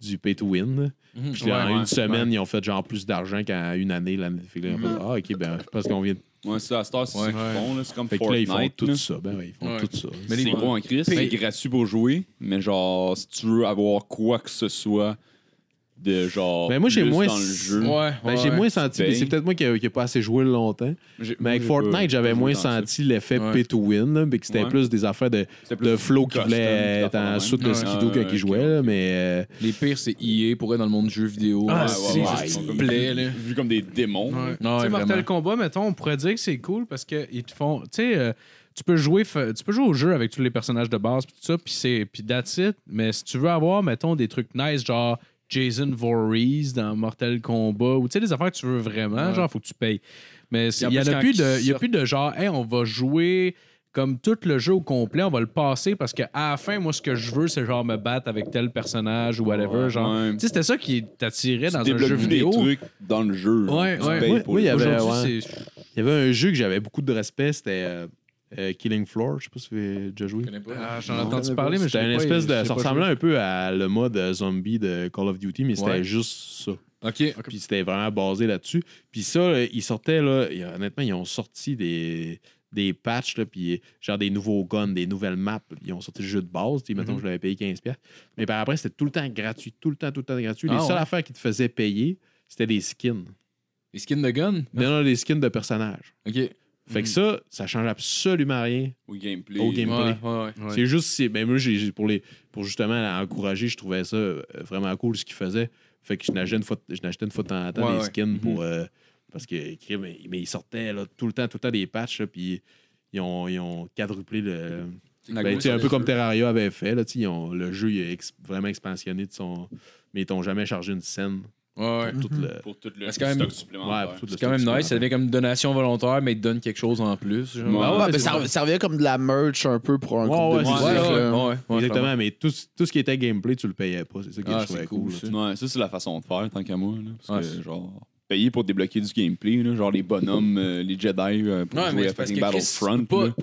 du pay to win. Mhm. Puis là, Ouais, en ouais, une semaine, ils ont fait genre plus d'argent qu'en une année. l'année. Fait que là, ils Mm-hmm. ont fait, ah, ok, ben, je pense qu'on vient. de- Ouais, c'est ça, à Star, c'est ça qu'ils Ouais. font. là. C'est comme Fait que là, ils Fortnite. font tout là. ça. Ben oui, ils font Ouais. tout ça. Mais c'est les- gros en crise, Puis- c'est gratuit pour jouer, mais genre, si tu veux avoir quoi que ce soit de genre. Ben, moi, j'ai plus moins- dans le jeu. Ouais, ouais, Ben, j'ai ouais. moins senti, mais payes. c'est peut-être moi qui n'ai pas assez joué longtemps. J'ai- Mais Ben, avec moi, j'ai pas- Fortnite, j'avais pas joué moins tant que ça. senti l'effet Ouais. pay to win, là, mais que c'était Ouais. plus des affaires de, C'était plus de flow qui custom, voulait des être en affaires soute même. de skido Ah, quand ouais, ils jouaient, ok, là, ok. mais. euh, Les pires, c'est EA pour être dans le monde du jeu vidéo. Ah, Ouais, si, ouais, ça ouais, ils s'il sont vous comme- plaît, là. Vu comme des démons. Ouais. Non, Tu sais, Ah ouais, Mortal vraiment. Kombat, mettons, on pourrait dire que c'est cool parce qu'ils te font. Tu sais, euh, tu peux jouer fa- tu peux jouer au jeu avec tous les personnages de base, puis tout ça, puis c'est. Puis that's it. Mais si tu veux avoir, mettons, des trucs nice, genre Jason Voorhees dans Mortal Kombat ou tu sais, des affaires que tu veux vraiment, Ouais. genre, faut que tu payes. Mais c'est- en il n'y en plus, a quand plus ils de, il y a sortent- plus de genre, hey, on va jouer comme tout le jeu au complet, on va le passer parce qu'à la fin, moi, ce que je veux, c'est genre me battre avec tel personnage ou whatever. genre, ouais. tu sais, c'était ça qui t'attirait dans un débloques jeu vidéo. des trucs dans le jeu. là. Ouais, Tu ouais. payes Oui, pour oui, il le- y avait- Aujourd'hui, c'est. Il y avait un jeu que j'avais beaucoup de respect, c'était euh, euh, Killing Floor. Je sais pas si vous avez déjà joué. Je connais pas. Ah, J'en ai Non. entendu parler, mais je C'était l'ai une pas- espèce je l'ai de. Ça pas ressemblait joué. un peu à le mode euh, zombie de Call of Duty, mais c'était Ouais. juste ça. Ok. Puis c'était vraiment basé là-dessus. Puis ça, euh, ils sortaient, là, et honnêtement, ils ont sorti des, des patchs, là, puis genre des nouveaux guns, des nouvelles maps. Ils ont sorti le jeu de base. tu sais, Mettons, Mhm. je l'avais payé 15$. piastres. Mais par après, c'était tout le temps gratuit, tout le temps, tout le temps gratuit. Ah, Les seules ouais. affaires qui te faisaient payer, c'était des skins. Les skins de gun. Ah. Non, non, des skins de personnages. Ok. Ouais, Fait Mhm. que ça, ça change absolument rien Au gameplay. au gameplay. ouais, ouais. Ouais. C'est juste, c'est, ben moi, j'ai, j'ai- pour, les, pour justement encourager, je trouvais ça euh, vraiment cool ce qu'il faisait. Fait que je n'achetais une fois, je n'achetais une fois de temps en temps Ouais, des ouais. Mhm. skins pour. euh, parce que, crime, mais, mais ils sortaient là, tout le temps, tout le temps des patchs, là, puis ils ont, ils ont quadruplé le. La Ben, grosse- tu sais, un peu comme Terraria avait fait, là, tu sais, ils ont, le jeu il a ex- vraiment expansionné de son. Mais ils t'ont jamais chargé une scène. Ouais, ouais. Tout le, Pour tout le Parce que quand même- stock ouais, supplémentaire. pour tout le C'est quand même stock nice, ça devient comme une donation volontaire, mais ils te donnent quelque chose en plus. genre. Ah Ouais. Ouais, c'est mais ça, vrai. ça revient comme de la merch un peu pour un Ouais, groupe ouais, de c'est musique, ça. là. Exactement, mais tout, tout ce qui était gameplay, tu le payais pas. C'est ça qui Ah, je trouvais c'est cool. cool, là. ça. Ouais, ça, c'est la façon de faire, tant qu'à moi. là, parce Ouais, que, genre, payer pour débloquer du gameplay, là, genre les bonhommes, euh, les Jedi euh, pour Ouais, mais jouer à c'est parce fucking que Chris, Battlefront. tu peux là. pas-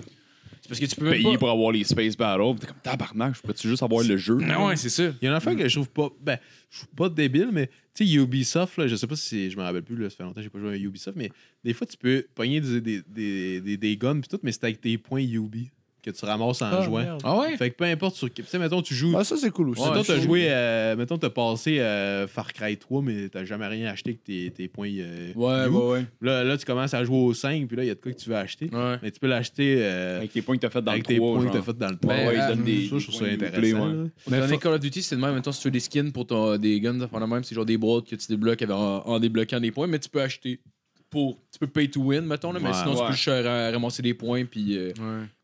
C'est parce que tu peux même Payer pas... pour avoir les Space Battles. T'es comme tabarnak, je pourrais-tu juste avoir le jeu? Non, Ah ouais, c'est ça. Il y a une affaire Mm. que je trouve pas. Ben, je trouve pas débile, mais tu sais, Ubisoft, là, je sais pas si je me rappelle plus, là, ça fait longtemps que j'ai pas joué à Ubisoft, mais des fois, tu peux pogner des, des, des, des, des guns pis tout, mais c'est avec tes points Ubi que tu ramasses en jouant. Ah ouais? Fait que peu importe sur. Tu sais, mettons, tu joues. Ah, ça, c'est cool aussi. mettons, ouais, t'as je- joué. euh, mettons, t'as passé euh, Far Cry 3, mais t'as jamais rien acheté que tes, tes points. euh, Ouais, ouais, Ubi. ouais. Là, là, tu commences à jouer au 5, puis là, il y a de quoi que tu veux acheter. Ouais. Mais tu peux l'acheter euh, Avec les points que t'as fait dans avec le tes 3, points que genre. t'as fait dans le 3. Ben, euh, des- ça, je trouve ça des points intéressant. Uplay, ouais. là. Mais dans les Call of Duty, c'est de même. Maintenant, si tu veux des skins pour ton- des guns, ça prend la même. C'est genre des boîtes que tu débloques avec- en, en débloquant des points, mais tu peux acheter pour. Tu peux pay to win, mettons, là, mais Ouais. sinon tu Ouais. peux juste euh, ramasser des points, puis. euh,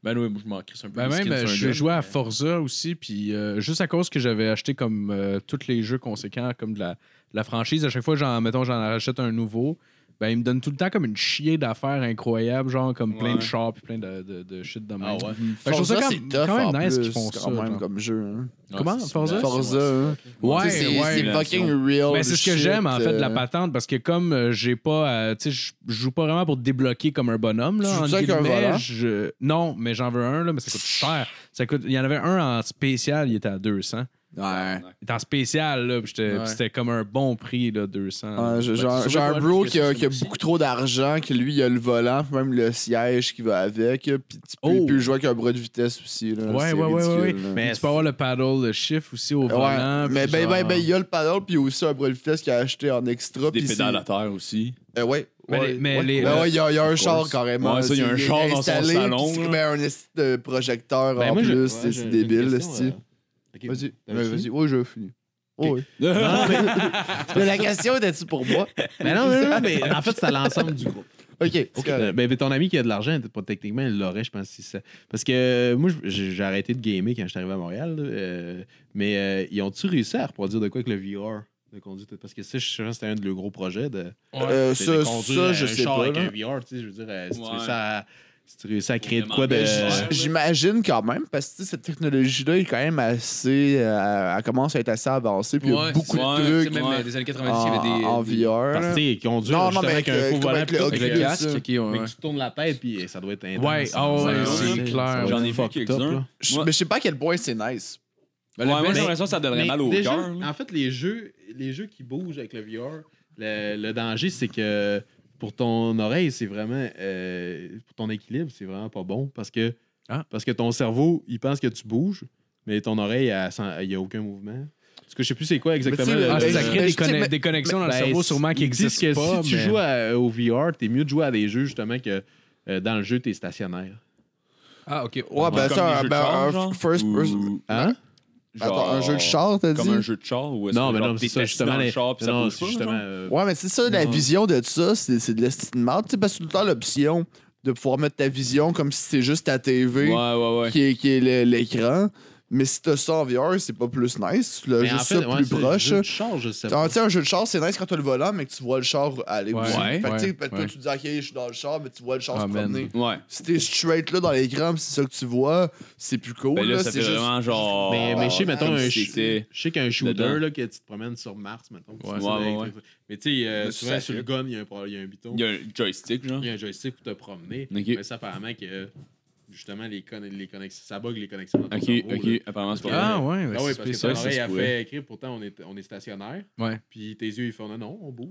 ben euh, oui, moi, je m'en crisse un peu. Ben les skins même, sur un je gun. jouais à Forza aussi, puis euh, juste à cause que j'avais acheté comme euh, tous les jeux conséquents, comme de la, de la franchise, à chaque fois, j'en, mettons, j'en rachète un nouveau, ben il me donne tout le temps comme une chier d'affaires incroyable, genre comme plein de Ouais. chars puis plein de, de, de shit de même. Ah ouais. Fait que je trouve Forza, ça quand, c'est tough quand en même nice plus, qu'ils font ça. quand même genre. comme jeu. hein. Ouais, Comment? c'est- Forza? Forza, hein. Tu sais, Ouais, c'est ouais. c'est fucking real. Ben, c'est ce que shit, j'aime en fait de la euh. patente parce que comme euh, j'ai pas euh, tu sais je je joue pas vraiment pour te débloquer comme un bonhomme là Tu joues entre ça avec un guillemets, volant? je- non mais j'en veux un là mais ça coûte cher ça coûte il y en avait un en spécial il était à 200 Ouais. il était en spécial là puis j'étais- Ouais. puis c'était comme un bon prix là 200 là. Ouais, j'ai- j'ai tu un- sais j'ai pas un quoi, bro parce que qui a, ça, qui a c'est beaucoup trop d'argent, que lui, il a le volant, puis même le siège qui va avec, euh, puis tu peux, Oh. il peut jouer avec un bras de vitesse aussi. Là, Ouais, C'est ouais, ouais, ouais, ridicule, là. Puis tu peux avoir le paddle le shift aussi au Ouais, volant mais puis ben, ben, genre- ben, il y a le paddle, puis il y a aussi un bras de vitesse qu'il a acheté en extra. Des puis pédales c'est- à terre aussi. Euh, ouais. Mais ouais, les- mais ouais. les- Ben ouais, il y a, il y a un Of char course. carrément. Ouais, ça, il y a c'est- un est char dans son installé, salon, puis là. C'est comme un esti de projecteur Ben, en moi, je- plus. ouais, c'est- j'ai c'est une débile, question, euh, esti. Ok, Vas-y. t'avais Ouais, fini? <laughs> Vas-y. Oui, je finis. Ok. Oui. <laughs> <laughs> Mais la question était-tu pour moi? Mais non, non, non, mais en fait, c'est à l'ensemble du groupe. Ok. c'est correct. Euh, ben, ben, ton ami qui a de l'argent, pas- techniquement, il l'aurait, je pense. Si ça... Parce que euh, moi, j'ai j'ai arrêté de gamer quand je suis arrivé à Montréal. là, euh, mais euh, ils ont-tu réussi à reproduire de quoi avec le VR de conduite? Parce que ça, je pense que c'était un de leurs gros projets. De, Euh, de- Ça, de conduire ça, je un sais char pas. avec là. un VR, tu sais, je veux dire, euh, si, Ouais. tu réussis à, si tu réussis à créer de quoi de. Mais Ben, J- J'imagine quand même, parce que tu sais, cette technologie-là est quand même assez. euh, elle commence à être assez avancée, puis il y a Ouais, beaucoup c'est- de ouais, tu sais, trucs Même ouais. euh, des années 90, il y en, avait des. en des- VR. Parce que, là. tu sais, conduire Non, non, justement mais avec un avec, faux euh, volant. avec puis tout, le Avec avec le le Oculus, casque, casque, ça. ok, ouais, Mais ouais. que tu tournes la tête, puis eh, ça doit être intense. Ouais, ah Ça ouais, doit être c'est fucked clair. up, J'en ai vu là. quelques-uns. Je- Ouais. Mais je sais pas à quel point c'est nice. Ben, le Ouais, moi, best- j'ai l'impression que ça donnerait Mais mal au déjà, cœur. là. En fait, les jeux, les jeux qui bougent avec le VR, le, le danger, c'est que pour ton oreille, c'est vraiment. euh, pour ton équilibre, c'est vraiment pas bon parce que, Ah. parce que ton cerveau, il pense que tu bouges, mais ton oreille, elle sent- il n'y a aucun mouvement. Parce que je sais plus c'est quoi exactement. tu sais, Ah, le- ça Ben, crée je des, sais, conne- mais- des connexions dans le Ben, cerveau sûrement qui ils disent existent que pas si tu mais- joues à- au VR, t'es mieux de jouer à des jeux justement que euh, dans le jeu, t'es stationnaire. ah ok Ouais, ben Comme ça, les jeux de ben, char, un genre? first person. Ou- Hein? Attends, un jeu de genre- char, t'as dit? Comme un jeu de char ou est-ce Non, que mais genre, non, c'est t'es ça, assis justement. dans le les- char puis ça non, bouge c'est pas, justement, genre? euh, Ouais, mais c'est ça, la Non. vision de ça, c'est c'est de l'estimate. Tu sais, parce que tout le temps, l'option de pouvoir mettre ta vision comme si c'est juste ta TV Ouais, ouais, ouais. qui est, qui est le- l'écran. Mais si t'as ça en VR, c'est pas plus nice. Tu l'as Mais en juste fait, ça ouais, plus c'est le proche. jeu de char, je sais Ah, pas. tu sais, un jeu de char, c'est nice quand t'as le volant, mais que tu vois le char aller Ouais. aussi. fait Ouais, que, tu sais, ouais, peut-être ouais. toi, tu te dis, OK, je suis dans le char, mais tu vois le char Ah, se man. promener. Ouais. Si t'es straight là dans l'écran, pis c'est ça que tu vois, c'est plus cool. Ben là, là, ça c'est fait juste... vraiment genre. Mais, mais je sais, Ah, mettons, comme un si sh- c'était- je sais qu'un dedans. shooter là, que tu te promènes sur Mars, mettons. que tu Ouais, te promènes ouais, avec- Mais tu sais, euh, Mais souvent ça sur le fait. gun, il y a un pro- il y a un bouton, Il y a un joystick, genre. il y a un joystick pour te promener. Ok. Mais ça, apparemment, que euh, justement, les conne- les connexions, ça bug les connexions. dans ton Ok, cerveau, là. ok, apparemment, c'est pas vrai. Ah, ouais, Ah oui, parce que ton ça se oreille a pourrait. fait écrire, pourtant on est, on est stationnaire. Ouais. Puis tes yeux, ils font non, non, on bouge.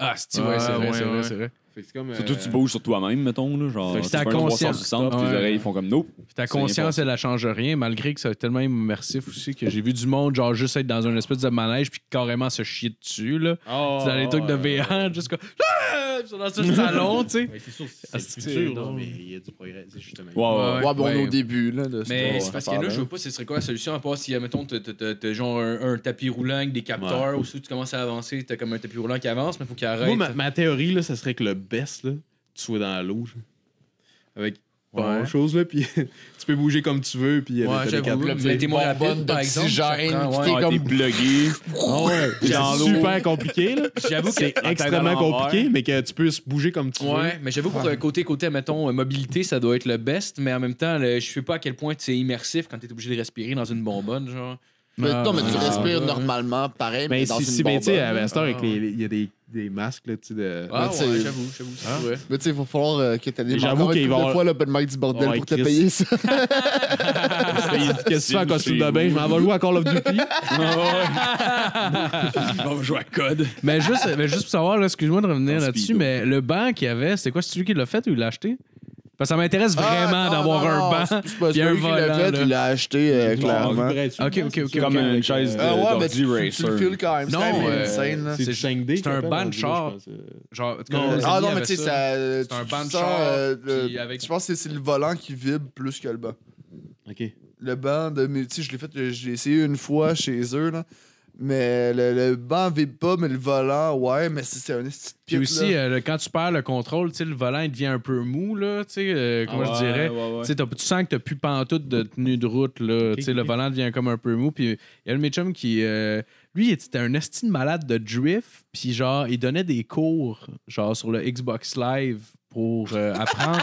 Ah, c'est ouais, c'est vrai, c'est vrai, c'est vrai. Fait que c'est comme. Surtout, euh, tu bouges sur toi-même, mettons, là. Genre, Fait que tu c'est à fais un 360, conscience. puis tes Ouais. oreilles font comme nope. Puis C'est ta conscience, elle, la change rien, malgré que ça soit tellement immersif aussi que j'ai vu du monde, genre, juste être dans une espèce de manège, puis carrément se chier dessus, là. Ah, C'est dans les trucs de ouais, ouais. VR, juste comme. Ah! Puis Dans ce salon, tu sais. Mais c'est sûr, c'est Ah, le c'est futur, là, drôle. mais il y a du progrès, c'est justement. Ouais, ouais, ouais. Ouais, bon, on est Ouais. au début, là. De Mais cette c'est parce que là, affaire-là. je veux pas, ce serait quoi la solution à part si, mettons, t'as- t'as t'as- t'as genre un, un tapis roulant avec des capteurs, ou si tu commences à avancer, t'as comme un tapis roulant qui avance, mais faut qu'il arrête. Moi, ma, ma théorie, là, ça serait que le best, là, tu sois dans l'eau, genre. avec pas Ouais. grand-chose, là, puis <laughs> tu peux bouger comme tu veux, puis euh, Ouais, avec j'avoue. câbles, Mais t'es moins rapide, bonbonne par exemple. ça d'oxygène prend- qui ouais. t'es Ah, comme- t'es blogué. c'est dans l'eau. super compliqué, là. J'avoue que C'est à extrêmement l'envers. compliqué, mais que tu peux se bouger comme tu Ouais, mais j'avoue que euh, côté côté mettons euh, mobilité, ça doit être le best, mais en même temps, le- je sais pas à quel point c'est immersif quand t'es obligé de respirer dans une bonbonne, genre. Mais non, mais tu Ah, respires ouais. normalement, pareil, mais, Mais dans Ben, si, une si mais tu sais, bonbonne. à cette heure, avec Ah, les- les- il y a des, des masques, là, tu sais, de... Ah tu sais, ouais, j'avoue, j'avoue, c'est vrai. Mais tu sais, il va falloir euh, que t'animes J'avoue encore une qu'il va couple de avoir- fois l'open mic du bordel Ouais, pour te Chris. payer ça. <laughs> Qu'est-ce que tu fais en costume chez de bain? Je m'en vais jouer à Call of Duty. On joue à code. Mais juste, mais juste pour savoir, là, excuse-moi de revenir En là-dessus, speedo. mais le banc qu'il y avait, c'était quoi? C'est lui qui l'a fait ou il l'a acheté? Parce que ça m'intéresse <laughs> vraiment Ah, d'avoir un banc. Il puis y a un un volant, volant. là. Il l'a acheté, euh, clairement. Ok, ok, ok. Comme ok. une chaise de Ah ouais, d'ordi mais tu, tu- tu racer. le files quand même. Euh, Non, C'est quand même euh, insane, là. c'est C'est 5D. c'est un qu'on appelle, ban de on dit, là, char. je pense, euh. Genre, en tout cas, Non, mes Ah amis non, mais avaient tu sais, ça. ça. euh, C'est un tu banc de sens, char, euh, le- puis avec- Je pense que c'est le volant qui vibre plus que le banc. OK. Le banc de. Mais tu sais, je l'ai fait, euh, je l'ai essayé une fois chez eux, là. Mais le, le banc vibre pas, mais le volant, ouais, mais c'est c'est un petit Puis aussi, là. euh, le- quand tu perds le contrôle, tu sais, le volant, il devient un peu mou, là, tu sais, euh, comment je dirais. Tu sais, t'as- tu sens que t'as plus pantoute de tenue de route, là. Ok, Tu sais, le ok. volant devient comme un peu mou. Puis il y a le méchum qui. euh, lui, c'était un esti de malade de drift. Puis genre, il donnait des cours, genre, sur le Xbox Live pour euh, apprendre.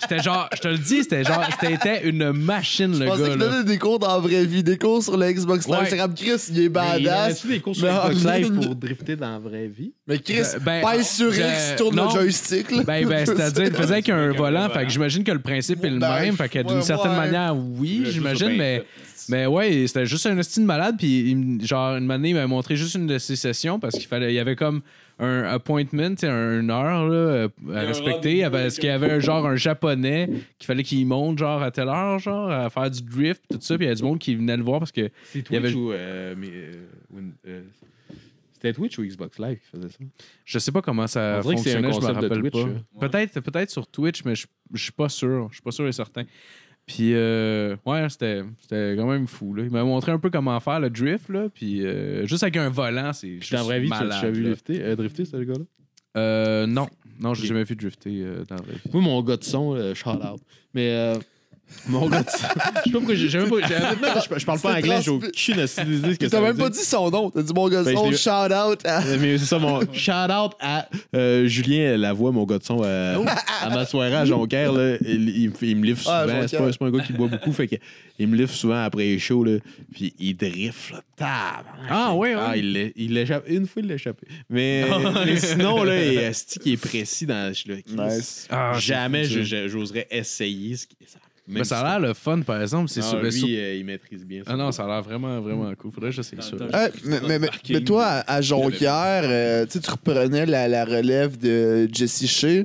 C'était genre, je te le dis, c'était genre, c'était une machine, Je le pensais gars, qu'il là. donnait des cours dans la vraie vie, des cours sur le Xbox Live. Ouais. C'est comme Chris, il Mais euh, y est badass. avait-tu des cours sur Mais en Xbox Live <laughs> ligne. pour drifter dans la vraie vie? Mais Chris, Ben, pèse sur X, ben, tourne non. le joystick, là. <laughs> Ben, ben, c'est-à-dire, il faisait avec un volant, fait que j'imagine que le principe est le Ben, même, fait que d'une ouais, certaine ouais. manière, oui, Le jeu, c'est j'imagine, bien mais, mais ouais, c'était juste un style malade, puis il me- genre, une année, il m'a montré juste une de ses sessions, parce qu'il fallait, il y avait comme un appointment, tu sais, un- une heure, là, euh, à un respecter, rendez-vous parce qu'il y avait un genre, un japonais, qu'il fallait qu'il monte, genre, à telle heure, genre, à faire du drift, tout ça, puis il y a du monde qui venait le voir, parce que, C'est Il y avait- Twitch ou... euh, mais, euh, ou une- euh, C'était Twitch ou Xbox Live qui faisait ça? je sais pas comment ça On dirait que c'est un fonctionnait, je me concept de rappelle Twitch, pas. hein. Peut-être peut-être sur Twitch, mais je je suis pas sûr. Je suis pas sûr et certain. Puis, euh, ouais, c'était c'était quand même fou. Là. Il m'a montré un peu comment faire le drift, là, puis euh, juste avec un volant, c'est Puis juste dans la vraie vie, tu as malade, déjà vu là. lifter, euh, drifter, ce gars-là? Euh, non, non, j'ai Ok. jamais vu drifter euh, dans la vraie vie. Moi, mon gars de son, euh, shout out. Mais euh, mon gars de <laughs> son. Je sais pas pourquoi j'ai j'ai même pas. j'ai- honnêtement, je, je parle pas C'est anglais, j'ai transpi- aucune idée ce que Tu ça t'as veut même pas dire. dit son nom. T'as dit mon gars, Ben, je son l'ai- shout out à. <laughs> Mais c'est ça, mon shout out à euh, Julien Lavoie, mon gars de son, euh, Oh. à ma soirée à Jonquière. Là, il, il, il me livre souvent. Ah, c'est, Jonquière. pas, c'est pas un gars qui boit beaucoup, fait que, il me livre souvent après les shows. Là, puis il drift. Là, tabarnak. <laughs> Ah, ouais, Ah, ouais. Ah, il l'é- il l'échappe. Une fois, il l'a échappé. Mais, mais sinon, là, il est, il est précis dans. je suis là, Chris, Ah, c'est jamais fou, ça. je- je- j'oserais essayer ce qui ça- même Mais si ça a l'air le fun, par exemple. C'est Ah, sur- lui, sur- euh, il maîtrise bien ça. Ah non, ça a l'air vraiment, vraiment cool. Faudrait que j'essaie ça. Dans le temps, Hey, Euh, mais, mais- mais- mais toi, à, à Jonquière, euh, tu sais, tu reprenais la, la relève de Jesse Shea.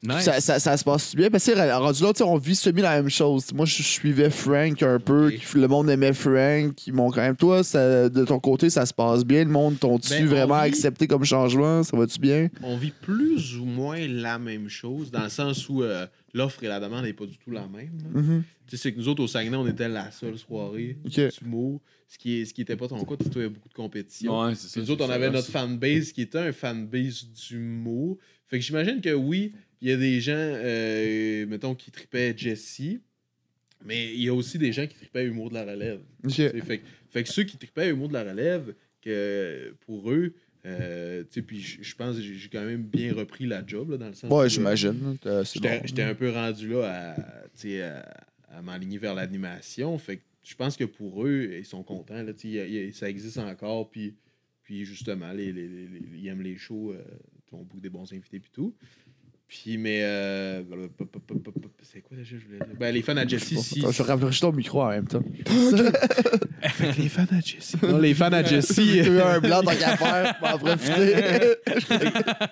Nice. Ça, ça- ça se passe bien. Parce que rendu là, tu sais, on vit semi la même chose. Moi, je suivais Frank un peu. Ok. Le monde aimait Frank. Ils m'ont quand même. Toi, ça- de ton côté, ça se passe bien. Le monde t'ont-tu Ben, on vraiment vit- accepté comme changement? Ça va-tu bien? On vit plus ou moins la même chose, dans le sens où euh, l'offre et la demande n'est pas du tout la même. là. Mhm. Tu sais, c'est que nous autres, au Saguenay, on était la seule soirée Ok. sumo, ce qui, est, ce qui était pas ton cas, parce que toi, il y a beaucoup de compétition. Ouais, c'est Puis ça. nous autres, on avait notre fanbase qui était un fanbase d'humour. Fait que j'imagine que oui, il y a des gens, euh, mettons, qui tripaient Jesse, Mais il y a aussi des gens qui tripaient à humour de la relève. Ok. T'sais, Fait, que- fait que ceux qui tripaient à humour de la relève, que pour eux, euh, tu sais, puis je je pense que j'ai j'ai quand même bien repris la job, là, dans le sens. où, euh, Ouais, j'imagine. euh, c'est J'étais bon. j'étais un peu rendu là à, tu sais, à, à m'aligner vers l'animation. Fait que je pense que pour eux, ils sont contents. Là, tu sais, il y a- il y a- ça existe encore. Puis, puis justement, les, les- les- les- ils aiment les shows. euh, on boucle des bons invités puis tout. Puis, mais... euh, pop, pop, pop, pop, pop, c'est quoi déjà? Je voulais dire? Ben, les fans à Jesse, si... Attends, Je rapproche ton micro en même <laughs> temps. les fans à Jesse. Non, les <laughs> fans à Jesse... Si tu veux un blanc tant qu'à faire, je vais <laughs> en profiter.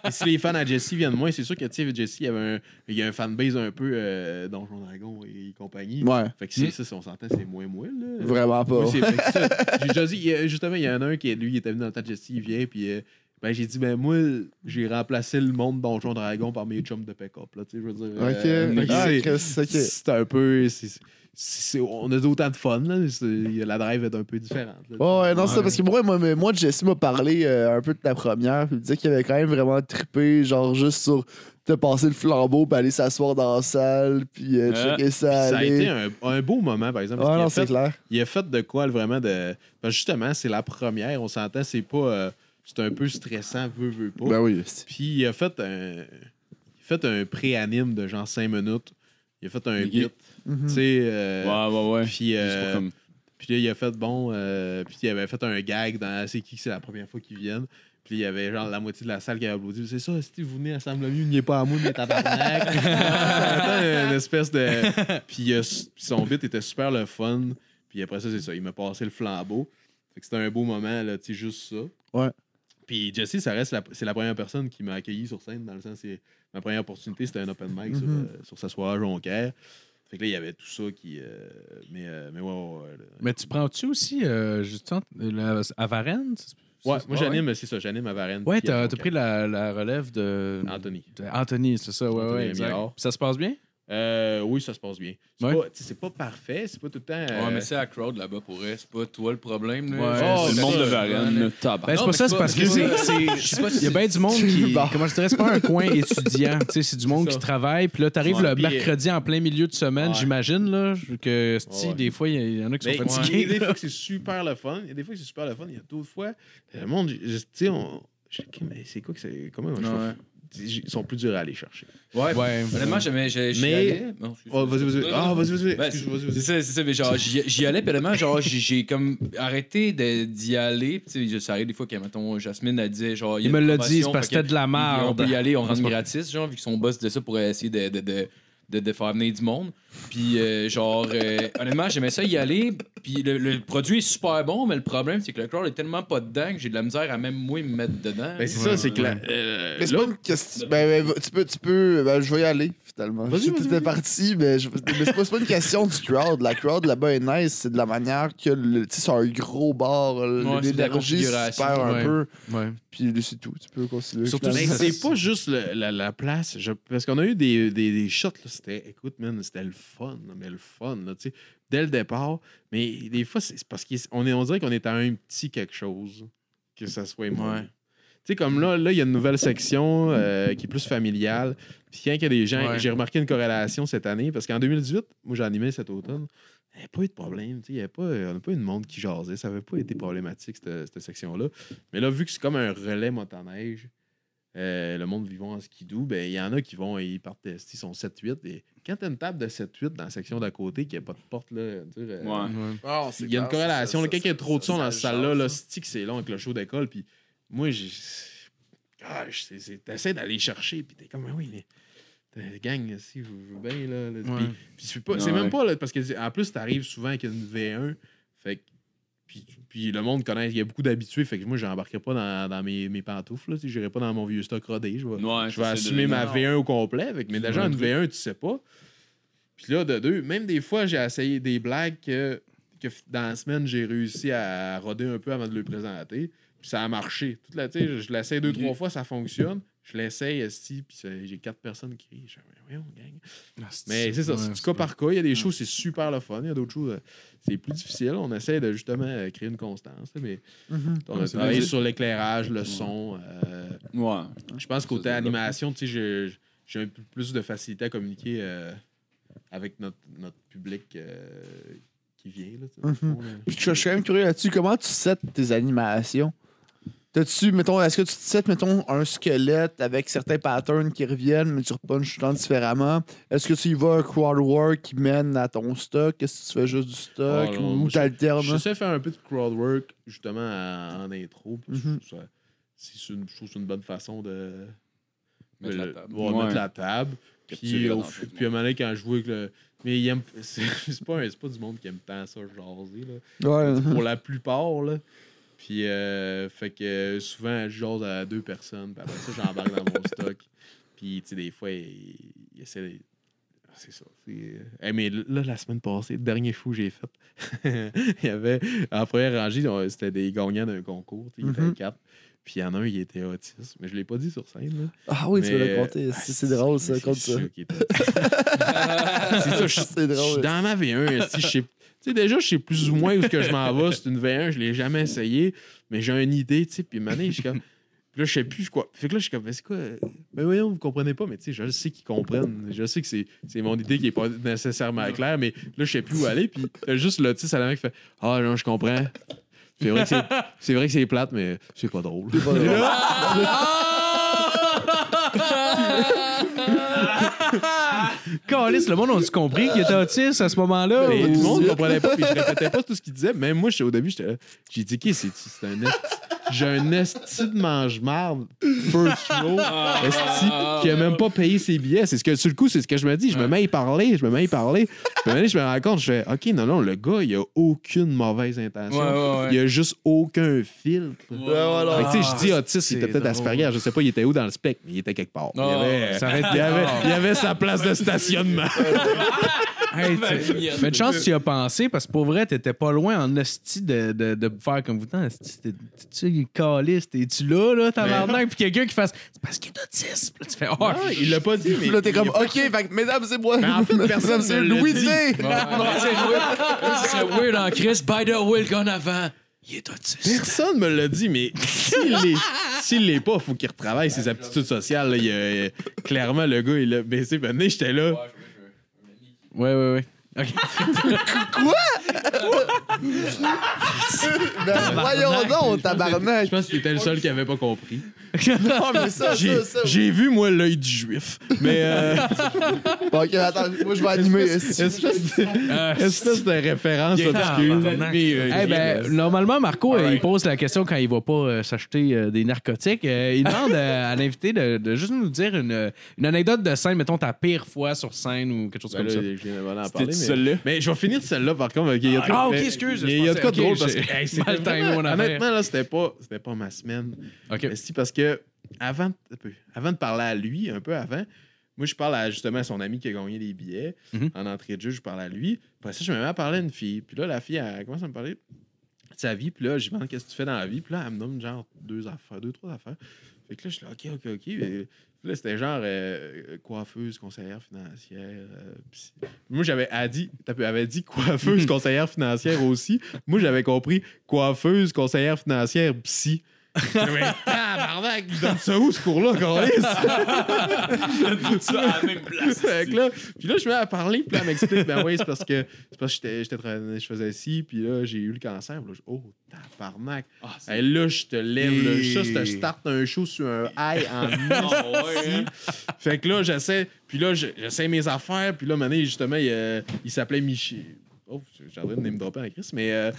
Et si les fans à Jesse viennent moins, c'est sûr que tu sais, Jesse, il y avait un, il y a un fanbase un peu euh, Donjon Dragon et compagnie. Ouais, Mm. Fait que c'est ça, si on s'entend, c'est moins moi, là. vraiment pas. Moi, c'est fait que ça. J'ai déjà dit, il y a- justement, il y en a un qui, lui, il était venu dans le temps de Jesse, il vient, puis euh, ben, j'ai dit, ben moi, j'ai remplacé le monde Donjon Dragon par mes chums de pick-up, là, tu sais, je veux dire. euh, fait Ok, que ah, c'est- Chris, ok. c'est un peu. c'est- c'est- on a autant de fun, là. c'est- La drive est un peu différente. là. Ouais, ouais, non, c'est ça, parce que moi, moi, mais moi Jesse m'a parlé euh, un peu de la première, puis il me disait qu'il avait quand même vraiment trippé, genre juste sur te passer le flambeau, puis aller s'asseoir dans la salle, puis euh, Ah, checker Puis ça ça a été aller. un, un beau moment, par exemple. parce qu'il a Ouais, Ah, non, c'est fait- clair. Il a fait de quoi, là, vraiment, de. parce que justement, c'est la première, on s'entend, c'est pas. euh, c'est un peu stressant, veut, veut pas. Ben oui, Puis il a fait un. Il a fait un pré-anime de genre 5 minutes. Il a fait un Ok. guide. Tu Mhm. sais. euh, Ouais, ouais, ouais. Puis. Juste pour euh, comme- puis là, il a fait bon. euh, puis il avait fait un gag dans Ah, C'est qui que c'est la première fois qu'ils viennent. Puis il y avait genre la moitié de la salle qui avait applaudi. C'est ça, si vous venez à Sam Lemieux, n'y est pas à moi, mais tabarnak. une espèce de. <laughs> Puis euh, s- son beat était super le fun. Puis après ça, c'est ça. Il m'a passé le flambeau. Fait que c'était un beau moment, là, tu sais, juste ça. Ouais. Puis Jesse, ça reste la, c'est la première personne qui m'a accueilli sur scène, dans le sens, c'est ma première opportunité, c'était un open mic sur, Mhm. euh, sur sa soirée à Jonquière. Fait que là, il y avait tout ça qui. euh, mais, euh, mais ouais, ouais, ouais, là. Mais tu prends-tu aussi, euh, justement, la- à Varennes? Ouais, moi j'anime, c'est ça, j'anime à Varennes. Ouais, puis à t'as t'as Jonquière. pris la, la relève de Anthony. de Anthony, c'est ça, ouais, Anthony ouais. exact. Amiard. Ça se passe bien? Euh, oui, ça se passe bien. C'est Ouais. pas, tu sais, c'est pas parfait, c'est pas tout le temps. Ouais, euh, mais c'est à crowd là-bas pour elle. C'est pas toi le problème. ben là. Ouais. C'est Oh, C'est ça, le monde de euh, Varennes, le tabac. Ben, c'est Non, pas mais ça, c'est c'est pas- parce que c'est c'est. pas- c'est- Je sais pas si Il y a bien du monde <laughs> qui. Comment je dirais, c'est pas un coin étudiant. Tu sais, c'est du monde C'est qui ça. travaille. Puis là, t'arrives Ouais, le puis, euh, mercredi en plein milieu de semaine, ouais. j'imagine, là, que si, Ouais. des fois, il y, en a qui Mais sont ben, il y a fatigués. des fois que c'est super le fun. Il y a des fois que c'est super le fun. Il y a d'autres fois. Le monde, je- je- tu sais, on. je- mais c'est quoi que c'est. Comment je Ouais. Ils sont plus durs à aller chercher. Ouais. Ouais. Honnêtement, j'aimais. j'ai- j'y Mais- allais. Bon, excuse- Oh, vas-y, vas-y. Non, Ah, non. vas-y, vas-y. Ben, Excuse, vas-y, C'est vas-y. ça, c'est ça, mais genre, j'y j'y allais, puis vraiment, genre, j'ai- j'ai comme arrêté de- d'y aller. Tu sais, ça arrive des fois que, mettons, Jasmine, elle disait, genre, y a Ils me une l'ont dit, promotion, c'est parce que fait c'était de la On merde. peut y aller, on rentre Transport. gratis, genre, vu que son boss de ça pour essayer de, de, de, de- de faire venir du monde. Puis, euh, genre, euh, honnêtement, j'aimais ça y aller. Puis, le, le produit est super bon, mais le problème, c'est que le crowd est tellement pas dedans que j'ai de la misère à même moi me mettre dedans. Ben, c'est ça, c'est que la- euh, Mais c'est là, pas une question. Ben, ben, tu peux, tu peux. Ben, je vais y aller, finalement. Vas-y, Je- vas-y, T'étais vas-y. parti, mais, je- mais c'est pas, c'est pas une question du crowd. La crowd là-bas est nice. C'est de la manière que. le- Tu sais, c'est un gros bar. Ouais, c'est de la L'énergie se configuration, perd un ouais. peu. Ouais. Puis c'est tout. Tu peux continuer. Surtout Mais finalement. Ben, c'est pas juste le- la, la place. Je- parce qu'on a eu des, des, des shots. là, C'était, écoute, man, c'était le fun. là, Mais le fun, là, tu sais, dès le départ. Mais des fois, c'est c'est parce qu'on est, on dirait qu'on est à un petit quelque chose. Que ça soit moi. Ouais. Tu sais, comme là, là, il y a une nouvelle section euh, qui est plus familiale. Puis quand il y a des gens, Ouais. j'ai remarqué une corrélation cette année, parce qu'en 2018, moi j'animais cet automne, il n'y avait pas eu de problème. tu sais, Il y avait pas, on n'a pas eu de monde qui jasait. Ça n'avait pas été problématique, cette, cette section-là. Mais là, vu que c'est comme un relais motoneige, euh, le monde vivant en skidoo, ben, il y en a qui vont et ils partent, euh, ils sont 7-8. Et quand tu as une table de 7-8 dans la section d'à côté, qu'il n'y a pas de porte, là, tu sais, euh, Ouais. Non, c'est il y a une clair, corrélation. ça, là, ça, quand il y a ça, trop de ça, son dans ça cette salle-là, jase, là, ça. c'est que c'est long avec le show d'école. Puis moi, j'ai. Gosh, c'est- c'est- t'essaies d'aller chercher. Puis t'es comme, Ah oui, mais. euh, Gang, si je veux bien, là. là. Ouais. Puis, puis je suis pas- c'est Ouais. même pas, là, parce que en plus, t'arrives souvent avec une V1. Fait que- puis, puis le monde connaît, il y a beaucoup d'habitués. Fait que moi, j'embarquerai pas dans, dans mes, mes pantoufles. là, tu sais, J'irai pas dans mon vieux stock rodé. Je vais, Ouais, je vais ça, c'est assumer de- ma Non. V1 au complet. Avec, mais C'est déjà, un une truc. V1, tu sais pas. Puis là, de deux, même des fois, j'ai essayé des blagues que, que f- dans la semaine, j'ai réussi à roder un peu avant de le présenter. Puis ça a marché. Toute la, tu sais, je je l'essaye Mhm. deux, trois fois, ça fonctionne. Je l'essaye, esti, puis ça- j'ai quatre personnes qui rient. Je fais, Voyons, gang. Mais c'est ça, Ouais, c'est du cas par cas. Il y a des choses, c'est super le fun. Il y a d'autres choses, euh, c'est plus difficile. On essaie de justement euh, créer une constance. là, Mais Mm-hmm. on a c'est travaillé vrai. sur l'éclairage, le son. euh, Ouais. je pense Ça, côté ça se développe. animation, tu sais, je- j'ai un peu plus de facilité à communiquer euh, avec notre, notre public euh, qui vient. Là, tu sais, Mhm. Mm-hmm. au fond, là. Puis je je suis quand même curieux là-dessus. Comment tu sets tes animations? T'as-tu, mettons, est-ce que tu te sets, mettons, un squelette avec certains patterns qui reviennent, mais tu repunches tout le temps différemment? Est-ce que tu y vas un crowd work qui mène à ton stock? Est-ce que tu fais juste du stock Oh non, ou moi, t'alternes? Je sais faire un peu de crowd work, justement, à- en intro. puis je- Mhm. ça- c'est une- je trouve que c'est une bonne façon de Mettre de- la table. ouais, Ouais. mettre la table. Capturer Puis, au, l'enjeu du puis à un moment donné, quand je vois que le. Mais ils aiment- <laughs> c'est c'est pas, un- c'est pas du monde qui aime tant ça, jaser. Là. Ouais. <laughs> pour <laughs> la plupart. Là. Puis, euh, fait que euh, souvent, je jase à deux personnes. Puis après ça, j'embarque dans <laughs> mon stock. Puis, tu sais, des fois, il, il essaie de. Ah, C'est ça. c'est, euh, hey, mais là, la semaine passée, le dernier fou que j'ai fait, <laughs> il y avait. En première rangée, on- c'était des gagnants d'un concours. tu sais, Il était Mhm. quatre. Puis, il y en a un, il était autiste. Mais je l'ai pas dit sur scène. Là. Ah oui, tu Mais- veux le compter. Ah, C'est, c'est drôle, ça, mais c'est compte ça. sûr qu'il était autiste. c'est <laughs> ça, je C'est je suis drôle. dans ma V1. si je sais- Tu sais, déjà, je sais plus ou moins où ce que je m'en vais. C'est une V1, je l'ai jamais essayé, mais j'ai une idée, tu sais. Puis maintenant, je suis comme. Puis là, je sais plus quoi. Fait que là, je suis comme, mais c'est quoi. Mais voyons, vous comprenez pas, mais tu sais, je le sais qu'ils comprennent. Je sais que c'est c'est mon idée qui est pas nécessairement claire, mais là, je sais plus où aller. Puis t'as juste là, tu sais, ça la mec qui fait Ah, non, je comprends. C'est vrai que c'est- c'est vrai que c'est plate, mais c'est pas drôle. C'est pas drôle. <laughs> <laughs> Calice, le monde a-tu compris qu'il était autiste à ce moment-là? Et ou- Ah, tout le monde comprenait pas, puis je répétais pas tout ce qu'il disait. Même moi, j'étais- au début, j'étais là. J'ai dit, OK, c'est c'est un esti. J'ai un esti de mange-marde, first row, esti, qui a même pas payé ses billets. C'est ce que, sur le coup, c'est ce que je me dis. Je me mets à y parler, je me mets à y parler. Puis à un moment donné, je me rends compte, je fais, OK, non, non, le gars, il a aucune mauvaise intention. Il a juste aucun filtre. Ouais, voilà. Fait que, tu sais, je dis autiste, c'est il était peut-être drôle. Asperger, je sais pas, il était où dans le spectre, mais il était quelque part. Il y avait, Ça aurait été- il y avait, il y avait sa place de stationnement. Hey, tu- mais de chance que tu y as pensé, parce que pour vrai, t'étais pas loin en hostie de, de, de faire comme vous. Tant, hostie, t'es- T'es-tu caliste? T'es-tu là, là, tabarnak? Puis quelqu'un qui fasse « C'est parce qu'il est autiste! » Puis là, tu fais <laughs> « Oh, Ah, il l'a pas dit, mais. Puis là, t'es il a comme, OK, fait que mesdames et moi, Mais en fait, mesdames personne et ne l'a Louis dit. D. C'est Ah, weird en Chris. By the way, le gars en avant, il est autiste. Personne me l'a dit, mais s'il l'est, s'il l'est pas, faut qu'il retravaille ses aptitudes sociales. là. Il y a- il y a- clairement, le gars, il a baissé. Ben, né, j'étais là. Ouais, ouais, ouais. OK. <laughs> Ah, Ben, voyons donc, Je tabarnak. pense qu'il était le seul qui avait pas compris. Non, mais ça, J'ai ça, ça. j'ai vu, moi, l'œil du juif. Mais, euh, Bon, OK, attends, moi, je vais animer. esti. espèce de, espèce de référence Il était en obscure. tabarnak. Mais, euh, Eh ben, normalement, Marco, euh, il pose la question quand il va pas euh, s'acheter euh, des narcotiques. Euh, il demande euh, à l'invité de, de juste nous dire une, une anecdote de scène, mettons ta pire fois sur scène ou quelque chose ben comme là, ça. je viens d'en parler, C'était mais- celui-là. Mais je vais finir celle-là par contre. ok, il y a de quoi- Ah, ok, mais- excuse, Il y a de je quoi de pensais- drôle ok, parce que. j'ai- Hey, c'était mal timé mon vraiment- affaire. Honnêtement, là, c'était pas, c'était pas ma semaine. OK. Mais si, parce que avant, un peu, avant de parler à lui, un peu avant, moi, je parle à justement à son ami qui a gagné des billets. Mhm. En entrée de jeu, je parle à lui. Après ça, je me mets à parler à une fille. Puis là, la fille, elle commence à me parler de sa vie. Puis là, je lui demande qu'est-ce que tu fais dans la vie. Puis là, elle me nomme genre deux affaires, deux, trois affaires. Fait que là, je suis là, OK, OK, OK. Puis là, c'était genre euh, coiffeuse, conseillère financière. euh, psy. Moi, j'avais elle dit, t'as peu, elle avait dit coiffeuse, <laughs> conseillère financière aussi. Moi, j'avais compris coiffeuse, conseillère financière, psy. J'étais, Mais tabarnak, il donne ça où ce cours-là, Carlis? Fait que là, puis là, je me mets à parler, puis là, elle m'explique, ben oui, c'est parce que, c'est parce que j'étais, j'étais tra- je faisais ci, puis là, j'ai eu le cancer. Puis là, je- oh, tabarnak. Hey, là, je te lève, là. Ça, c'est- je starte un show sur un high en esti. Fait que là, j'essaie, puis là, je- j'essaie mes affaires, puis là, mané, justement, il, euh, il s'appelait Michi. Oh, j'ai envie de me dropper en crise, mais euh,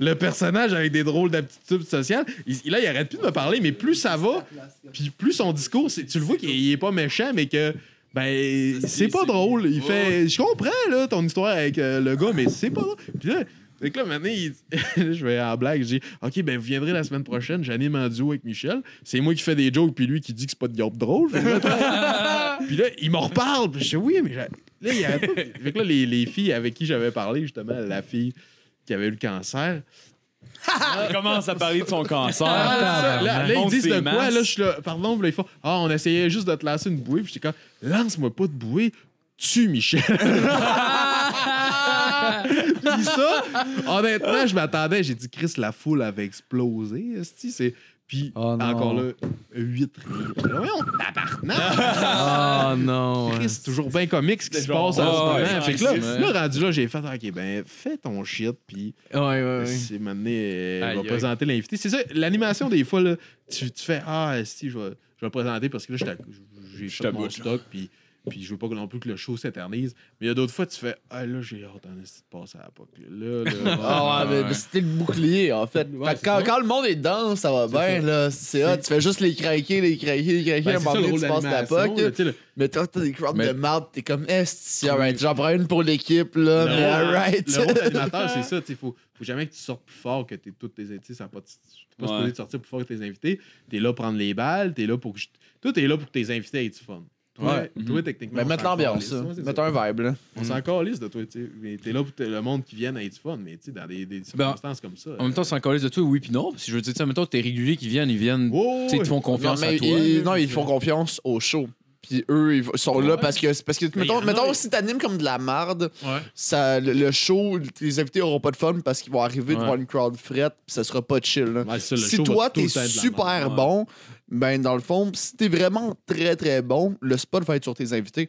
le personnage avec des drôles d'aptitudes sociales, il- là, il arrête plus de me parler, mais plus ça va, puis plus son discours, c'est, tu le vois qu'il il est pas méchant, mais que. Ben, c'est Oh. pas drôle. Il fait. Je comprends, là, ton histoire avec euh, le gars, mais c'est pas drôle. Puis là, fait que là, maintenant, <laughs> il- je vais en blague. Je dis Ok, ben, vous viendrez la semaine prochaine, j'anime en duo avec Michel. C'est moi qui fais des jokes, puis lui qui dit que c'est pas de joke drôle. Fait que là, puis là, il m'en reparle. Puis je dis oui, mais j'a- là, il arrête pas. Fait que là, les, les filles avec qui j'avais parlé, justement, la fille qui avait eu le cancer. Il commence à parler de son cancer. Ah, là, Ah, là, ils Montre disent ses de quoi? masses. Là, je suis là, pardon, puis là, ils font Ah, on essayait juste de te lancer une bouée. Puis j'étais comme Lance-moi pas de bouée, tue Michel. <laughs> Puis ça, honnêtement, je m'attendais. J'ai dit Chris, la foule avait explosé. esti, c'est- Puis Oh non. encore là, 8 rires. Voyons, tabarnak! Ah non. Chris, C'est toujours bien comique ce qui se passe en ouais, ce moment. ouais, Fait que là, ouais. là, rendu là, j'ai fait, OK, ben, fais ton shit, puis Ouais, ouais, ouais. c'est m'amener, Ah Aïe, je aïe. vais présenter l'invité. C'est ça, l'animation, des fois, là, tu, tu fais, ah, si, je vais, je vais le présenter parce que là, je t'ac- j'ai Je fait mon t'aboute, là. stock, puis, puis je veux pas non plus que le show s'éternise. Mais il y a d'autres fois, tu fais, ah, là, j'ai hâte, en esti de passer à la POC. Là, là, <laughs> Ah ouais, mais- mais c'était le bouclier, en fait. Fait que c'est quand, ça. quand le monde est dedans, ça va bien, là. C'est hot. Tu fais juste les craquer, les craquer, les craquer. Ben, à un c'est moment ça le donné, rôle tu de passes ta l'animation, POC. là, tu sais, le- Mais quand t'as des crowds Mais- de marde, t'es comme, est alright, j'en prends une pour l'équipe, là. Le mais rôle- alright. Le rôle d'animateur, c'est ça. Il faut, faut jamais que tu sortes plus fort que t'es, toutes tes invités. Ça va pas, tu t'es pas Ouais. supposé de sortir plus fort que tes invités. T'es là pour prendre les balles. T'es là pour que je- Toi, t'es là pour que tes invités aient du fun. Toi, Ouais. toi techniquement. <laughs> Mais on Ben, mettre s'en l'ambiance, calisse. ça. Ouais, c'est Mettre ça. un vibe, là. On s'en calisse de toi. tu sais. Mais T'es là pour que le monde qui vienne ait du fun. Mais tu sais, dans des, des circonstances comme ça. euh, En même temps, c'est encore de toi, oui, puis non. Si je veux dire, tu sais, en même temps, t'es régulier qui viennent, ils viennent. Oh, tu sais, ils te font Non, confiance mais à toi. ils, non, ils font confiance au show. Puis eux, ils sont là parce que, c'est parce que y en mettons, a, mettons ils- si t'animes comme de la marde, Ouais. ça, le, le show, les invités auront pas de fun parce qu'ils vont arriver devant une crowd frette, puis ça sera pas chill. là. Ouais, c'est ça, le si show va toi, tout t'es le temps être de la super merde. bon, ben dans le fond, si t'es vraiment très très bon, le spot va être sur tes invités.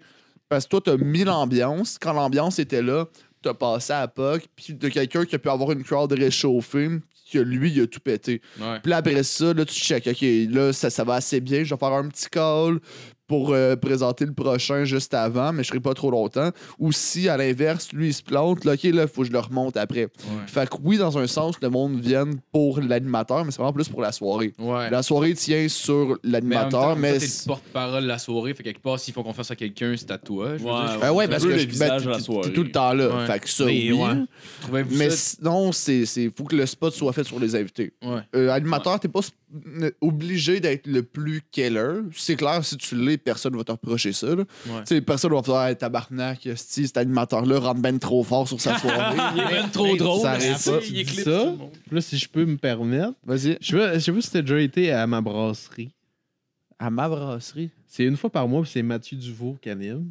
Parce que toi, t'as mis l'ambiance. Quand l'ambiance était là, t'as passé à POC, puis de quelqu'un qui a pu avoir une crowd réchauffée, que lui, il a tout pété. Ouais. Puis là, après ça, là, tu check, OK, là, ça, ça va assez bien. Je vais faire un petit call pour euh, présenter le prochain juste avant, mais je serai pas trop longtemps. Ou si, à l'inverse, lui, il se plante, là, OK, là, faut que je le remonte après. Fait que oui, dans un sens, le monde vient pour l'animateur, mais c'est vraiment plus pour la soirée. Ouais. La soirée tient sur Mais en même temps, l'animateur, mais... toi, t'es le porte-parole de la soirée, fait quelque part, s'ils font confiance à quelqu'un, c'est à toi. Je veux Ouais. dire, Ben ouais, Un parce peu que le je- ben, visage à la t'es- t'es soirée. tout le temps là. Ouais. Fait que ça, Mais oui. ouais. Trouvez-vous Mais ça- sinon, c'est c'est- faut que le spot soit fait sur les invités. Ouais. Euh, animateur, t'es pas s- n- obligé d'être le plus keller. C'est clair, si tu l'es, personne va te reprocher ça. là. Tu sais, Personne va faire hey, tabarnak, si cet animateur-là rentre ben trop fort sur <laughs> sa soirée. Il est même trop drôle. ça arrive asti, pas. il Dis éclipse tout ça. le monde. Puis Là, si je peux me permettre. Vas-y. Je sais pas- je sais pas si t'as déjà été à ma brasserie. À ma brasserie. C'est une fois par mois, puis c'est Mathieu Duvaux qui anime.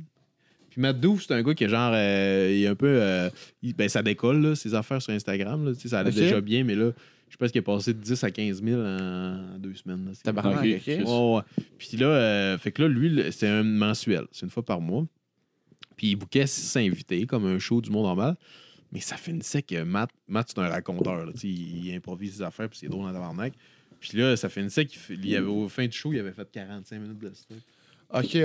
Puis Matt Douf, c'est un gars qui est genre. euh, il est un peu. euh, il- ben, ça décolle, là, ses affaires sur Instagram. Là, Tu sais, ça allait Ok. déjà bien, mais là, je pense qu'il est passé de 10 à 15 000 en, en deux semaines. là. C'est- Tabarnak, Ouais, ok. ouais, ouais. Puis là, euh, fait que là, lui, le- c'est un mensuel. C'est une fois par mois. Puis il bouquait six invités, comme un show du monde normal. Mais ça finissait que euh, Matt, Matt c'est un raconteur. là. Tu sais, il, il improvise ses affaires, puis c'est drôle en tabarnak. Puis là, ça finissait qu'il f- il y avait, au fin du show, il avait fait 45 minutes de stock. Ok, ouais, Comprends-tu? ouais,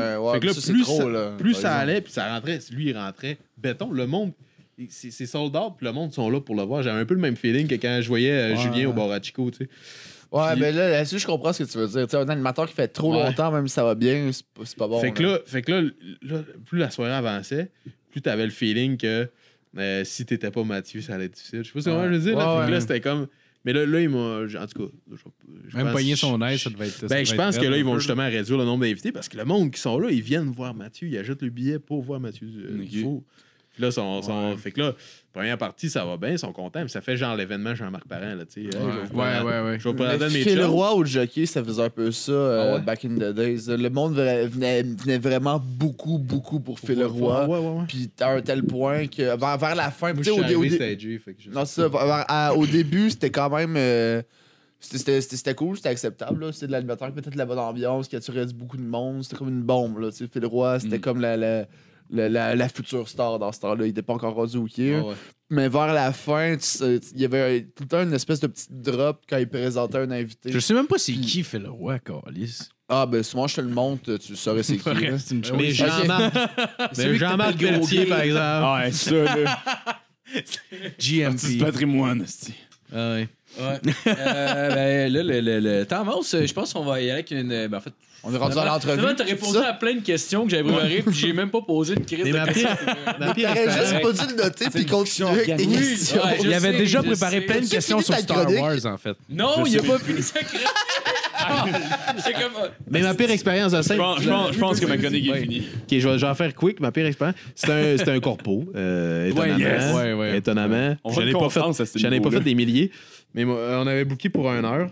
ouais. Fait que là, ça, c'est plus trop, ça- là, Plus par ça exemple. allait, puis ça rentrait. Lui, il rentrait. Béton, le monde, il- c'est c'est sold out, puis le monde sont là pour le voir. J'avais un peu le même feeling que quand je voyais euh, Ouais. Julien au bar à Chico, tu sais. Ouais, Puis- mais là, là-dessus, je comprends ce que tu veux dire. Tu sais, un animateur qui fait trop Ouais. longtemps, même si ça va bien, c'est pas, c'est pas bon. fait, que là, fait que là, là, plus la soirée avançait, plus t'avais le feeling que euh, si t'étais pas Mathieu, ça allait être difficile. Je sais pas si comment je veux dire. là. Ouais, Fait que là, ouais. c'était comme. Mais là, là, ils m'ont. En tout cas, je- je Même pense- pogner son aise, je- ça devait être. ça Ben, devait je être pense que raide là, un ils vont peu, justement réduire le nombre d'invités parce que le monde qui sont là, ils viennent voir Mathieu, ils achètent le billet pour voir Mathieu euh, Ok. Dufault. Puis là, son, son- fait que là, première partie, ça va bien, ils sont contents, mais ça fait genre l'événement Jean-Marc Parent, là, tu sais. Hey, je vais vous Ouais, prendre- ouais, ouais. Je vais vous Mais prendre mes Phil chums. Roy au jockey, ça faisait un peu ça euh, Ah ouais? back in the days. Le monde vra- venait, venait vraiment beaucoup, beaucoup pour Phil Roy. Ouais, ouais, ouais. Puis à un tel point que vers, vers la fin, Moi, tu je sais, suis au, dé- au arrivé dé- stagé, fait que je- non, c'est ça, vers- à- au début, c'était quand même. euh, c'était- c'était c'était- c'était cool, c'était acceptable. là. C'était de l'animateur, peut-être de la bonne ambiance, qui attirait beaucoup de monde. C'était comme une bombe. Là, tu sais, Phil Roy, c'était Mm. comme la, la, la, la- la future star dans ce temps-là. Il n'était pas encore rendu au Ouais, Kier. ouais. Mais vers la fin, tu sais, il y avait euh, tout le temps une espèce de petite drop quand il présentait un invité. Je sais même pas c'est qui fait le roi, Carlis. Ah, ben souvent je te le montre, tu saurais c'est qui. là. C'est une chose. Mais Jean-Marc. Mais Jean-Marc le gros Gaultier, pied. par <laughs> exemple. Ah, ouais, ça, là. Petit GMP. patrimoine, esti. Ah ouais. Ouais. Euh, ben, là, le, le, le temps avance. Je pense qu'on va y aller avec une. Ben, en fait, On est rendu à l'entrevue. Finalement, t'as répondu à plein de questions que j'avais préparées, puis j'ai même pas posé de crise Mais de ma questions. pire, ma pire T'aurais expérience- juste pas dû le noter puis continuer avec tes questions. Ouais, je Il avait sais, déjà je préparé sais. plein de As-tu questions fini sur ta Star chronique? Wars, en fait. Non, Je il a sais. pas fini sa <laughs> crise. Ah, C'est comme. euh, Mais ma pire expérience de Je scène. pense, je pense- je pense que ma chronique est finie. Ok, je vais, je vais en faire quick, ma pire expérience. C'était un, c'était un corpo, euh, étonnamment. Ouais, yes. Ouais, ouais. étonnamment. On J'en va ai le pas fait, confiance à ce j'en ai pas niveau-là. fait des milliers, mais moi, euh, on avait booké pour une heure.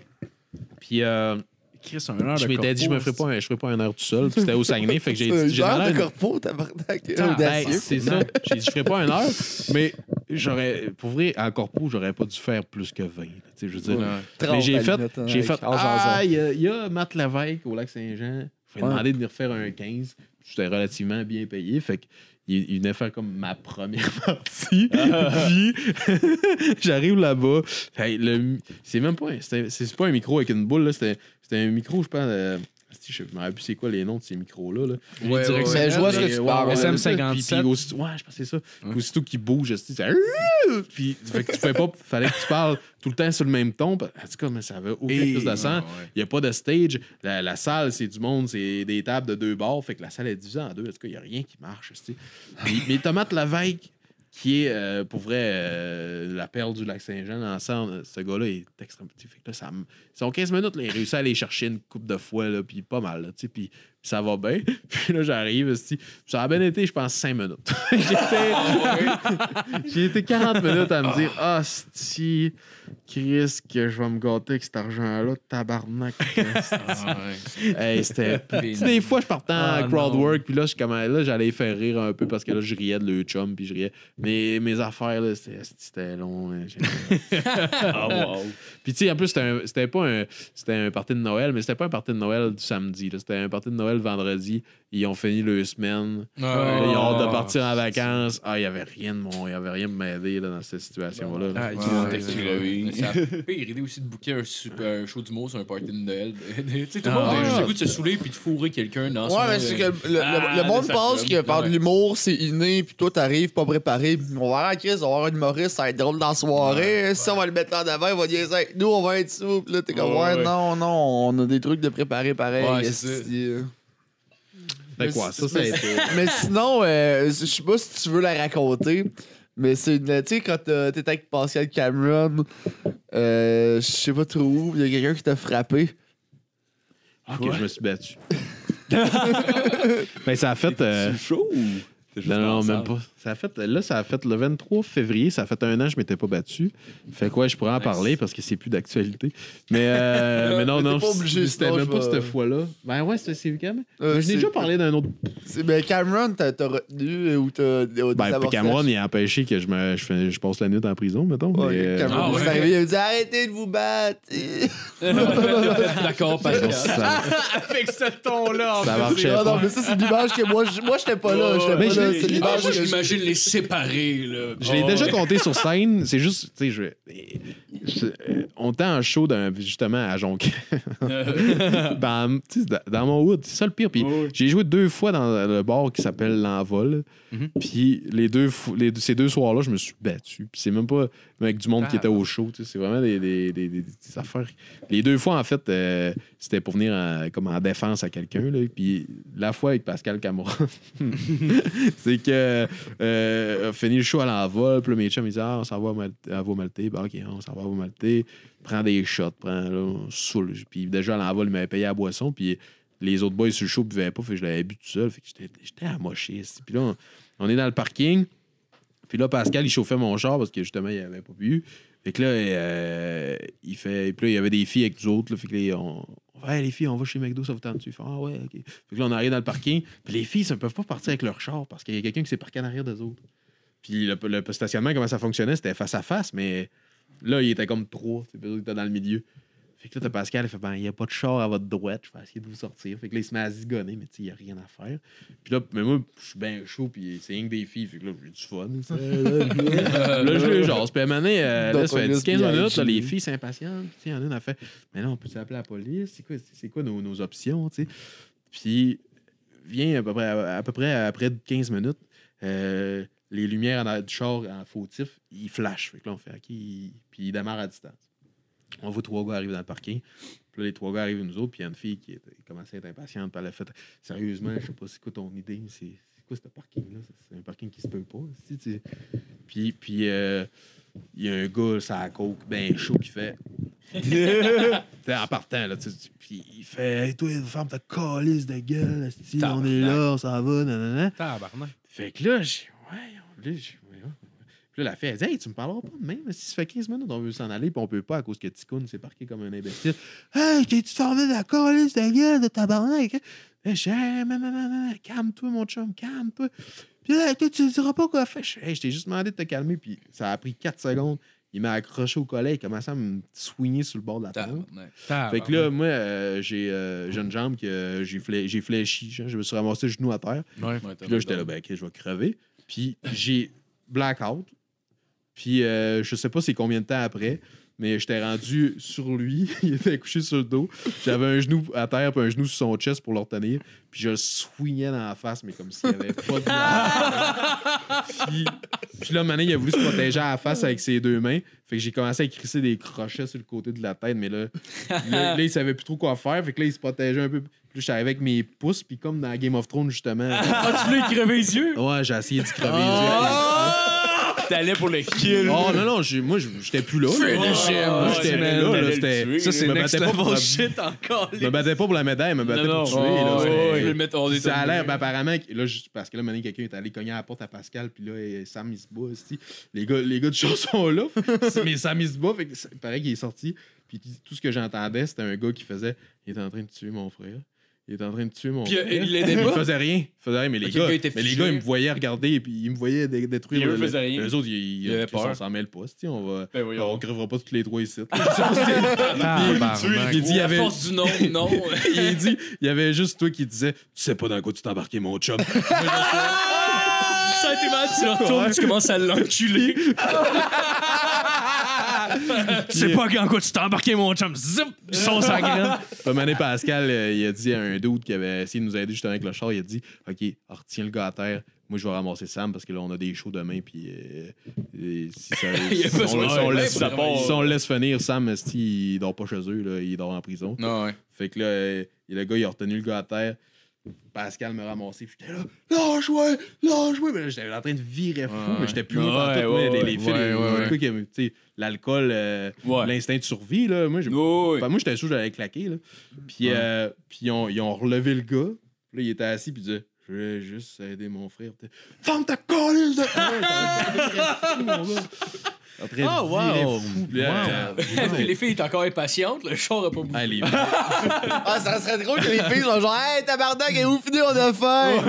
Puis euh, Chris, un heure je de m'étais dit, je me ferais pas, un- je ferais pas une heure tout seul. Puis c'était au Saguenay, fait que <laughs> j'ai dit, Une j'ai heure demandé à de une- corpo, tabarnak. Ben, audacieux. c'est ça. J'ai dit, je ferais pas une heure, mais j'aurais, pour vrai, en corpo, j'aurais pas dû faire plus que 20. là, tu sais, Je veux dire, Ouais. mais j'ai fait, j'ai fait, ah, Ah, il y, a- il y a Matt Lévesque au lac Saint-Jean. Je lui ai Ouais. demandé de venir faire un 15. J'étais relativement bien payé. Fait que il, il venait faire comme ma première <laughs> partie. Puis, <laughs> j'arrive là-bas. Fait que le- C'est même pas un, c'était- c'est pas un micro avec une boule. là, C'était c'était un micro, je pense. euh, asti, je me rappelle plus c'est quoi les noms de ces micros-là. là. Ouais, ouais. je vois ce que tu parles. Puis, puis SM57. aussitôt- ouais, je pense Hein? que c'est ça. Puis aussitôt qu'il bouge, asti, c'est- <laughs> puis fait que tu fais pas, fallait que tu parles tout le temps sur le même ton. En tout cas, mais ça avait aucun plus de sens. Il n'y a pas de stage. La, la salle, c'est du monde, c'est des tables de deux bords. Fait que la salle est divisée en deux. En tout cas, il n'y a rien qui marche. esti. Mais, mais Tomate Lavec, qui est euh, pour vrai euh, la perle du lac Saint-Jean, l'ensemble, ce gars-là est extrêmement petit. Fait que là, ça m- ils ont 15 minutes, là, il réussit à aller chercher une coupe de fois, là, puis pas mal. là, tu sais, puis, puis ça va bien. <laughs> Puis là, j'arrive. esti. Ça a bien été, je pense, 5 minutes. <laughs> J'étais- J'ai été 40 minutes à me dire Ah, si, Chris, que je vais me gâter avec cet argent-là, tabarnak. Hey, c'était. Tu sais, des fois, je partais en Ah, crowdwork, puis là, je, comme, là, j'allais faire rire un peu parce que là, je riais de le chum, puis je riais. Mais mes affaires, là, c'était, c'était long. hein. J'ai- Ah, wow. Puis, tu sais, en plus, c'était, un- c'était pas un, c'était un party de Noël, mais c'était pas un party de Noël du samedi. là. C'était un party de Noël vendredi. Ils ont fini leur semaine. Là, ils ont hâte de partir en vacances. Ah, il y avait rien de mon, il y avait rien de m'aider là, dans cette situation-là. là. Ah, Ouais, ils ont ouais, été c'est crevé. vrai. <laughs> Ça a pire idée aussi de booker un, super- un show du mot sur un party de Noël. <laughs> tu sais, tout le monde Ah, a juste ouais. le goût de se saouler puis de fourrer quelqu'un dans son... Ouais, mais c'est que le, le- Ah, le monde mais ça pense fume. que faire Ouais. de l'humour, c'est inné, puis toi, t'arrives pas préparé. puis On va avoir la crise, on va avoir une humoriste, ça va être drôle dans la soirée. Si on va le mettre en avant, il va dire Hey, nous, on va être sous. Puis là, t'es comme, ouais, Ouais, ouais. non, non, on a des trucs de préparer pareil. Ouais, c'est esti. ça. Fait quoi, ça, ça a été. <laughs> mais sinon, euh, je sais pas si tu veux la raconter, mais c'est une. Tu sais, quand t'as- t'étais avec Pascal Cameron, euh, je sais pas trop où, il y a quelqu'un qui t'a frappé. Ok, je me suis battu. Mais ça a fait. euh, C'est chaud ou t'es juste Non, dans non, la même salle? pas. Ça a fait, là, ça a fait le 23 février. Ça a fait un an que je m'étais pas battu. Fait quoi, je pourrais en parler parce que c'est plus d'actualité. Mais, <laughs> euh, mais non, Mais t'es non, pas obligé, c'était sinon même je pas vais- cette fois-là. Ben ouais, c'était c'est quand même. Euh, Mais je c'est- n'ai déjà parlé d'un autre. C'est- Ben, Cameron, t'as t'as retenu euh, ou t'as. Ben, Cameron, il a empêché que je, me, je, fais- je passe la nuit en prison, mettons. Oh, mais, euh, Cameron, Ah, c'est ouais. arrivé, il a dit arrêtez de vous battre. <laughs> D'accord, je pense Pascal. que <laughs> ça, Avec ce ton-là, <laughs> en ça plus. marchait Ah non, pas. mais ça, c'est l'image que moi, je- moi, j'étais pas là. J'étais Mais pas je là. l'ai- C'est je- Ah, l'image moi, que j'ai. j'imagine les séparer, là. Je l'ai Oh, déjà ouais. compté sur scène. C'est juste, tu sais, je, je- euh, on était en show d'un- justement à Jonquière. <laughs> dans, tu sais, dans- dans mon hood, c'est ça le pire. Puis j'ai joué deux fois dans le bar qui s'appelle L'Envol. Puis les deux, fo- les, deux- ces deux soirs-là, je me suis battu. Puis c'est même pas avec du monde qui était au show. tu sais, C'est vraiment des, des- des- des- des affaires. Les deux fois, en fait, euh, c'était pour venir en- comme en défense à quelqu'un. là. Puis la fois avec Pascal Cameron, <laughs> c'est que euh, on finit le show à l'envol, puis là, mes chums, ils disent ah, on s'en va à Mal- à Vaux-Maltais. Ben, OK, on s'en va à Vaux-Maltais. Prends des shots, prends, là, on se saoule. Puis déjà, à l'envol, ils m'avaient payé la boisson, puis les autres boys sur le show buvaient pas, fait que je l'avais bu tout seul, fait que j'étais- j'étais amoché. esti. Puis là, on, on est dans le parking, puis là, Pascal, il chauffait mon char parce que justement, il avait pas bu. Fait que là, euh, il fait. Puis là, il y avait des filles avec nous autres, là, fait que là, on. on va, Hey, les filles, on va chez McDo, ça vous tente-tu? Ils font, Ah ouais, ok. Fait que là, on arrive dans le parking. Puis les filles, ça, ne peuvent pas partir avec leur char parce qu'il y a quelqu'un qui s'est parqué en arrière d'eux autres. Puis le, le stationnement, comment ça fonctionnait, c'était face à face, mais là, il était comme trois. tu sais, puis Il était dans le milieu. Fait que là, t'as Pascal, il fait Ben, il n'y a pas de char à votre droite, je vais essayer de vous sortir. Fait que là, il se met à zigonner, mais tu sais, il n'y a rien à faire. Puis là, mais moi, je suis bien chaud, puis c'est rien que des filles. Fait que là, j'ai du fun. <laughs> tu sais. là, je le jase. Puis à un moment donné, euh, là, ça fait Donc, on 10-15 est minutes, là, obligé. les filles s'impatientent. Tu sais, il y en a une a fait Mais là, on peut s'appeler la police C'est quoi, c'est quoi nos, nos options, tu sais Puis vient à peu près, à peu près après 15 minutes, euh, les lumières en arrière du char en fautif, ils flashent. Fait que là, on fait OK, ils- puis ils démarrent à distance. On voit trois gars arriver dans le parking. Puis là, les trois gars arrivent, nous autres, puis il y a une fille qui était- commençait à être impatiente. Puis elle a fait Sérieusement, je sais pas c'est quoi ton idée, mais c'est c'est quoi ce parking-là C'est un parking qui se peut pas. si, tu sais. Puis, puis euh, il y a un gars, ça à coke, ben chaud, qui fait T'sais, en partant, là, tu sais, puis il fait Hey, toi, ferme ta calice de gueule, esti, on est là, on s'en va, nanana. Tabarnak. Fait que là, j'ai. Ouais, on- là, j'ai- ouais, ouais. Puis là, la fille, elle dit Hey, tu me parleras pas de même. Si ça fait 15 minutes, on veut s'en aller, puis on peut pas à cause que Ticoun s'est parqué comme un imbécile. Hey, t'es-tu formé d'accord, là, hein? Eh, c'est la gueule de tabarnak? Là, j'ai dit, Hey, man, man, man, man, calme-toi, mon chum, calme-toi. Puis là, toi, tu ne diras pas quoi faire. Je, hey, je t'ai juste demandé de te calmer. Puis ça a pris 4 secondes. Il m'a accroché au collet. Il commençait à me soigner sur le bord de la table. <laughs> Tabarnak. Fait que là, moi, euh, j'ai euh, j'ai une jambe que euh, j'ai flé- j'ai fléchi. genre, Je me suis ramassé le genou à terre. Ouais. Puis là, j'étais là, ben, ok, je vais crever. Puis j'ai blackout. Puis euh, je sais pas c'est combien de temps après, mais j'étais rendu sur lui. <laughs> Il était couché sur le dos. J'avais un genou à terre puis un genou sur son chest pour le retenir. Puis je le swingais dans la face, mais comme s'il n'y avait pas de blague. puis, puis là, maintenant, il a voulu se protéger à la face avec ses deux mains. Fait que j'ai commencé à crisser des crochets sur le côté de la tête, mais là, là, là, il savait plus trop quoi faire. Fait que là, il se protégeait un peu. Puis là, j'étais avec mes pouces, puis comme dans Game of Thrones, justement. Ah, tu voulais crever les yeux? Ouais, j'ai essayé de crever les yeux. T'allais pour le <laughs> kill. Oh non, non, j'ai- moi, j'étais plus là. Finish him, Moi, j'étais man. plus là, là. T'allais c'était- le tuer, Ça, c'est Je me next battais pas pour- level shit encore. Je me battais pas pour la médaille, je me battais Non, pour tuer. non. là, Oh, c'était- ouais. Je vais le mettre hors des Ça a tableaux. l'air, ben, apparemment, que- là, je- parce que là, maintenant, quelqu'un est allé cogner à la porte à Pascal, puis là, eh, Sam, il se bat, esti. les gars, les gars <laughs> du show sont là, C'est- mais Sam, il se bat, fait que c'est- pareil qu'il est sorti, puis il dit- tout ce que j'entendais, c'était un gars qui faisait « Il est en train de tuer mon frère, il est en train de tuer mon Puis, euh, frère. » il l'aidait Il pas? faisait rien, il faisait rien, mais les, Ok, le gars, gars était mais les figé. gars, ils me voyaient regarder, puis ils me voyaient dé- détruire. Puis eux le- le- faisaient rien. Les autres, ils, ils- Ils avaient Chris, on peur. s'en mêle pas, esti, on va... Ben On voyons. crèvera pas tous les <laughs> trois ici. Tabarnak. Il dit, il y À avait, force du nom, non. <laughs> il dit, il y avait juste toi qui disais, tu sais pas dans quoi tu t'es embarqué, mon chum. Sentiment, tu le retournes, tu commences à <laughs> l'enculer. Tu sais pas en quoi tu t'es embarqué, mon chum. Zip! Sauce à <laughs> graine. Comme année Pascal, euh, il a dit à un doute qui avait essayé de nous aider justement avec le char, il a dit, OK, alors, tiens le gars à terre. Moi, je vais ramasser Sam parce que là, on a des shows demain. Puis euh, et si ça- y a si pas on, de- si on ouais, laisse, ouais, ouais. si on laisse finir, Sam, esti, il dort pas chez eux, là, il dort en prison. Non, ouais. Fait que là, euh, le gars, il a retenu le gars à terre. Pascal me ramassé. Puis j'étais là, lâche-moi, lâche-moi. Mais là, j'étais en train de virer fou, mais j'étais plus là Ouais, partout. ouais, les, les fils, ouais, les- ouais, le ouais. gars qui aime, tu sais, l'alcool, euh, Ouais. l'instinct de survie, là. Moi, j'ai- Oui, Enfin, moi, j'étais sûr que j'allais claquer, là. Puis, euh, puis ils, ont, ils ont relevé le gars. Puis là, il était assis, puis il disait, je voulais juste aider mon frère. Puis, Ferme ta colise de. Ah, wow! les filles étaient encore impatientes, le char a pas bougé. Allez, Ah, ça serait drôle que les filles sont genre, hey, tabarnak, et où finit on a faim?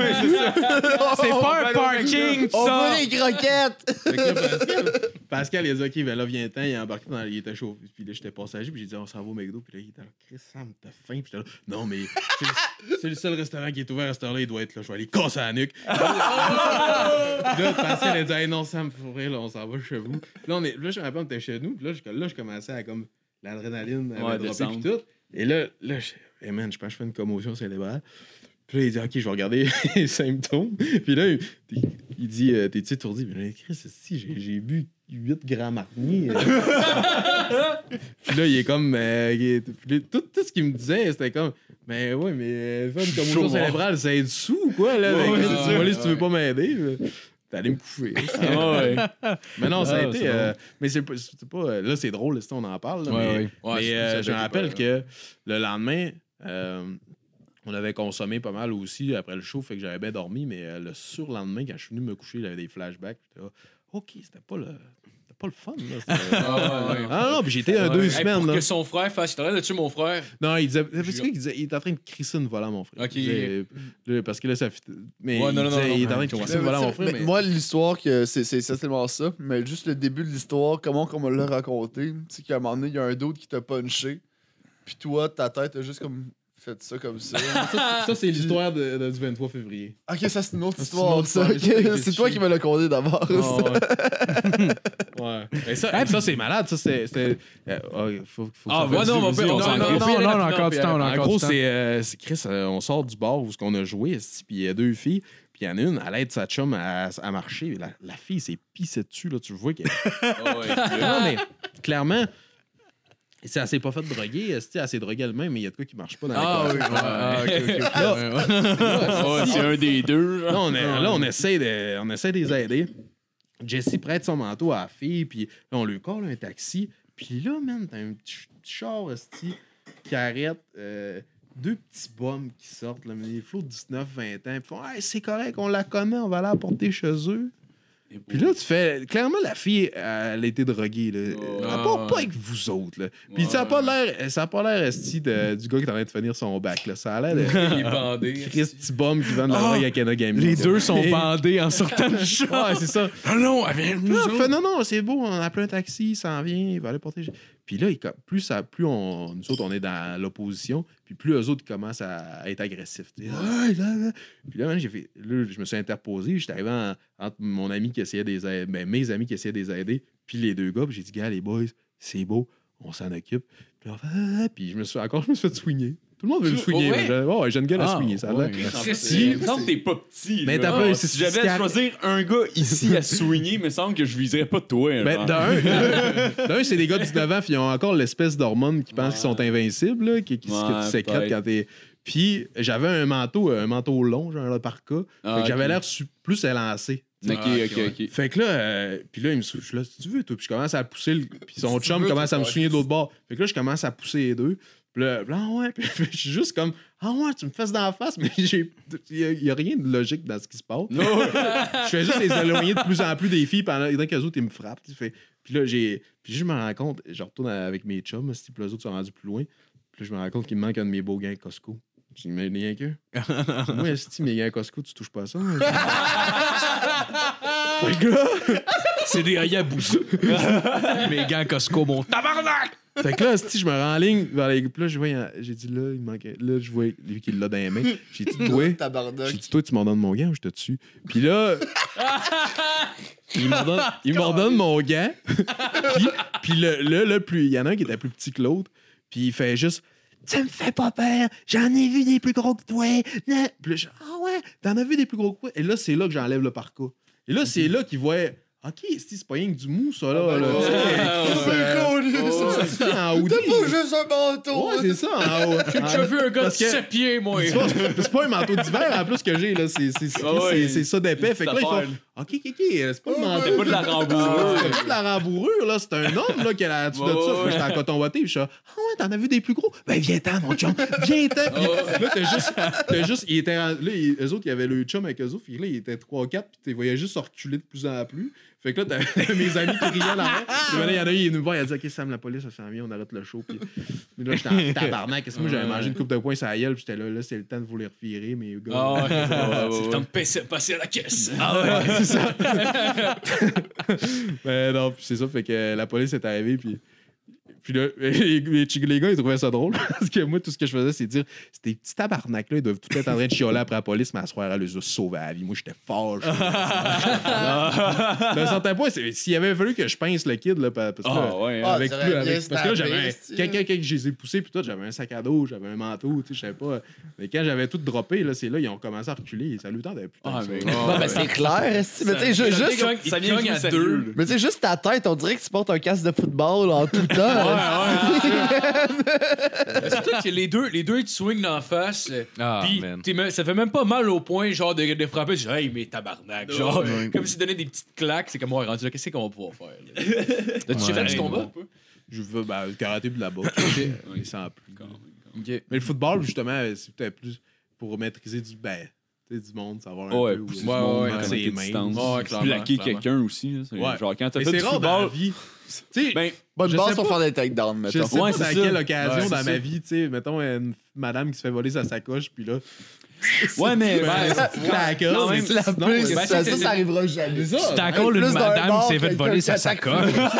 C'est pas un parking, On ça. veut les croquettes! Fait que là, Pascal, Pascal, il a dit Ok, ben là, viens-t'en. Il est embarqué dans. Il était chaud. Puis là, j'étais passager. Puis j'ai dit On s'en va au McDo. Puis là, il était là Chris, Sam, t'as faim. Puis j'étais là Non, mais c'est le- c'est le seul restaurant qui est ouvert à cette heure-là. Il doit être là. Je vais aller casser <laughs> la nuque. Oh! Puis là, Pascal, il a dit Hey, non, Sam, pour vrai, là, on s'en va chez vous. Puis là, on est, là je me rappelle, on était chez nous. Puis là, je, là, je commençais à comme l'adrénaline Ouais, à dropper. Puis descendre. tout. Et là, là je, hey, man, je pense que je fais une commotion cérébrale. Puis là, il dit, OK, je vais regarder <laughs> les symptômes. Puis là, il, il dit, euh, t'es-tu étourdi? Puis là, Chris, si, j'ai, j'ai bu 8 grammes Martini. euh. puis là, il est comme. euh, il est- puis là, tout, tout ce qu'il me disait, c'était comme, mais ouais, mais euh, faire une commotion cérébrale, c'est être sous ou quoi, là? Ouais, Ben, Chris, ouais, tu vas aller ouais, si tu veux pas m'aider. là. T'es allé me coucher. ouais. mais non, ça a Ah, été. c'est euh, mais c'est, pas- c'est pas. euh, Là, c'est drôle, si on en parle. là, mais- Ouais, mais c'est- euh, ça je me fait rappelle peur. que le lendemain, euh, on avait consommé pas mal aussi après le show, fait que j'avais bien dormi, mais euh, le surlendemain, quand je suis venu me coucher, j'avais des flashbacks. J'étais là, OK, c'était pas le. C'était pas le fun, là. c'était- <laughs> Ah, ouais. Ah non, puis j'étais un deux Hey, semaines, hein. pour là. que son frère fasse. T'as rien de tuer mon frère. Non, il disait. Parce qu'il disait, il était en train de crisser une volée à mon frère. OK. Il disait, là, parce que là, ça. fit- Mais Ouais, il, non, non, disait, non, non, il est en train ouais, de crisser une volée à mon frère. Mais mais- Moi, l'histoire, que c'est c'est essentiellement ça, mais juste le début de l'histoire, comment qu'on me l'a raconté, c'est qu'à un moment donné, il y a un d'autre qui t'a punché, puis toi, ta tête a juste comme fait ça <laughs> comme ça. Ça, ça, c'est l'histoire de- de- du 23 février. ok, ça, c'est une autre Ça, c'est histoire, une autre ça. histoire, ok. c'est ça, c'est qu'est-ce toi que qui me l'as conté d'abord. ça. Ah, Ouais. Mais ça, ça, c'est malade. Ça, c'est. c'est- euh, ouais, faut, faut que ça fasse non, du- on va du- on s'en Ah, Non, non, fout. non, non, encore du temps, on a En encore gros, du temps. c'est euh, c'est Chris, euh, on sort du bar où ce qu'on a joué, esti, puis il y a deux filles, puis il y en a une, elle aide sa chum à, à marcher. La, la fille s'est pissée dessus, là, tu <laughs> vois qu'elle. Ah <laughs> non, mais clairement, c'est- elle s'est pas faite droguer, esti, elle s'est droguée elle-même, mais il y a de quoi qui marche pas dans la conversation. Ah, ok, ok, ok. Là, Ouais, <laughs> ouais. Ouais, c'est un des deux. genre. <laughs> Là, on, est- là, on essaie de, on essaie de les aider. Jesse prête son manteau à la fille, puis là, on lui colle un taxi. Puis là, man, t'as un petit ch- petit char esti, qui arrête euh, deux petits bombes qui sortent, là, mais des flots de 19-20 ans. Puis ils font Hey, c'est correct, on la connaît, on va la porter chez eux. Puis là, tu fais. Clairement, la fille, elle a été droguée. Là. Ouais. Elle part pas avec vous autres. Là. Puis Ouais. ça a pas l'air, ça a pas l'air esti de- du gars qui est en train de finir son bac. Là. Ça a l'air de <laughs> Il est bandé. Christy Bomb qui vend de la Ah! drogue à Kenogami. Les deux sont bandés en sortant du chat. <laughs> Ouais, c'est ça. Non, non, avec nous. Là, autres. on fait, non, non, c'est beau, on appelle un taxi, il s'en vient, il va aller porter. Puis là, il com- plus, ça, plus on, nous autres, on est dans l'opposition, puis plus eux autres commencent à être agressifs. tu sais. Ouais, là, là. Puis là, man, j'ai fait, là, je me suis interposé, j'étais arrivé en- entre mon ami qui essayait des aider, ben, mes amis qui essayaient des aider, puis les deux gars, puis j'ai dit, gars, les boys, c'est beau, on s'en occupe. Puis, là, on fait, Ah, ah. puis je me suis encore, je me suis fait swinguer. Tout le monde veut me swinguer. ouais? mais je- ouais, ouais, j'ai une gueule à oh, Ah, swinguer, ça a ouais. l'air. Christy, Il me semble que t'es pas petit. Mais là. t'as pas eu- si c'est- j'avais c'est- à choisir un gars ici à soigner, il me semble que je viserais pas toi. hein, Ben, genre. <laughs> d'un, d'un, c'est des gars de 19 ans, puis ils ont encore l'espèce d'hormone qui pensent qu'ils sont invincibles, là, qui, qui- que Ouais, tu sécrètes peut-être. quand t'es. Puis j'avais un manteau, un manteau long, genre là, par cas. Ah, Fait que j'avais ok. l'air su- plus élancé. Ok, Ah, ok, ok. Fait que là, euh, puis là, il me souche là, si tu veux, toi. Puis je commence à pousser, le- puis son Si tu chum veux, commence à me toi. souiller de l'autre bord. Fait que là, je commence à pousser les deux. Puis là, ah ouais, <laughs> puis je suis juste comme, ah ouais, tu me fesses dans la face, mais j'ai- il y a- il y a rien de logique dans ce qui se passe. <laughs> je fais juste les éloigner de plus en plus des filles pendant pendant qu'elles autres, ils me frappent. tu sais. Puis là, j'ai. Puis je me rends compte, je retourne avec mes chums, si les autres sont rendus plus loin. Puis là, je me rends compte qu'il me manque un de mes beaux gants Costco. J'ai mis rien qu'un. <laughs> Moi, esti, mes gants Costco, tu touches pas à ça. hein? Fait que là- C'est des Hayabusa. Mes gants Costco, mon tabarnak! Fait que là, si je me rends en ligne vers les puis là, je vois, il y a- j'ai dit là, il manquait. Là, je vois lui qui l'a dans les mains. J'ai dit, toi, j'ai Tabarnak. dit, toi, tu m'en donnes mon gant ou je te tue. Puis là, il m'ordonne, il m'ordonne mon gant. puis puis le, le, le plus, il y en a un qui était plus petit que l'autre. Puis il fait juste, tu me fais pas peur, j'en ai vu des plus gros que toi. Na- Puis là, je, ah ouais, t'en as vu des plus gros que toi. Et là, c'est là que j'enlève le parcours. Et là, c'est là qu'il voit. Ok, c'est c'est pas rien que du mou, ça, là. là, tu sais, Oh, C'est euh, con, lui. ça, c'est en hoodie. T'as pas juste un manteau. Ouais, c'est ça. en haut. Je En- veux un gars de Ah, Parce que- 7 pieds, moi. C'est pas- C'est pas un manteau d'hiver en plus que j'ai, là. C'est c'est- c'est- Ah ouais, c'est- c'est ça d'épais. une Fait que là, petite ils affaire, font Ok, ok, ok, c'est pas le manteau. C'était pas de la rembourse. C'est pas de la rembourrure, là. C'est un homme, là, qui a la tu de Ouais, ça. ouais. Moi, J'étais en coton watté, puis je suis là, Ah ouais, t'en as vu des plus gros? Ben, viens-t'en, mon chum. Viens-t'en. Puis là, t'as juste. T'as juste. Ils étaient. Là, ils- eux autres, il y avait le chum avec eux autres. Puis là, ils étaient 3-4, puis tu voyais juste se reculer de plus en plus. Fait que là, <laughs> t'avais mes amis qui riaient là Puis maintenant, il y en a un, il est venu me voir, il a dit Ok, Sam, la police, ça s'en vient, on arrête le show. Puis puis là, j'étais en tabarnak. Qu'est-ce que moi, j'avais mangé une coupe de poing sur la gueule, puis j'étais là, là, c'est le temps de vous les revirer, mes gars. Ah ouais, ouais, ouais, Ah, ouais. C'est le temps de passer- passer à la caisse. c'est ça. Mais Ben, non, puis c'est ça, fait que la police est arrivée, puis. Puis là, <laughs> les, les chi- les gars, ils trouvaient ça drôle. <laughs> Parce que moi, tout ce que je faisais, c'est dire ces petits tabarnak-là, ils doivent tout être en train de chialer après la police, mais à ce soir, elle les a sauvés à la vie. Moi, j'étais fort. <laughs> D'un certain point, c'est- s'il avait fallu que je pince le kid, là, pa- parce que. Ah, ouais. avec Ah, plus, t'aurais bien avec- parce que là, snappé, j'avais. c'ti. Quand, quand- quand je les ai poussés, puis tout, j'avais un sac à dos, j'avais un manteau, tu sais, je savais pas. Mais quand j'avais tout droppé, là, c'est là, ils ont commencé à reculer. Ça lui tentait plus. Ah, mais- <laughs> Non, mais Ben, c'est clair, esti. Mais tu sais, ju- juste. Ça- ça vient jouer à sérieux, deux. là. Mais tu sais, juste ta tête, on dirait que tu portes un casque de football en tout temps. Surtout que les deux, les deux, ils te swingent dans la face. euh, Ah, Pis man. t'es me- ça fait même pas mal au point, genre, de, de frapper. Tu dis, hey, mais tabarnak. Genre, comme si tu donnais des petites claques. C'est comme, ouais, rendu là, qu'est-ce qu'on va pouvoir faire? <laughs> là? T'as-tu Ouais. fait du combat? Je veux bah, le karaté puis de <coughs> la boxe. Mais sans plus. Ok. Mais le football, justement, c'est peut-être plus pour maîtriser du ben, tu sais, du monde, savoir un Ah, Ouais, peu. pousser où- du Ouais, monde, ouais, mettre ouais. des Ouais, distances. ouais, clairement, Plaquer clairement. quelqu'un aussi. là, c'est- Ouais. Genre, quand t'as Mais fait c'est du rare dans la football... vie. Tu sais, <laughs> Ben, Bonne je base sais pour pas. faire des takedowns, je mettons. sais Ouais, pas c'est dans ça. quelle occasion Ouais, dans c'est ma ça. vie, tu sais, mettons une madame qui se fait voler sa sacoche, puis là, Ouais, mais... ben, Ouais, la quand coche, même, c'est la Non, mais plus. ben, ça, c'est- ça, ça arrivera jamais. <laughs> C'est ça. encore Plus une d'un madame bord, qui s'est fait quelqu'un voler qui sa attaque. sacoche.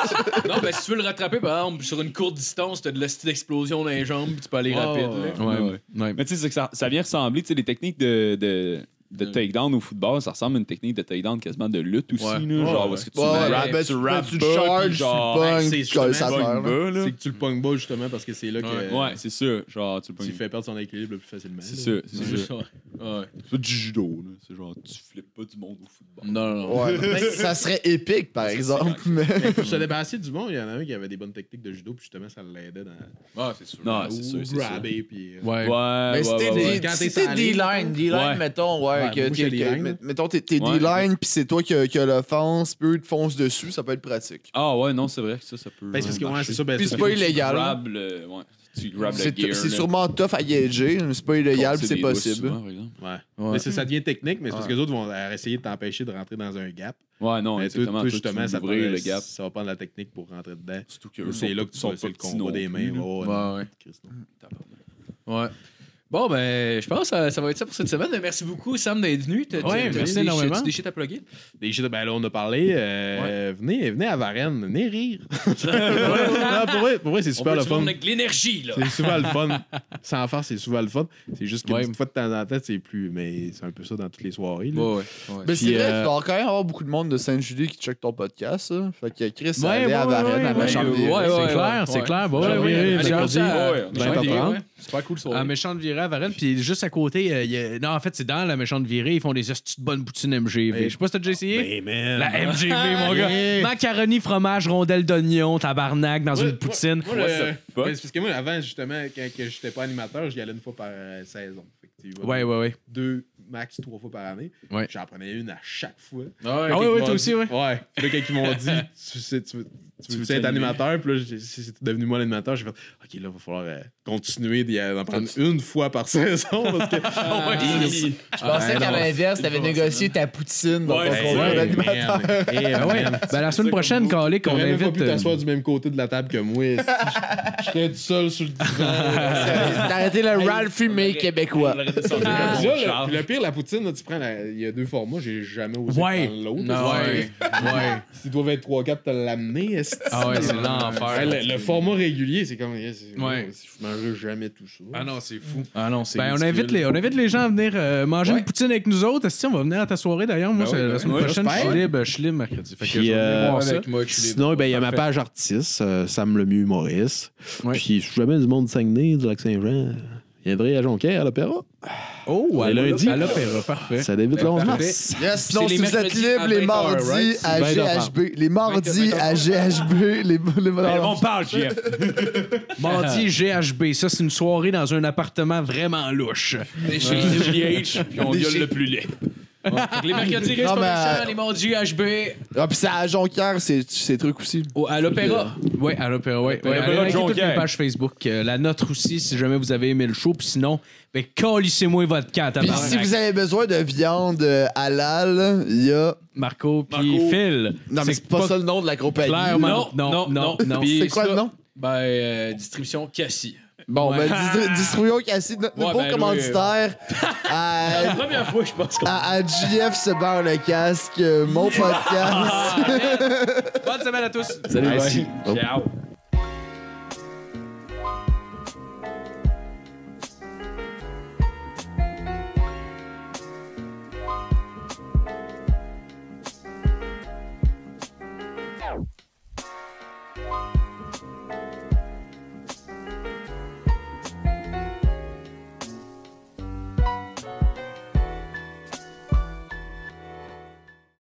Non, ben, si tu veux le rattraper, par exemple, sur une courte distance, t'as de la petite explosion dans les jambes, pis tu peux aller rapide. là. Ouais, ouais. ouais. Mais tu sais, c'est que ça, ça vient ressembler, tu sais, les techniques de, de, de Ouais. takedown au football, ça ressemble à une technique de takedown quasiment de lutte aussi, là, Ouais. Ouais, genre, ouais. parce que tu Ouais, ouais, wraps- ben, tu tu- wraps tu bas, puis charges, tu genre, pognes, c'est tu colles ça pognes justement à terre. bas, là. C'est que tu le pognes bas, justement, parce que c'est là que Ouais, c'est ça, genre, tu le tu pognes. fais perdre son équilibre le plus facilement. C'est là. <laughs> ça, c'est C'est ça. juste ça. Ouais. C'est du judo, là. C'est genre, tu flippes pas du monde au football. Non, non, non. Ouais, mais ça serait épique, par exemple. mais- Pour se débarrasser du monde, il y en a un qui avait des bonnes techniques de judo, puis justement, ça l'aidait dans. Ah, c'est sûr. Non, c'est sûr, Ou c'est sûr. grabber, puis. euh, Ouais, Mais ouais, c'était ouais, ouais. Quand des- t'es c'était sur la des ligne. lines, des lines, Ouais. mettons, ouais. Ouais, que, moi, t'es- j'ai des que- lines. met- mettons, t'es t'es Ouais. D-line, puis c'est toi qui a, qui a l'offense, puis eux te foncent dessus, ça peut être pratique. Ah ouais, non, c'est vrai que ça, ça peut. euh, Ben, c'est parce que, ouais, marcher. c'est ça, ben, Puis c'est c'est parce pas que- illégal. Grab le- ouais, tu grab le C'est gear, c'est là. sûrement tough à gager, mais c'est pas illégal, puis Forcer c'est des doigts possible. souvent, par exemple. Ouais. Ouais. Mais c'est- ça devient technique, mais c'est parce que Ouais. les autres vont euh, essayer de t'empêcher de rentrer dans un gap. Ouais, non, mais Ben, toi, exactement. toi, Toi, tu justement, ça, l'ouvres, le prend- gap. ça va prendre la technique pour rentrer dedans. Surtout que c'est là que tu sont vois c'est le petits combat non des mains. plus, là. Oh, Ouais, ouais. Christ, non. Ouais. Bon, ben, je pense que ça, ça va être ça pour cette semaine. Merci beaucoup, Sam, d'être venu. T'as- Ouais, t'as- t'as merci des- énormément. t'as des shit à plugger? Des jeux de- ben là, on a parlé. euh, venez, venez à Varennes, venez rire. <laughs> Non, pour vrai, pour vrai, c'est On super fait le du monde fun. avec de l'énergie, là. C'est souvent le fun. Sans faire, c'est souvent le fun. C'est juste qu'une Ouais. petite fois de temps en temps, c'est plus. Mais c'est un peu ça dans toutes les soirées. là. Ouais, ouais, ouais. Mais c'est Puis, vrai, euh, tu dois quand même avoir beaucoup de monde de Saint-Julie qui check ton podcast. ça. Fait que Chris, Ouais, allez à ouais, Varennes ouais, à la ouais, chambre des- ouais, c'est ouais, clair, ouais. c'est clair. Bah, Ouais, ouais, ouais, ouais, ouais, euh, Allez, comme mercredi, ça, ouais, on change vingt d'idée, à ouais. Ah, C'est pas cool, ça. À Méchante Virée à Varennes. Puis juste à côté, euh, il y a- non, en fait, c'est dans la Méchante Virée. Ils font des astuces de bonnes poutines MGV. Ben, Je sais pas si t'as déjà essayé. Ben, man. la MGV, <laughs> mon Yeah. gars. Macaroni, fromage, rondelle d'oignon, tabarnak dans Ouais, une poutine. Moi, moi, le- What the fuck? Ben, c'est parce que moi, avant, justement, quand que j'étais pas animateur, j'y allais une fois par euh, saison. Fait que tu y vas Ouais, ouais, <laughs> ouais. deux, max trois fois par année. Ouais. J'en prenais une à chaque fois. Ah ouais, ouais, toi aussi, ouais. Ouais. Puis là, quand ils <laughs> m'ont dit, tu, sais, tu, veux- tu veux-tu être animateur, puis là, j'ai- c'est c'est devenu moi l'animateur, j'ai fait, OK, là, il va falloir euh, continuer d'y- d'en prendre une fois par <laughs> saison. Parce que, Je pensais Ah, qu'à non. l'inverse, t'avais négocié ta poutine dans ton Ouais, Hey, contrat d'animateur. Ah, man. Hey, Ah ouais. man. Ben, la semaine prochaine, Calé, qu'on T'aurais même pas invite. pu euh, t'asseoir du même côté de la table que moi. esti. Je serais tout seul sur le divan. <laughs> T'as arrêté le Ralphie May québécois. Ah. Ah. Puis là, le- Charles. puis le pire, la poutine, là, tu prends la- il y a deux formats, j'ai jamais osé Ouais. prendre l'autre. Non, ouais. <laughs> ouais. S'ils doivent être 3-4, t'as l'amener. esti. Ah ouais, c'est Ouais, l'enfer. le, le format régulier, c'est comme. c'est- Ouais. Je mangerai jamais tout ça. c'est fou. Ah non, c'est. Ben, on ridicule. invite, les, on invite les gens à venir euh, manger Ouais. une poutine avec nous autres. Si on va venir à ta soirée d'ailleurs, moi, Ben c'est- oui, la ben semaine oui, prochaine, je suis j'espère. libre, je suis libre mercredi. Fait Puis, que je vais venir euh, voir ça. Avec moi, je suis Sinon, ben, il y a ma Parfait. page artiste, euh, Sam Lemieux humoriste. Ouais. Puis, si jamais du monde de Saguenay, du Lac-Saint-Jean, viendrait à Jonquière, à l'Opéra. Oh, à Les lundis. l'opéra, à l'opéra, parfait. Ça débute le 11 parfait. mars. Yes, sinon, les si vous êtes mercredis à libre les 20 heures, mardis right? à 20 heures. GHB. Les mardis à GHB. Les, les, On parle, <laughs> Jeff. Mardi GHB, ça c'est une soirée dans un appartement vraiment louche. Des Chez GH, puis on Des gueule chez- le plus laid. Les mercredis restent Non, pas mais- euh, méchants, les mardis HB. Ah, puis c'est à Jonquière, ces, ces trucs aussi. au- à l'opéra. Ouais, à l'opéra, ouais. ouais. l'opéra Allez de liker toutes Jonquière. les pages Facebook, euh, la nôtre aussi, si jamais vous avez aimé le show. Puis sinon, ben, calissez-moi votre carte, Puis tabarnak. si vous avez besoin de viande euh, halal, il y a. Marco puis Marco. Phil. Non, mais c'est pas, ça le nom de la compagnie. Clairement, non, Non, non, non. non, non. Puis C'est quoi ça- le nom? Ben, euh, distribution Cassie. Bon, Ouais. ben, distri- distribuons Cassie, notre Ouais, nouveau ben, commanditaire La à, première fois, je pense qu'on. à, à JF se barre le casque, euh, mon podcast. Bonne semaine à tous. Salut, Ciao.